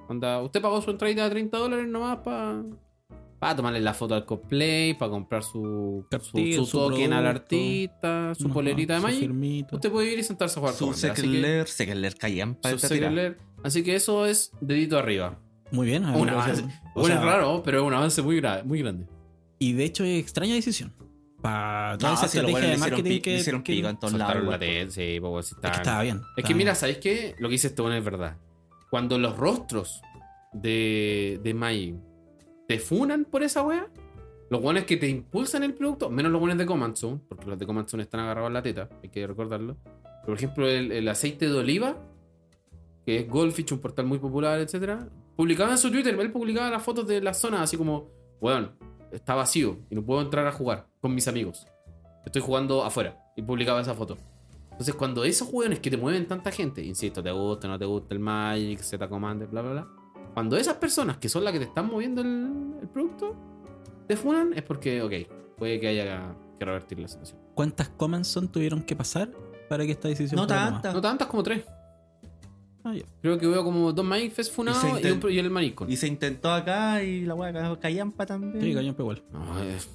[SPEAKER 1] Onda, usted pagó su entradita de 30 dólares nomás para tomarle la foto al cosplay, para comprar su, su-
[SPEAKER 3] Cartel,
[SPEAKER 1] su
[SPEAKER 3] su
[SPEAKER 1] token al
[SPEAKER 3] producto.
[SPEAKER 1] artista, su
[SPEAKER 3] Ajá,
[SPEAKER 1] polerita de
[SPEAKER 3] su
[SPEAKER 1] Magic.
[SPEAKER 3] firmita.
[SPEAKER 1] Usted puede ir y sentarse a jugar
[SPEAKER 2] Su
[SPEAKER 1] con Commander,
[SPEAKER 2] Secret
[SPEAKER 1] así que-
[SPEAKER 2] Lair, Secret Lair Cayenne para
[SPEAKER 1] su
[SPEAKER 2] esta
[SPEAKER 1] Secret
[SPEAKER 2] tirada.
[SPEAKER 1] Lair. Así que eso es dedito arriba.
[SPEAKER 3] Muy bien.
[SPEAKER 1] Un
[SPEAKER 3] amigo,
[SPEAKER 1] avance.
[SPEAKER 3] o
[SPEAKER 1] Bueno,
[SPEAKER 3] sea,
[SPEAKER 1] es raro, pero es un avance muy, gra- muy grande.
[SPEAKER 3] Y de hecho es extraña decisión. Para toda
[SPEAKER 2] No,
[SPEAKER 3] esa
[SPEAKER 2] si los
[SPEAKER 3] estrategia
[SPEAKER 2] buenos le
[SPEAKER 3] de
[SPEAKER 2] hicieron
[SPEAKER 3] marketing
[SPEAKER 2] pi-
[SPEAKER 3] que,
[SPEAKER 2] le hicieron
[SPEAKER 3] que-
[SPEAKER 2] pico en todos lados.
[SPEAKER 1] Soltaron la
[SPEAKER 2] weón.
[SPEAKER 1] tele, sí, po, si
[SPEAKER 3] pues. es que
[SPEAKER 1] estaban-
[SPEAKER 3] estaba bien.
[SPEAKER 1] Es
[SPEAKER 3] estaba
[SPEAKER 1] que
[SPEAKER 3] bien.
[SPEAKER 1] mira, ¿sabes qué? Lo que dice este bueno es verdad. Cuando los rostros de, de Magic te funan por esa wea, los buenos que te impulsan el producto, menos los buenos de Command Zone, porque los de Command Zone están agarrados a la teta, hay que recordarlo. Pero, por ejemplo, el, el aceite de oliva, que es Goldfish, un portal muy popular, etcétera, publicaba en su Twitter, él publicaba las fotos de las zonas, así como, weón, está vacío y no puedo entrar a jugar con mis amigos. Estoy jugando afuera y publicaba esa foto. Entonces, cuando esos jugadores que te mueven tanta gente, insisto, te gusta, no te gusta el Magic, Z Commander, bla, bla, bla. Cuando esas personas que son las que te están moviendo el, el producto te funan, es porque, ok, puede que haya que revertir la situación.
[SPEAKER 3] ¿Cuántas Comanson tuvieron que pasar para que esta decisión
[SPEAKER 2] No
[SPEAKER 3] fuera
[SPEAKER 2] tanta.
[SPEAKER 1] No tantas como tres.
[SPEAKER 3] tomada? Ah, ya.
[SPEAKER 1] Creo que veo como dos Magic Fest funados
[SPEAKER 2] Y se
[SPEAKER 1] y,
[SPEAKER 2] intent-
[SPEAKER 1] un pro- y el Manicon.
[SPEAKER 2] Y se intentó acá y la weá callampa también.
[SPEAKER 3] Sí, cañón, pero igual.
[SPEAKER 1] No, es-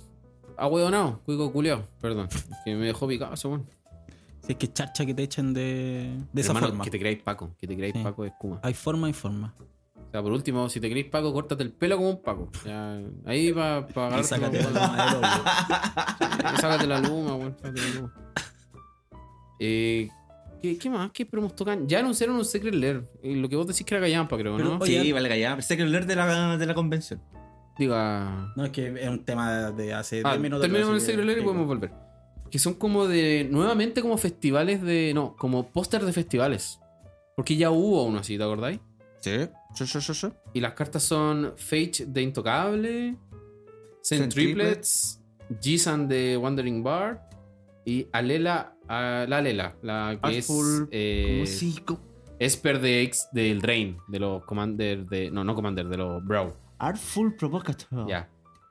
[SPEAKER 1] Ahueonao, cuico culeado, perdón. Que me dejó picado ese weón.
[SPEAKER 3] Si es que charcha que te echen de, de esa
[SPEAKER 1] Hermano,
[SPEAKER 3] forma.
[SPEAKER 1] Que te creáis Paco, que te creáis
[SPEAKER 3] Sí.
[SPEAKER 1] Paco de Kuma.
[SPEAKER 3] Hay forma, hay forma.
[SPEAKER 1] O sea, por último, si te creéis Paco, córtate el pelo como un Paco. O sea, ahí para pa
[SPEAKER 3] Y
[SPEAKER 1] agarrarte
[SPEAKER 3] sácate
[SPEAKER 1] como-
[SPEAKER 3] la madera, weón.
[SPEAKER 1] Sácate la luma, weón. Sácate la luma. Eh, ¿qué, qué más? ¿Qué promos tocan? Ya anunciaron un Secret Lair. Eh, Lo que vos decís que era Gallampa, creo,
[SPEAKER 3] Pero,
[SPEAKER 1] ¿no?
[SPEAKER 3] oye,
[SPEAKER 2] Sí, vale callampa. Secret Lair de la, de la convención.
[SPEAKER 1] Diga.
[SPEAKER 3] No, es que es un tema eh, de hace
[SPEAKER 1] Ah,
[SPEAKER 3] 10 minutos.
[SPEAKER 1] terminemos con el
[SPEAKER 3] así que-
[SPEAKER 1] Secret Lair y
[SPEAKER 3] sí,
[SPEAKER 1] podemos
[SPEAKER 3] weón.
[SPEAKER 1] volver. Que son como de. Nuevamente como festivales de. No, como póster de festivales. Porque ya hubo uno así, ¿te acordáis?
[SPEAKER 2] Sí, sí, sí, sí, sí.
[SPEAKER 1] Y las cartas son Fate de Intocable, Zen Triplets, Jisan de Wandering Bard y Alela, a- la Alela, la que
[SPEAKER 2] Artful-
[SPEAKER 1] es eh,
[SPEAKER 2] ¿Cómo sí? ¿Cómo?
[SPEAKER 1] Esper de X del Drain, de los Commander de. No, no Commander, de los Brawl.
[SPEAKER 2] Artful Provocateur.
[SPEAKER 1] Ya.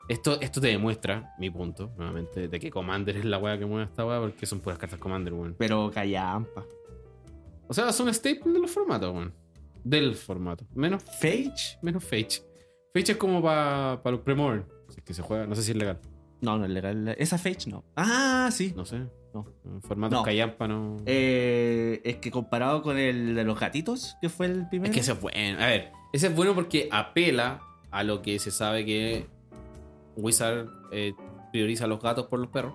[SPEAKER 1] Esto, esto te demuestra mi punto, nuevamente, de que Commander es la wea que mueve esta wea, porque son puras cartas Commander, weón.
[SPEAKER 2] Pero callampa.
[SPEAKER 1] O sea, son staple de los formatos, weón. Del formato. Menos
[SPEAKER 2] ¿Fage?
[SPEAKER 1] Menos Fetch. Fetch es como para los pre-modern. Si es que se juega, no sé si es legal.
[SPEAKER 2] No, no es legal. Esa Fage no. Ah, sí.
[SPEAKER 1] No sé.
[SPEAKER 2] No.
[SPEAKER 1] En Formato
[SPEAKER 2] No.
[SPEAKER 1] callampa no.
[SPEAKER 2] Eh, es que comparado con el de los gatitos, que fue el primero.
[SPEAKER 1] Es que ese es bueno. A ver, ese es bueno porque apela a lo que se sabe que Wizard eh, prioriza a los gatos por los perros.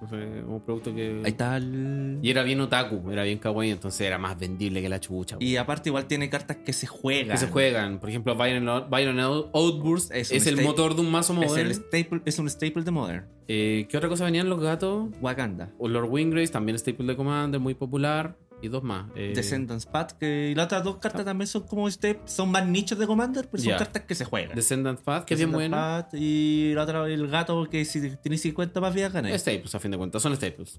[SPEAKER 1] Entonces, un producto que.
[SPEAKER 2] Ahí está el...
[SPEAKER 1] Y era bien otaku, era bien kawaii, entonces era más vendible que la chucha.
[SPEAKER 2] Y aparte igual tiene cartas que se juegan.
[SPEAKER 1] que se juegan. Por ejemplo, Byron, Byron Outburst es,
[SPEAKER 2] Es un
[SPEAKER 1] el
[SPEAKER 2] staple.
[SPEAKER 1] motor de un mazo
[SPEAKER 2] Es,
[SPEAKER 1] modern.
[SPEAKER 2] el staple, es un staple de Modern.
[SPEAKER 1] Eh, ¿Qué otra cosa venían los gatos?
[SPEAKER 2] Wakanda.
[SPEAKER 1] O Lord Wingrace, también staple de Commander, muy popular. Y dos más. eh,
[SPEAKER 2] Descendants Path. Que, y las otras dos cartas también son como este, son más nichos de Commander, pero son
[SPEAKER 1] Ya.
[SPEAKER 2] cartas que se juegan.
[SPEAKER 1] Descendant Path, que es bien
[SPEAKER 2] Descendants
[SPEAKER 1] bueno.
[SPEAKER 2] Path y la otra, el gato, que si tiene 50 más vidas gana.
[SPEAKER 1] Staples, a fin de cuentas, son staples.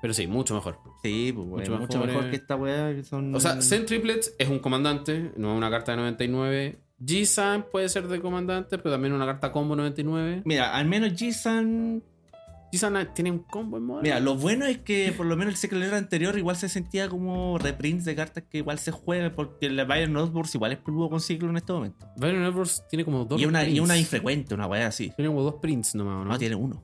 [SPEAKER 1] Pero sí, mucho mejor.
[SPEAKER 2] Sí, pues,
[SPEAKER 1] Mucho
[SPEAKER 2] bueno, mucho
[SPEAKER 1] mejor,
[SPEAKER 2] mejor
[SPEAKER 1] eh.
[SPEAKER 2] que esta weá. Que son...
[SPEAKER 1] O sea, Zen Triplets es un comandante, no es una carta de 99. G-San puede ser de comandante, pero también una carta combo 99.
[SPEAKER 2] Mira, al menos G-San.
[SPEAKER 1] G-San tiene un combo en modo.
[SPEAKER 2] Mira, lo bueno es que por lo menos el Secret Lair anterior igual se sentía como reprints de cartas que igual se juegan, porque la Bayern Notebooks igual es peludo con ciclo en este momento.
[SPEAKER 1] Byron Edwards tiene como dos
[SPEAKER 2] Y una, y una
[SPEAKER 1] prints.
[SPEAKER 2] infrecuente, una weá así.
[SPEAKER 1] Tiene como dos prints nomás, ¿o ¿no?
[SPEAKER 2] No, tiene uno.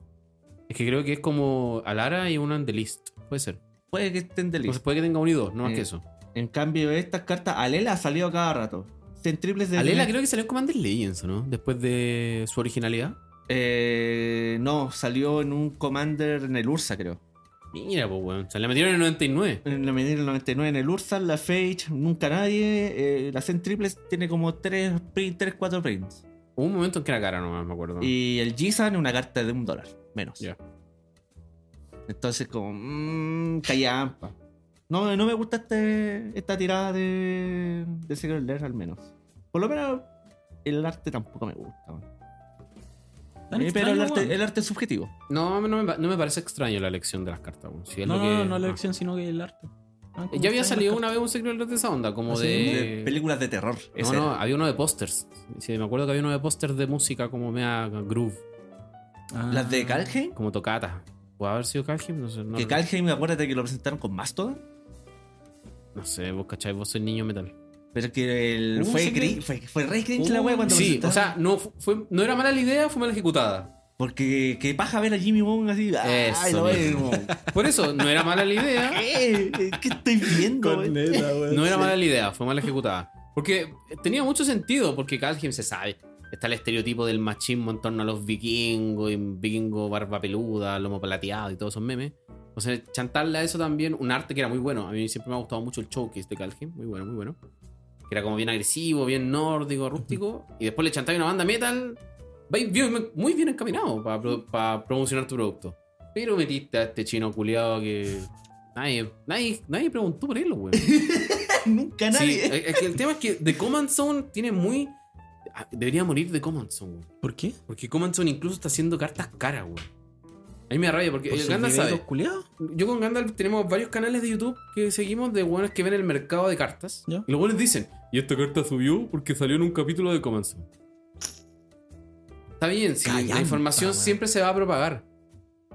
[SPEAKER 1] Es que creo que es como Alara y una en The List. Puede ser.
[SPEAKER 2] Puede que estén de
[SPEAKER 1] Entonces
[SPEAKER 2] list.
[SPEAKER 1] puede que tenga un y dos, no más
[SPEAKER 2] Eh,
[SPEAKER 1] que eso.
[SPEAKER 2] En cambio, estas cartas, Alela ha salido a cada rato. En triples de.
[SPEAKER 1] Alela creo que salió en Commander Legends, ¿o ¿no? Después de su originalidad.
[SPEAKER 2] Eh, no, salió en un Commander en el Ursa, creo.
[SPEAKER 1] Mira, pues, weón. Se la metieron en 99.
[SPEAKER 2] En la medida del 99 en el Ursa, la Fage, nunca nadie. eh, la Zen Triples tiene como 3, 3 4 prints.
[SPEAKER 1] Hubo un momento en que era cara nomás, me acuerdo.
[SPEAKER 2] Y el G-San una carta de un dólar, menos.
[SPEAKER 1] Ah. Ya.
[SPEAKER 2] Entonces, como, mmm, callampa. No, no me gusta este- esta tirada de, de Secret Lair, al menos. Por lo menos, el arte tampoco me gusta. man.
[SPEAKER 3] Tan
[SPEAKER 2] Eh, pero
[SPEAKER 3] extraño,
[SPEAKER 2] el arte,
[SPEAKER 3] weón.
[SPEAKER 2] el arte es subjetivo.
[SPEAKER 1] No, no me, pa- no me parece extraño la elección de las cartas, weón. Si es
[SPEAKER 3] No,
[SPEAKER 1] lo
[SPEAKER 3] no,
[SPEAKER 1] que-
[SPEAKER 3] no, no la
[SPEAKER 1] ah.
[SPEAKER 3] elección, sino que el arte. Ah, como
[SPEAKER 1] Eh, Ya había
[SPEAKER 3] extraño
[SPEAKER 1] salido
[SPEAKER 3] las
[SPEAKER 1] una
[SPEAKER 3] cartas.
[SPEAKER 1] vez un Secret Lair de esa onda, como
[SPEAKER 3] Así
[SPEAKER 1] ¿Ah, de...
[SPEAKER 2] películas de terror.
[SPEAKER 1] No,
[SPEAKER 2] ese
[SPEAKER 1] Eh, no,
[SPEAKER 2] era.
[SPEAKER 1] había uno de pósters. Sí, me acuerdo que había uno de pósters de música como mea groove,
[SPEAKER 3] Ah.
[SPEAKER 2] Las de Kalheim.
[SPEAKER 1] como tocata. ¿Puede haber sido Calgim? No sé. No,
[SPEAKER 2] que Kalheim, acuérdate que lo presentaron con Mastodon.
[SPEAKER 1] no sé, vos cacháis, vos sois niño metal.
[SPEAKER 2] Pero que el,
[SPEAKER 1] Uh,
[SPEAKER 2] fue,
[SPEAKER 1] sí que-
[SPEAKER 2] grin- fue, fue re cringe la wea cuando
[SPEAKER 1] Sí, o
[SPEAKER 2] presentaron.
[SPEAKER 1] sea, no, fu- fue, no era mala la idea, fue mal ejecutada.
[SPEAKER 2] Porque que paja ver a Jimmy Wong así. Ay,
[SPEAKER 1] Eso
[SPEAKER 2] la wea,
[SPEAKER 1] mismo.
[SPEAKER 2] como,
[SPEAKER 1] Por eso, no era mala la idea.
[SPEAKER 2] ¿Qué? ¿Qué estoy viendo? wea?
[SPEAKER 3] Corneta, weón.
[SPEAKER 1] No era mala la idea, fue mal ejecutada. Porque tenía mucho sentido, porque Calheim se sabe. Está el estereotipo del machismo en torno a los vikingos, y vikingo barba peluda, lomo plateado y todos esos memes. O sea, chantarle a eso también, un arte que era muy bueno. A mí siempre me ha gustado mucho el showcase de Calheim, muy bueno, muy bueno. Que era como bien agresivo, bien nórdico, rústico. Y después le chantaba una banda metal, bien- bien- muy bien encaminado para, pro- para promocionar tu producto. Pero metiste a este chino culiado que nadie, nadie, nadie preguntó por él, güey.
[SPEAKER 2] Nunca
[SPEAKER 1] Sí, eh,
[SPEAKER 2] nadie.
[SPEAKER 1] es- es que el tema es que The Command Zone tiene muy. ah, Debería morir The Command Zone, güey.
[SPEAKER 3] ¿Por qué?
[SPEAKER 1] Porque Command Zone incluso está haciendo cartas caras, güey. A mí me da rabia porque el Gandalf sabe.
[SPEAKER 3] culiados?
[SPEAKER 1] Yo con Gandalf tenemos varios canales de YouTube que seguimos de buenos que ven el mercado de cartas.
[SPEAKER 3] Ya.
[SPEAKER 1] Y los buenos dicen: Y esta carta subió porque salió en un capítulo de Command Zone. Está bien, si la- la
[SPEAKER 3] Callampa,
[SPEAKER 1] información
[SPEAKER 3] güey.
[SPEAKER 1] siempre se va a propagar.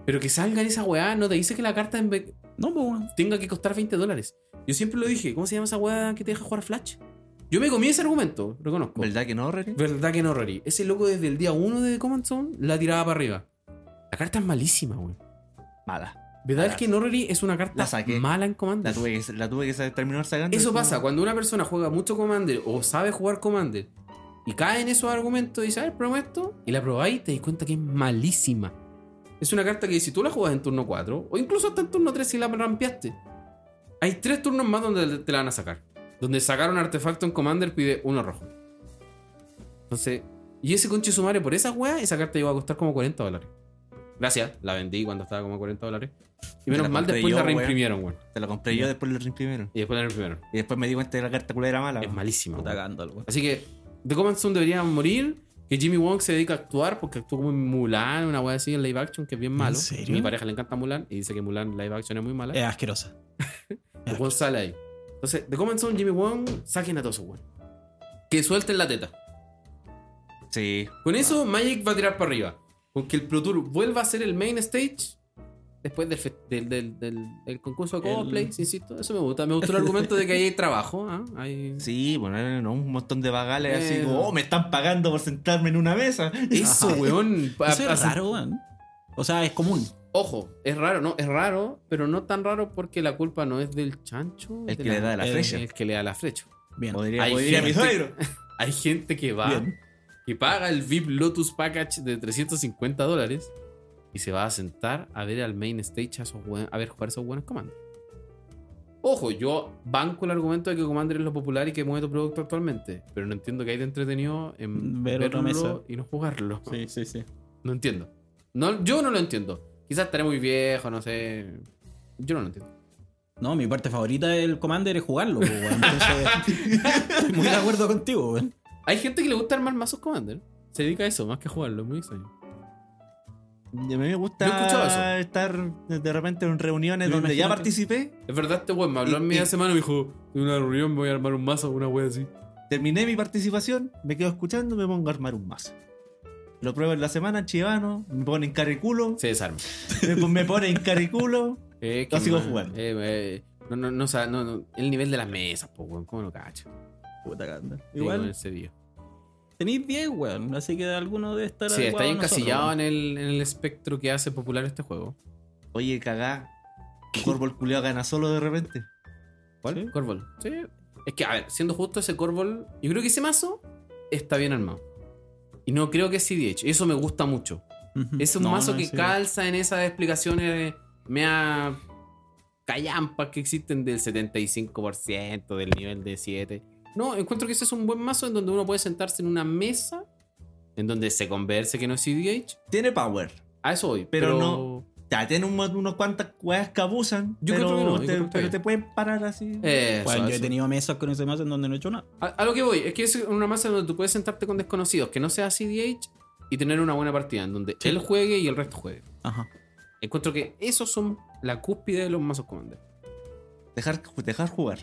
[SPEAKER 1] Pero que salgan esa weá no te dice que la carta en ve-
[SPEAKER 3] No, pues, weón.
[SPEAKER 1] tenga que costar 20 dólares. Yo siempre lo dije, ¿cómo se llama esa weá que te deja jugar Flash? Yo me comí ese argumento, reconozco.
[SPEAKER 2] ¿Verdad que no, René?
[SPEAKER 1] ¿Verdad que no, Rory? Ese loco desde el día 1 de Command Zone la tiraba para arriba. La carta es malísima, weón.
[SPEAKER 2] Mala.
[SPEAKER 1] ¿Verdad
[SPEAKER 2] Mala.
[SPEAKER 1] que no, Rory? Es una carta
[SPEAKER 2] La saqué.
[SPEAKER 1] mala en
[SPEAKER 2] La
[SPEAKER 1] Commander.
[SPEAKER 2] tuve que, la tuve que sa- terminar sacando.
[SPEAKER 1] Eso pasa, cuando una persona juega mucho Commander o sabe jugar Commander y cae en esos argumentos y dice, a ver, probemos esto, y la probáis y te das cuenta que es malísima. Es una carta que si tú la juegas en turno 4 o incluso hasta en turno 3 si la rampeaste, hay tres turnos más donde te la van a sacar. Donde sacar un artefacto en Commander pide uno rojo. Entonces, y ese conche sumario por esa weá, esa carta iba a costar como 40 dólares. Gracias, la vendí cuando estaba como a 40 dólares. Y
[SPEAKER 2] Te
[SPEAKER 1] menos
[SPEAKER 2] la
[SPEAKER 1] mal,
[SPEAKER 2] compré
[SPEAKER 1] después
[SPEAKER 2] yo,
[SPEAKER 1] la
[SPEAKER 2] weón.
[SPEAKER 1] reimprimieron, weón.
[SPEAKER 2] Te lo compré yo, después lo reimprimieron.
[SPEAKER 1] Y después la reimprimieron.
[SPEAKER 2] Y después me di cuenta de que la carta culera era mala.
[SPEAKER 1] Es
[SPEAKER 2] weón.
[SPEAKER 1] malísima.
[SPEAKER 3] Puta
[SPEAKER 1] weón.
[SPEAKER 3] Gandalf, weón.
[SPEAKER 1] Así que The Command Soon debería morir. Que Jimmy Wong se dedica a actuar porque actuó como en Mulan, una wea así en live action que es bien malo.
[SPEAKER 3] serio? Eh,
[SPEAKER 1] Mi pareja le encanta Mulan y dice que Mulan live action es muy mala.
[SPEAKER 3] Es asquerosa.
[SPEAKER 1] El Wong sale ahí. Entonces, The Command Soon, Jimmy Wong, saquen a todos esos weones. Que suelten la teta.
[SPEAKER 2] Sí.
[SPEAKER 1] Con eso, Magic va a tirar para arriba. Con que el Pro Tour vuelva a ser el main stage después del, fe- del, del- del- del concurso de
[SPEAKER 3] El-
[SPEAKER 1] cosplays, insisto. Eso me gusta. Me gustó el argumento de que ahí hay trabajo. ¿ah? Hay-
[SPEAKER 2] Sí, bueno, no, un montón de vagales así
[SPEAKER 1] Eh.
[SPEAKER 2] como, oh, me están pagando por sentarme en una mesa.
[SPEAKER 1] Eso, weón.
[SPEAKER 3] Eso
[SPEAKER 1] A- a-
[SPEAKER 3] es raro, weón. O sea, es común.
[SPEAKER 1] Ojo, es raro, ¿no? Es raro, pero no tan raro porque la culpa no es del chancho. de
[SPEAKER 2] El que le da la
[SPEAKER 1] el-
[SPEAKER 2] flecha.
[SPEAKER 1] El que le da la flecha.
[SPEAKER 3] Bien.
[SPEAKER 2] Podría,
[SPEAKER 1] Hay
[SPEAKER 2] podría mi
[SPEAKER 1] gente-
[SPEAKER 2] suegro.
[SPEAKER 1] Hay gente que va,
[SPEAKER 3] Bien.
[SPEAKER 1] que paga el VIP Lotus Package de 350 dólares y se va a sentar a ver al main stage a, esos buen- a ver jugar esos buenos comandos. Ojo, yo banco el argumento de que Commander es lo popular y que mueve tu producto actualmente, pero no entiendo que hay de entretenido en
[SPEAKER 3] Ver
[SPEAKER 1] verlo
[SPEAKER 3] otra mesa.
[SPEAKER 1] y no jugarlo.
[SPEAKER 3] Sí, sí, sí.
[SPEAKER 1] No entiendo. No, yo no lo entiendo. Quizás estaré muy viejo, no sé. Yo no lo entiendo.
[SPEAKER 3] No, mi parte favorita del Commander es jugarlo, pues, weón. Entonces, estoy muy de acuerdo contigo, weón.
[SPEAKER 1] Hay gente que le gusta armar mazos Commander. Se dedica a eso, más que a jugarlo, es muy extraño.
[SPEAKER 2] A mí me
[SPEAKER 1] Yo he escuchado eso.
[SPEAKER 2] gusta estar de repente en reuniones
[SPEAKER 3] Me
[SPEAKER 2] donde
[SPEAKER 3] imagino
[SPEAKER 2] ya
[SPEAKER 3] que-
[SPEAKER 2] participé,
[SPEAKER 1] Es verdad, este weón me habló
[SPEAKER 2] Y-
[SPEAKER 1] en media
[SPEAKER 2] y-
[SPEAKER 1] semana y me dijo: De una reunión me voy a armar un mazo, una wea así.
[SPEAKER 2] terminé mi participación, me quedo escuchando, me pongo a armar un mazo. Lo pruebo en la semana, en chivano, me ponen cariculo,
[SPEAKER 1] Se desarma.
[SPEAKER 2] después me ponen cariculo.
[SPEAKER 1] Eh,
[SPEAKER 2] Lo
[SPEAKER 1] qué
[SPEAKER 2] sigo
[SPEAKER 1] mal.
[SPEAKER 2] jugando.
[SPEAKER 1] Eh, eh, no, no, no, o sea, no, no, El nivel de las mesas, po, weón. ¿Cómo lo cacho?
[SPEAKER 3] Puta Gandalf.
[SPEAKER 1] Digo, en
[SPEAKER 3] Igual,
[SPEAKER 1] ese día.
[SPEAKER 3] tenéis 10, weón. Así que alguno debe estar
[SPEAKER 1] Sí, está
[SPEAKER 3] adecuado
[SPEAKER 1] ahí
[SPEAKER 3] a nosotros,
[SPEAKER 1] encasillado
[SPEAKER 3] weón.
[SPEAKER 1] en el, en el espectro que hace popular este juego.
[SPEAKER 2] Oye, cagá, Corvo el culiao gana solo de repente.
[SPEAKER 1] ¿Cuál?
[SPEAKER 3] Sí.
[SPEAKER 1] Corvol. Sí. Es que, a ver, siendo justo, ese Corvol. Yo creo que ese mazo está bien armado. Y no creo que es CDH. Eso me gusta mucho.
[SPEAKER 3] Ujú.
[SPEAKER 1] Es un
[SPEAKER 3] Mm, No,
[SPEAKER 1] mazo
[SPEAKER 3] no,
[SPEAKER 1] que
[SPEAKER 3] sí.
[SPEAKER 1] calza en esas explicaciones mea callampas que existen del 75%, del nivel de 7. No, encuentro que ese es un buen mazo en donde uno puede sentarse en una mesa, en donde se converse que no es CDH.
[SPEAKER 2] Tiene power.
[SPEAKER 1] A eso voy. Pero,
[SPEAKER 2] Pero no- Ya, tiene un- unos cuantas weas que abusan.
[SPEAKER 1] Yo
[SPEAKER 2] pero
[SPEAKER 1] creo que no, yo creo
[SPEAKER 2] te,
[SPEAKER 1] que está
[SPEAKER 2] pero
[SPEAKER 1] bien.
[SPEAKER 2] te pueden parar así.
[SPEAKER 1] Eso,
[SPEAKER 3] Weón, yo he
[SPEAKER 1] eso.
[SPEAKER 3] tenido mesas con ese mazo en donde no he hecho nada.
[SPEAKER 1] A, a lo que voy, es que es una masa donde tú puedes sentarte con desconocidos que no sea CDH y tener una buena partida, en donde él juegue y el resto juegue.
[SPEAKER 3] Ajá.
[SPEAKER 1] Encuentro que esos son la cúspide de los mazos Commander.
[SPEAKER 2] Dejar, dejar jugar.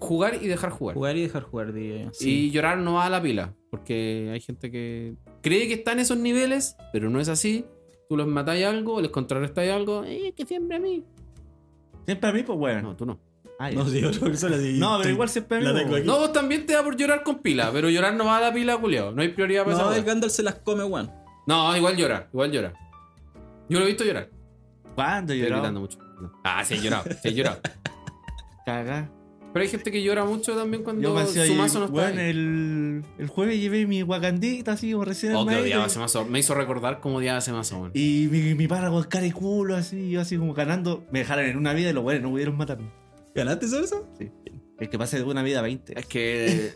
[SPEAKER 1] Jugar y dejar jugar.
[SPEAKER 3] Jugar y dejar jugar, diría yo.
[SPEAKER 1] Y llorar no va a la pila, porque hay gente que cree que está en esos niveles, pero no es así. Tú los matáis algo, les contrarrestáis algo, eh, que siempre a mí.
[SPEAKER 2] Siempre a mí, pues weón.
[SPEAKER 1] No, tú no.
[SPEAKER 2] Ah, ya.
[SPEAKER 3] No,
[SPEAKER 2] No,
[SPEAKER 3] sí, otra persona, sí.
[SPEAKER 2] pero
[SPEAKER 3] Estoy-
[SPEAKER 2] igual siempre a mí.
[SPEAKER 3] la
[SPEAKER 2] pues,
[SPEAKER 3] tengo
[SPEAKER 2] weón.
[SPEAKER 3] aquí.
[SPEAKER 1] No, vos también te da por llorar con pila, pero llorar no va a la pila, culiao. No hay prioridad para
[SPEAKER 3] No,
[SPEAKER 1] esa
[SPEAKER 3] el
[SPEAKER 1] hueá.
[SPEAKER 3] Gandalf se las come, weón.
[SPEAKER 1] No, igual llora, igual llora. Yo lo he visto llorar.
[SPEAKER 2] ¿Cuándo
[SPEAKER 1] Estoy
[SPEAKER 2] lloraba?
[SPEAKER 1] gritando mucho. Ah, sí, he llorado, sí, he llorado.
[SPEAKER 2] Cagá.
[SPEAKER 1] Pero hay gente que llora mucho también cuando
[SPEAKER 2] Yo pensé,
[SPEAKER 1] su mazo no está.
[SPEAKER 2] weón,
[SPEAKER 1] ahí.
[SPEAKER 2] el, el jueves llevé mi guacandita así como recién
[SPEAKER 1] Oh, que
[SPEAKER 2] armadita,
[SPEAKER 1] odiaba
[SPEAKER 2] y-
[SPEAKER 1] ese mazo. Me hizo recordar cómo odiaba ese mazo, weón.
[SPEAKER 2] Y mi, mi para con cara y culo así, y yo así como ganando. Me dejaron en una vida y los weones no pudieron matarme.
[SPEAKER 3] ¿Ganaste eso? eso?
[SPEAKER 2] El que pase de una vida a 20.
[SPEAKER 1] Es que.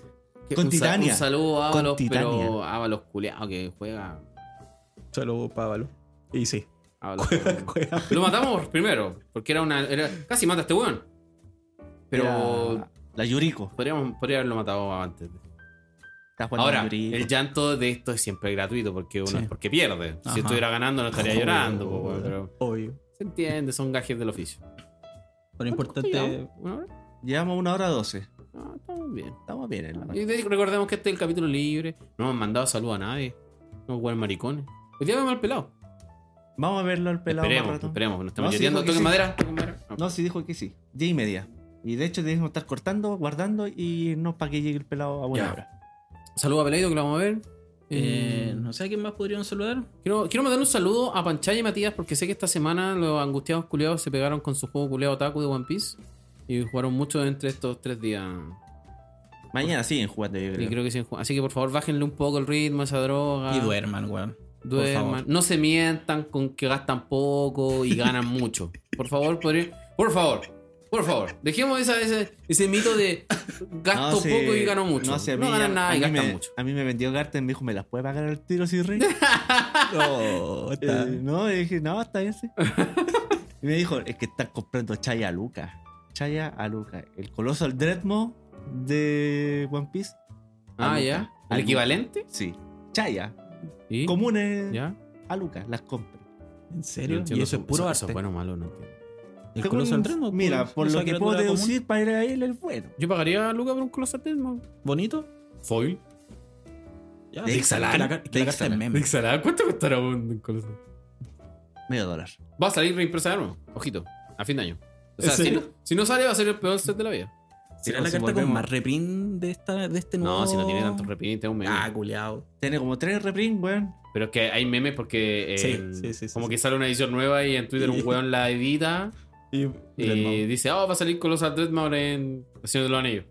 [SPEAKER 1] que
[SPEAKER 2] Con
[SPEAKER 1] un sa-
[SPEAKER 2] Titania.
[SPEAKER 1] Un saludo a
[SPEAKER 2] Con
[SPEAKER 1] Ábalos, pero
[SPEAKER 2] Titania.
[SPEAKER 1] Ábalos culeado que juega.
[SPEAKER 3] Solo Pávalo. Y sí.
[SPEAKER 1] Ábalos
[SPEAKER 3] Juega,
[SPEAKER 1] juega.
[SPEAKER 3] juega.
[SPEAKER 1] Lo matamos primero, porque era una. Era, casi mata a este weón. Pero
[SPEAKER 2] Era La Yuriko.
[SPEAKER 1] podríamos, podría haberlo matado antes.
[SPEAKER 2] Está jugando
[SPEAKER 1] Ahora,
[SPEAKER 2] a Yuriko.
[SPEAKER 1] el llanto de esto es siempre gratuito porque uno
[SPEAKER 3] Sí.
[SPEAKER 1] es porque pierde. Si
[SPEAKER 3] Ajá.
[SPEAKER 1] estuviera ganando, no estaría llorando. po, weón, pero
[SPEAKER 3] Obvio.
[SPEAKER 1] se entiende, son gajes del oficio.
[SPEAKER 3] Pero importante.
[SPEAKER 1] Llevamos una hora.
[SPEAKER 2] Llevamos una hora doce.
[SPEAKER 1] Ah, estamos bien.
[SPEAKER 2] Estamos bien, hermano.
[SPEAKER 1] Y de- recordemos que este es el capítulo libre. No hemos mandado saludo a nadie. No buenos maricones. Hoy día vemos al pelado.
[SPEAKER 2] Vamos a verlo al pelado más
[SPEAKER 1] Esperemos,
[SPEAKER 2] rato.
[SPEAKER 1] esperemos, no estamos
[SPEAKER 2] No, sí,
[SPEAKER 1] lloriendo.
[SPEAKER 2] porque
[SPEAKER 1] Toque
[SPEAKER 2] sí.
[SPEAKER 1] madera, toque madera. No.
[SPEAKER 2] No, sí dijo que sí. Diez y media. Y de hecho debemos estar cortando, guardando y no para que llegue el pelado a buena
[SPEAKER 1] Ya.
[SPEAKER 2] hora.
[SPEAKER 1] Saludo a Peleito que lo vamos a ver.
[SPEAKER 3] eh,
[SPEAKER 1] Eh,
[SPEAKER 3] no sé a quién más podrían saludar.
[SPEAKER 1] quiero, quiero mandar un saludo a Panchaya y Matías porque sé que esta semana los angustiados culeados se pegaron con su juego culeado Otaku de One Piece y jugaron mucho entre estos tres días.
[SPEAKER 2] Mañana siguen jugando, yo
[SPEAKER 1] Y
[SPEAKER 2] creo.
[SPEAKER 1] creo que sí han jugado. Así que por favor bájenle un poco el ritmo a esa droga.
[SPEAKER 3] Y duerman, weón.
[SPEAKER 1] Duerman.
[SPEAKER 3] Por favor.
[SPEAKER 1] No se mientan con que gastan poco y ganan mucho. Por favor, podrían. Por favor, Por favor, dejemos esa- ese, ese mito de gasto
[SPEAKER 2] sí,
[SPEAKER 1] poco y gano mucho. No,
[SPEAKER 2] sé, a mí-
[SPEAKER 1] ganan
[SPEAKER 2] a-
[SPEAKER 1] nada
[SPEAKER 2] a
[SPEAKER 1] y
[SPEAKER 2] mí
[SPEAKER 1] gastan
[SPEAKER 2] me-
[SPEAKER 1] mucho.
[SPEAKER 2] A mí me vendió Garten, me dijo, ¿me las puede pagar al tiro si rey?
[SPEAKER 3] No, está-
[SPEAKER 2] Eh, no, y dije, no, está bien, sí. y me dijo, es que están comprando Chaya a Luca. Chaya a Luca. El coloso Dreadmo de One Piece. a
[SPEAKER 1] Ah,
[SPEAKER 2] Luca.
[SPEAKER 1] ya.
[SPEAKER 2] A
[SPEAKER 1] ¿El
[SPEAKER 2] Luca.
[SPEAKER 1] equivalente?
[SPEAKER 2] Sí. Chaya.
[SPEAKER 1] ¿Y?
[SPEAKER 2] Comunes
[SPEAKER 1] ¿Ya?
[SPEAKER 2] a Luca, las compra.
[SPEAKER 3] ¿En
[SPEAKER 1] No
[SPEAKER 3] serio?
[SPEAKER 1] entiendo
[SPEAKER 3] Y eso es puro
[SPEAKER 1] Eso es
[SPEAKER 3] arte.
[SPEAKER 1] bueno o malo, no entiendo.
[SPEAKER 3] El pues,
[SPEAKER 2] Según-
[SPEAKER 3] Coloso del Tren, ¿no?
[SPEAKER 2] Mira,
[SPEAKER 1] pues,
[SPEAKER 3] ¿Cómo-
[SPEAKER 2] por
[SPEAKER 3] esa
[SPEAKER 2] lo que puedo
[SPEAKER 3] criatura común?
[SPEAKER 2] deducir, para ir a él el bueno.
[SPEAKER 1] Yo pagaría a Luca por un Colossal Desmo.
[SPEAKER 3] ¿Bonito?
[SPEAKER 1] Foil.
[SPEAKER 3] Ya,
[SPEAKER 2] De
[SPEAKER 3] sí,
[SPEAKER 2] Ixalan,
[SPEAKER 3] que la car- que
[SPEAKER 2] de
[SPEAKER 3] la carta es
[SPEAKER 2] Ixalan.
[SPEAKER 3] meme.
[SPEAKER 1] Pixelada. ¿Cuánto costará un Colossal?
[SPEAKER 2] Medio dólar.
[SPEAKER 1] Va a salir reimpresa de nuevo. Ojito. A fin de año. O sea,
[SPEAKER 3] ¿En
[SPEAKER 1] si no,
[SPEAKER 3] serio?
[SPEAKER 1] si no sale, va a ser el peor set de la vida.
[SPEAKER 3] ¿Será
[SPEAKER 2] Sí,
[SPEAKER 3] la
[SPEAKER 2] si
[SPEAKER 3] carta con
[SPEAKER 2] volvemos-
[SPEAKER 3] más reprint de, esta, de este nuevo?
[SPEAKER 1] No, si no tiene tantos repintes, es un meme.
[SPEAKER 3] Ah, culiao.
[SPEAKER 2] Tiene como tres reprints, weón.
[SPEAKER 1] Pero es que hay memes porque. eh,
[SPEAKER 3] Sí, sí, sí, sí,
[SPEAKER 1] como
[SPEAKER 3] sí.
[SPEAKER 1] que sale una edición nueva y en Twitter un weón la edita. Y dice, ah, va a salir Colossal Dreadmount en El Señor de los Anillos.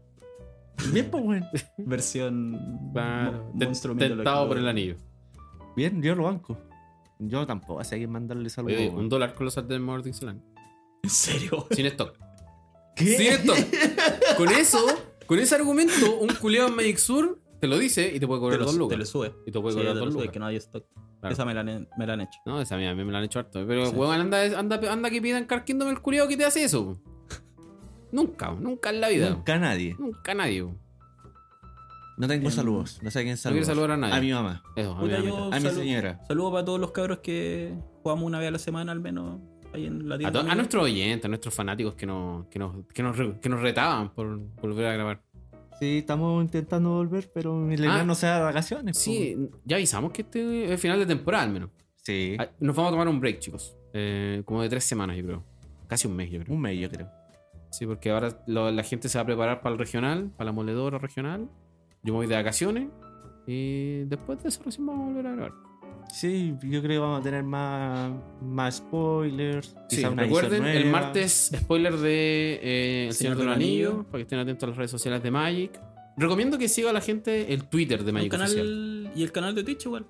[SPEAKER 2] Bien, pues, weón.
[SPEAKER 3] Versión
[SPEAKER 1] Claro,
[SPEAKER 3] mo-
[SPEAKER 1] te-
[SPEAKER 3] monstruo
[SPEAKER 1] tentado
[SPEAKER 3] mitológico.
[SPEAKER 1] por el anillo.
[SPEAKER 2] Bien, yo lo banco. Yo tampoco, así hay que mandarle saludos.
[SPEAKER 1] Oye,
[SPEAKER 2] weón.
[SPEAKER 1] un dólar Colossal Dreadmount de Ixalan.
[SPEAKER 3] ¿En serio?
[SPEAKER 1] Sin stock. Sin stock. Con eso, con ese argumento, un culiado en Magic Sur te lo dice y te puede
[SPEAKER 3] Te
[SPEAKER 1] cobrar
[SPEAKER 3] lo,
[SPEAKER 1] dos
[SPEAKER 3] te lo
[SPEAKER 1] lucas.
[SPEAKER 3] sube.
[SPEAKER 1] Y te puede
[SPEAKER 3] Sí,
[SPEAKER 1] cobrar
[SPEAKER 3] te
[SPEAKER 1] dos
[SPEAKER 3] lo sube,
[SPEAKER 1] lucas.
[SPEAKER 3] que no hay stock.
[SPEAKER 1] Claro.
[SPEAKER 3] Esa me la, han- me la han hecho.
[SPEAKER 1] No, esa mía, a mí me la han hecho harto. Pero,
[SPEAKER 3] Sí.
[SPEAKER 1] weón, anda, anda, anda que pidan Card Kingdom el culiado que te hace eso. po. Nunca, nunca en la vida. Nunca,
[SPEAKER 2] Nunca nadie.
[SPEAKER 1] nadie. po.
[SPEAKER 2] No tengo
[SPEAKER 3] Em,
[SPEAKER 2] saludos. No sé a quién
[SPEAKER 1] No quiero
[SPEAKER 2] saludos.
[SPEAKER 1] saludar a nadie.
[SPEAKER 2] A mi mamá.
[SPEAKER 1] Eso, a mí
[SPEAKER 3] Puta,
[SPEAKER 1] me
[SPEAKER 3] yo
[SPEAKER 1] da
[SPEAKER 2] A mi
[SPEAKER 3] salu-
[SPEAKER 2] señora.
[SPEAKER 3] Saludos para todos los cabros que jugamos una vez a la semana al menos ahí en la
[SPEAKER 1] miedo. a,
[SPEAKER 3] tienda.
[SPEAKER 1] to- a nuestros oyentes, a nuestros fanáticos que nos, que nos, que nos, re- que nos retaban por volver a grabar.
[SPEAKER 2] Sí, estamos intentando volver, pero mi legal
[SPEAKER 1] Ah.
[SPEAKER 2] no se da vacaciones. pues,
[SPEAKER 1] Sí, ya avisamos que este es final de temporada al menos.
[SPEAKER 2] po. Sí.
[SPEAKER 1] Ah, Nos vamos a tomar un break, chicos. Eh, como de tres semanas, yo creo. Casi un mes, yo creo.
[SPEAKER 2] Un mes, yo creo.
[SPEAKER 1] Sí, porque ahora lo- la gente se va a preparar para el regional, para la moledora regional. Yo me voy de vacaciones. Y después de eso recién vamos a volver a grabar.
[SPEAKER 2] Sí, yo creo que vamos a tener más, más spoilers.
[SPEAKER 1] Sí,
[SPEAKER 2] quizá una
[SPEAKER 1] recuerden,
[SPEAKER 2] edición
[SPEAKER 1] el
[SPEAKER 2] nueva.
[SPEAKER 1] martes, spoiler de eh, El Señor de los Anillos, para que estén atentos a las redes sociales de Magic. Recomiendo que siga a la gente el Twitter de
[SPEAKER 3] El
[SPEAKER 1] Magic Oficial.
[SPEAKER 3] canal, y el canal de Twitch igual.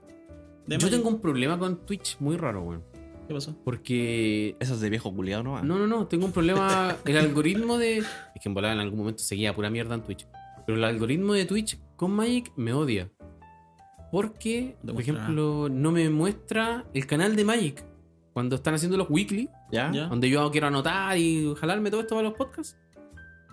[SPEAKER 3] De
[SPEAKER 1] Yo
[SPEAKER 3] Magic.
[SPEAKER 1] tengo un problema con Twitch muy raro, weón.
[SPEAKER 3] ¿Qué pasó?
[SPEAKER 1] Porque
[SPEAKER 2] Eso es de viejo culiado, ¿no?
[SPEAKER 1] No, no, no, tengo un problema. El algoritmo de. Es que en volada en algún momento seguía pura mierda en Twitch. Pero el algoritmo de Twitch con Magic me odia. Porque,
[SPEAKER 3] No te
[SPEAKER 1] por
[SPEAKER 3] muestra
[SPEAKER 1] ejemplo, no me muestra el canal de Magic. Cuando están haciendo los weekly,
[SPEAKER 2] ¿Ya?
[SPEAKER 3] Ya.
[SPEAKER 1] donde yo quiero anotar y jalarme todo esto para los podcasts,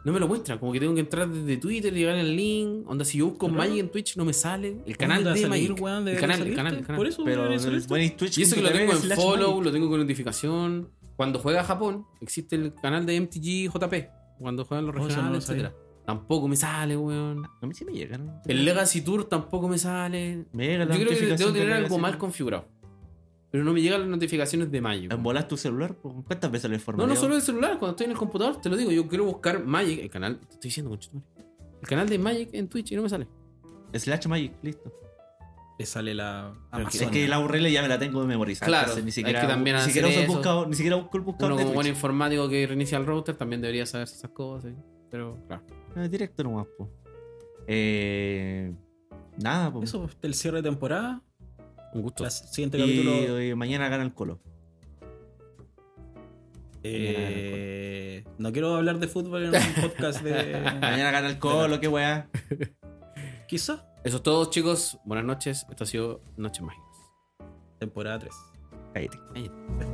[SPEAKER 1] no me lo muestra. Como que tengo que entrar desde Twitter, llegar al link. Onda, si yo busco
[SPEAKER 3] Claro.
[SPEAKER 1] Magic en Twitch, no me sale. El
[SPEAKER 3] ¿Cómo
[SPEAKER 1] canal
[SPEAKER 3] te va a
[SPEAKER 1] de
[SPEAKER 3] salir,
[SPEAKER 1] Magic.
[SPEAKER 3] weón?
[SPEAKER 1] el
[SPEAKER 3] Debería
[SPEAKER 1] canal, el canal,
[SPEAKER 3] salirte.
[SPEAKER 1] el canal.
[SPEAKER 3] Por eso
[SPEAKER 2] Pero
[SPEAKER 3] debería
[SPEAKER 2] el
[SPEAKER 3] salirte.
[SPEAKER 2] buen es Twitch.
[SPEAKER 1] Y eso que lo tengo en
[SPEAKER 2] slash
[SPEAKER 1] follow,
[SPEAKER 2] Magic.
[SPEAKER 1] lo tengo con notificación. Cuando juega Japón, existe el canal de MTG JP. Cuando juegan los
[SPEAKER 3] Oh, eso no
[SPEAKER 1] regionales,
[SPEAKER 3] lo sabía.
[SPEAKER 1] etcétera. Tampoco me sale, weón.
[SPEAKER 2] A mí sí me llegan.
[SPEAKER 1] El Legacy Tour tampoco me sale.
[SPEAKER 2] Me
[SPEAKER 1] Yo
[SPEAKER 2] llega la
[SPEAKER 1] creo que
[SPEAKER 2] notificación
[SPEAKER 1] debo
[SPEAKER 2] de
[SPEAKER 1] tener algo
[SPEAKER 2] Legacy.
[SPEAKER 1] mal configurado. Pero no me llegan las notificaciones de mayo.
[SPEAKER 2] ¿En volar tu celular? po? ¿Cuántas veces lo he
[SPEAKER 1] No,
[SPEAKER 2] formado?
[SPEAKER 1] no solo el celular, cuando estoy en el computador, te lo digo, yo quiero buscar Magic, el canal, te estoy diciendo, conchetumare. El canal de Magic en Twitch y no me sale.
[SPEAKER 2] Slash Magic, listo.
[SPEAKER 3] Le sale la
[SPEAKER 2] Pero
[SPEAKER 3] Amazona.
[SPEAKER 2] Ah, Es que la URL ya me la tengo memorizada.
[SPEAKER 1] Ah, Claro,
[SPEAKER 2] entonces ni
[SPEAKER 1] hay
[SPEAKER 2] siquiera,
[SPEAKER 1] que también
[SPEAKER 2] ni
[SPEAKER 1] hacer
[SPEAKER 2] siquiera uso el
[SPEAKER 1] eso.
[SPEAKER 2] buscador, ni siquiera busco el
[SPEAKER 1] Uno
[SPEAKER 2] buscador. de
[SPEAKER 1] como buen
[SPEAKER 2] Twitch.
[SPEAKER 1] informático que reinicia el router también debería saberse esas cosas. ¿eh? Pero, claro.
[SPEAKER 2] Ah, directo nomás, po. Eh, nada, po.
[SPEAKER 3] Eso, el cierre de temporada.
[SPEAKER 1] Un gusto.
[SPEAKER 3] El siguiente
[SPEAKER 2] Y,
[SPEAKER 3] capítulo.
[SPEAKER 2] y mañana gana el colo.
[SPEAKER 3] eh, no quiero hablar de fútbol en un podcast
[SPEAKER 1] Ah.
[SPEAKER 3] de.
[SPEAKER 2] Mañana gana el colo, qué weá.
[SPEAKER 3] Quizás.
[SPEAKER 1] Eso es todo, chicos. Buenas noches. Esto ha sido Noches Mágicas.
[SPEAKER 3] Temporada 3.
[SPEAKER 2] Cállate.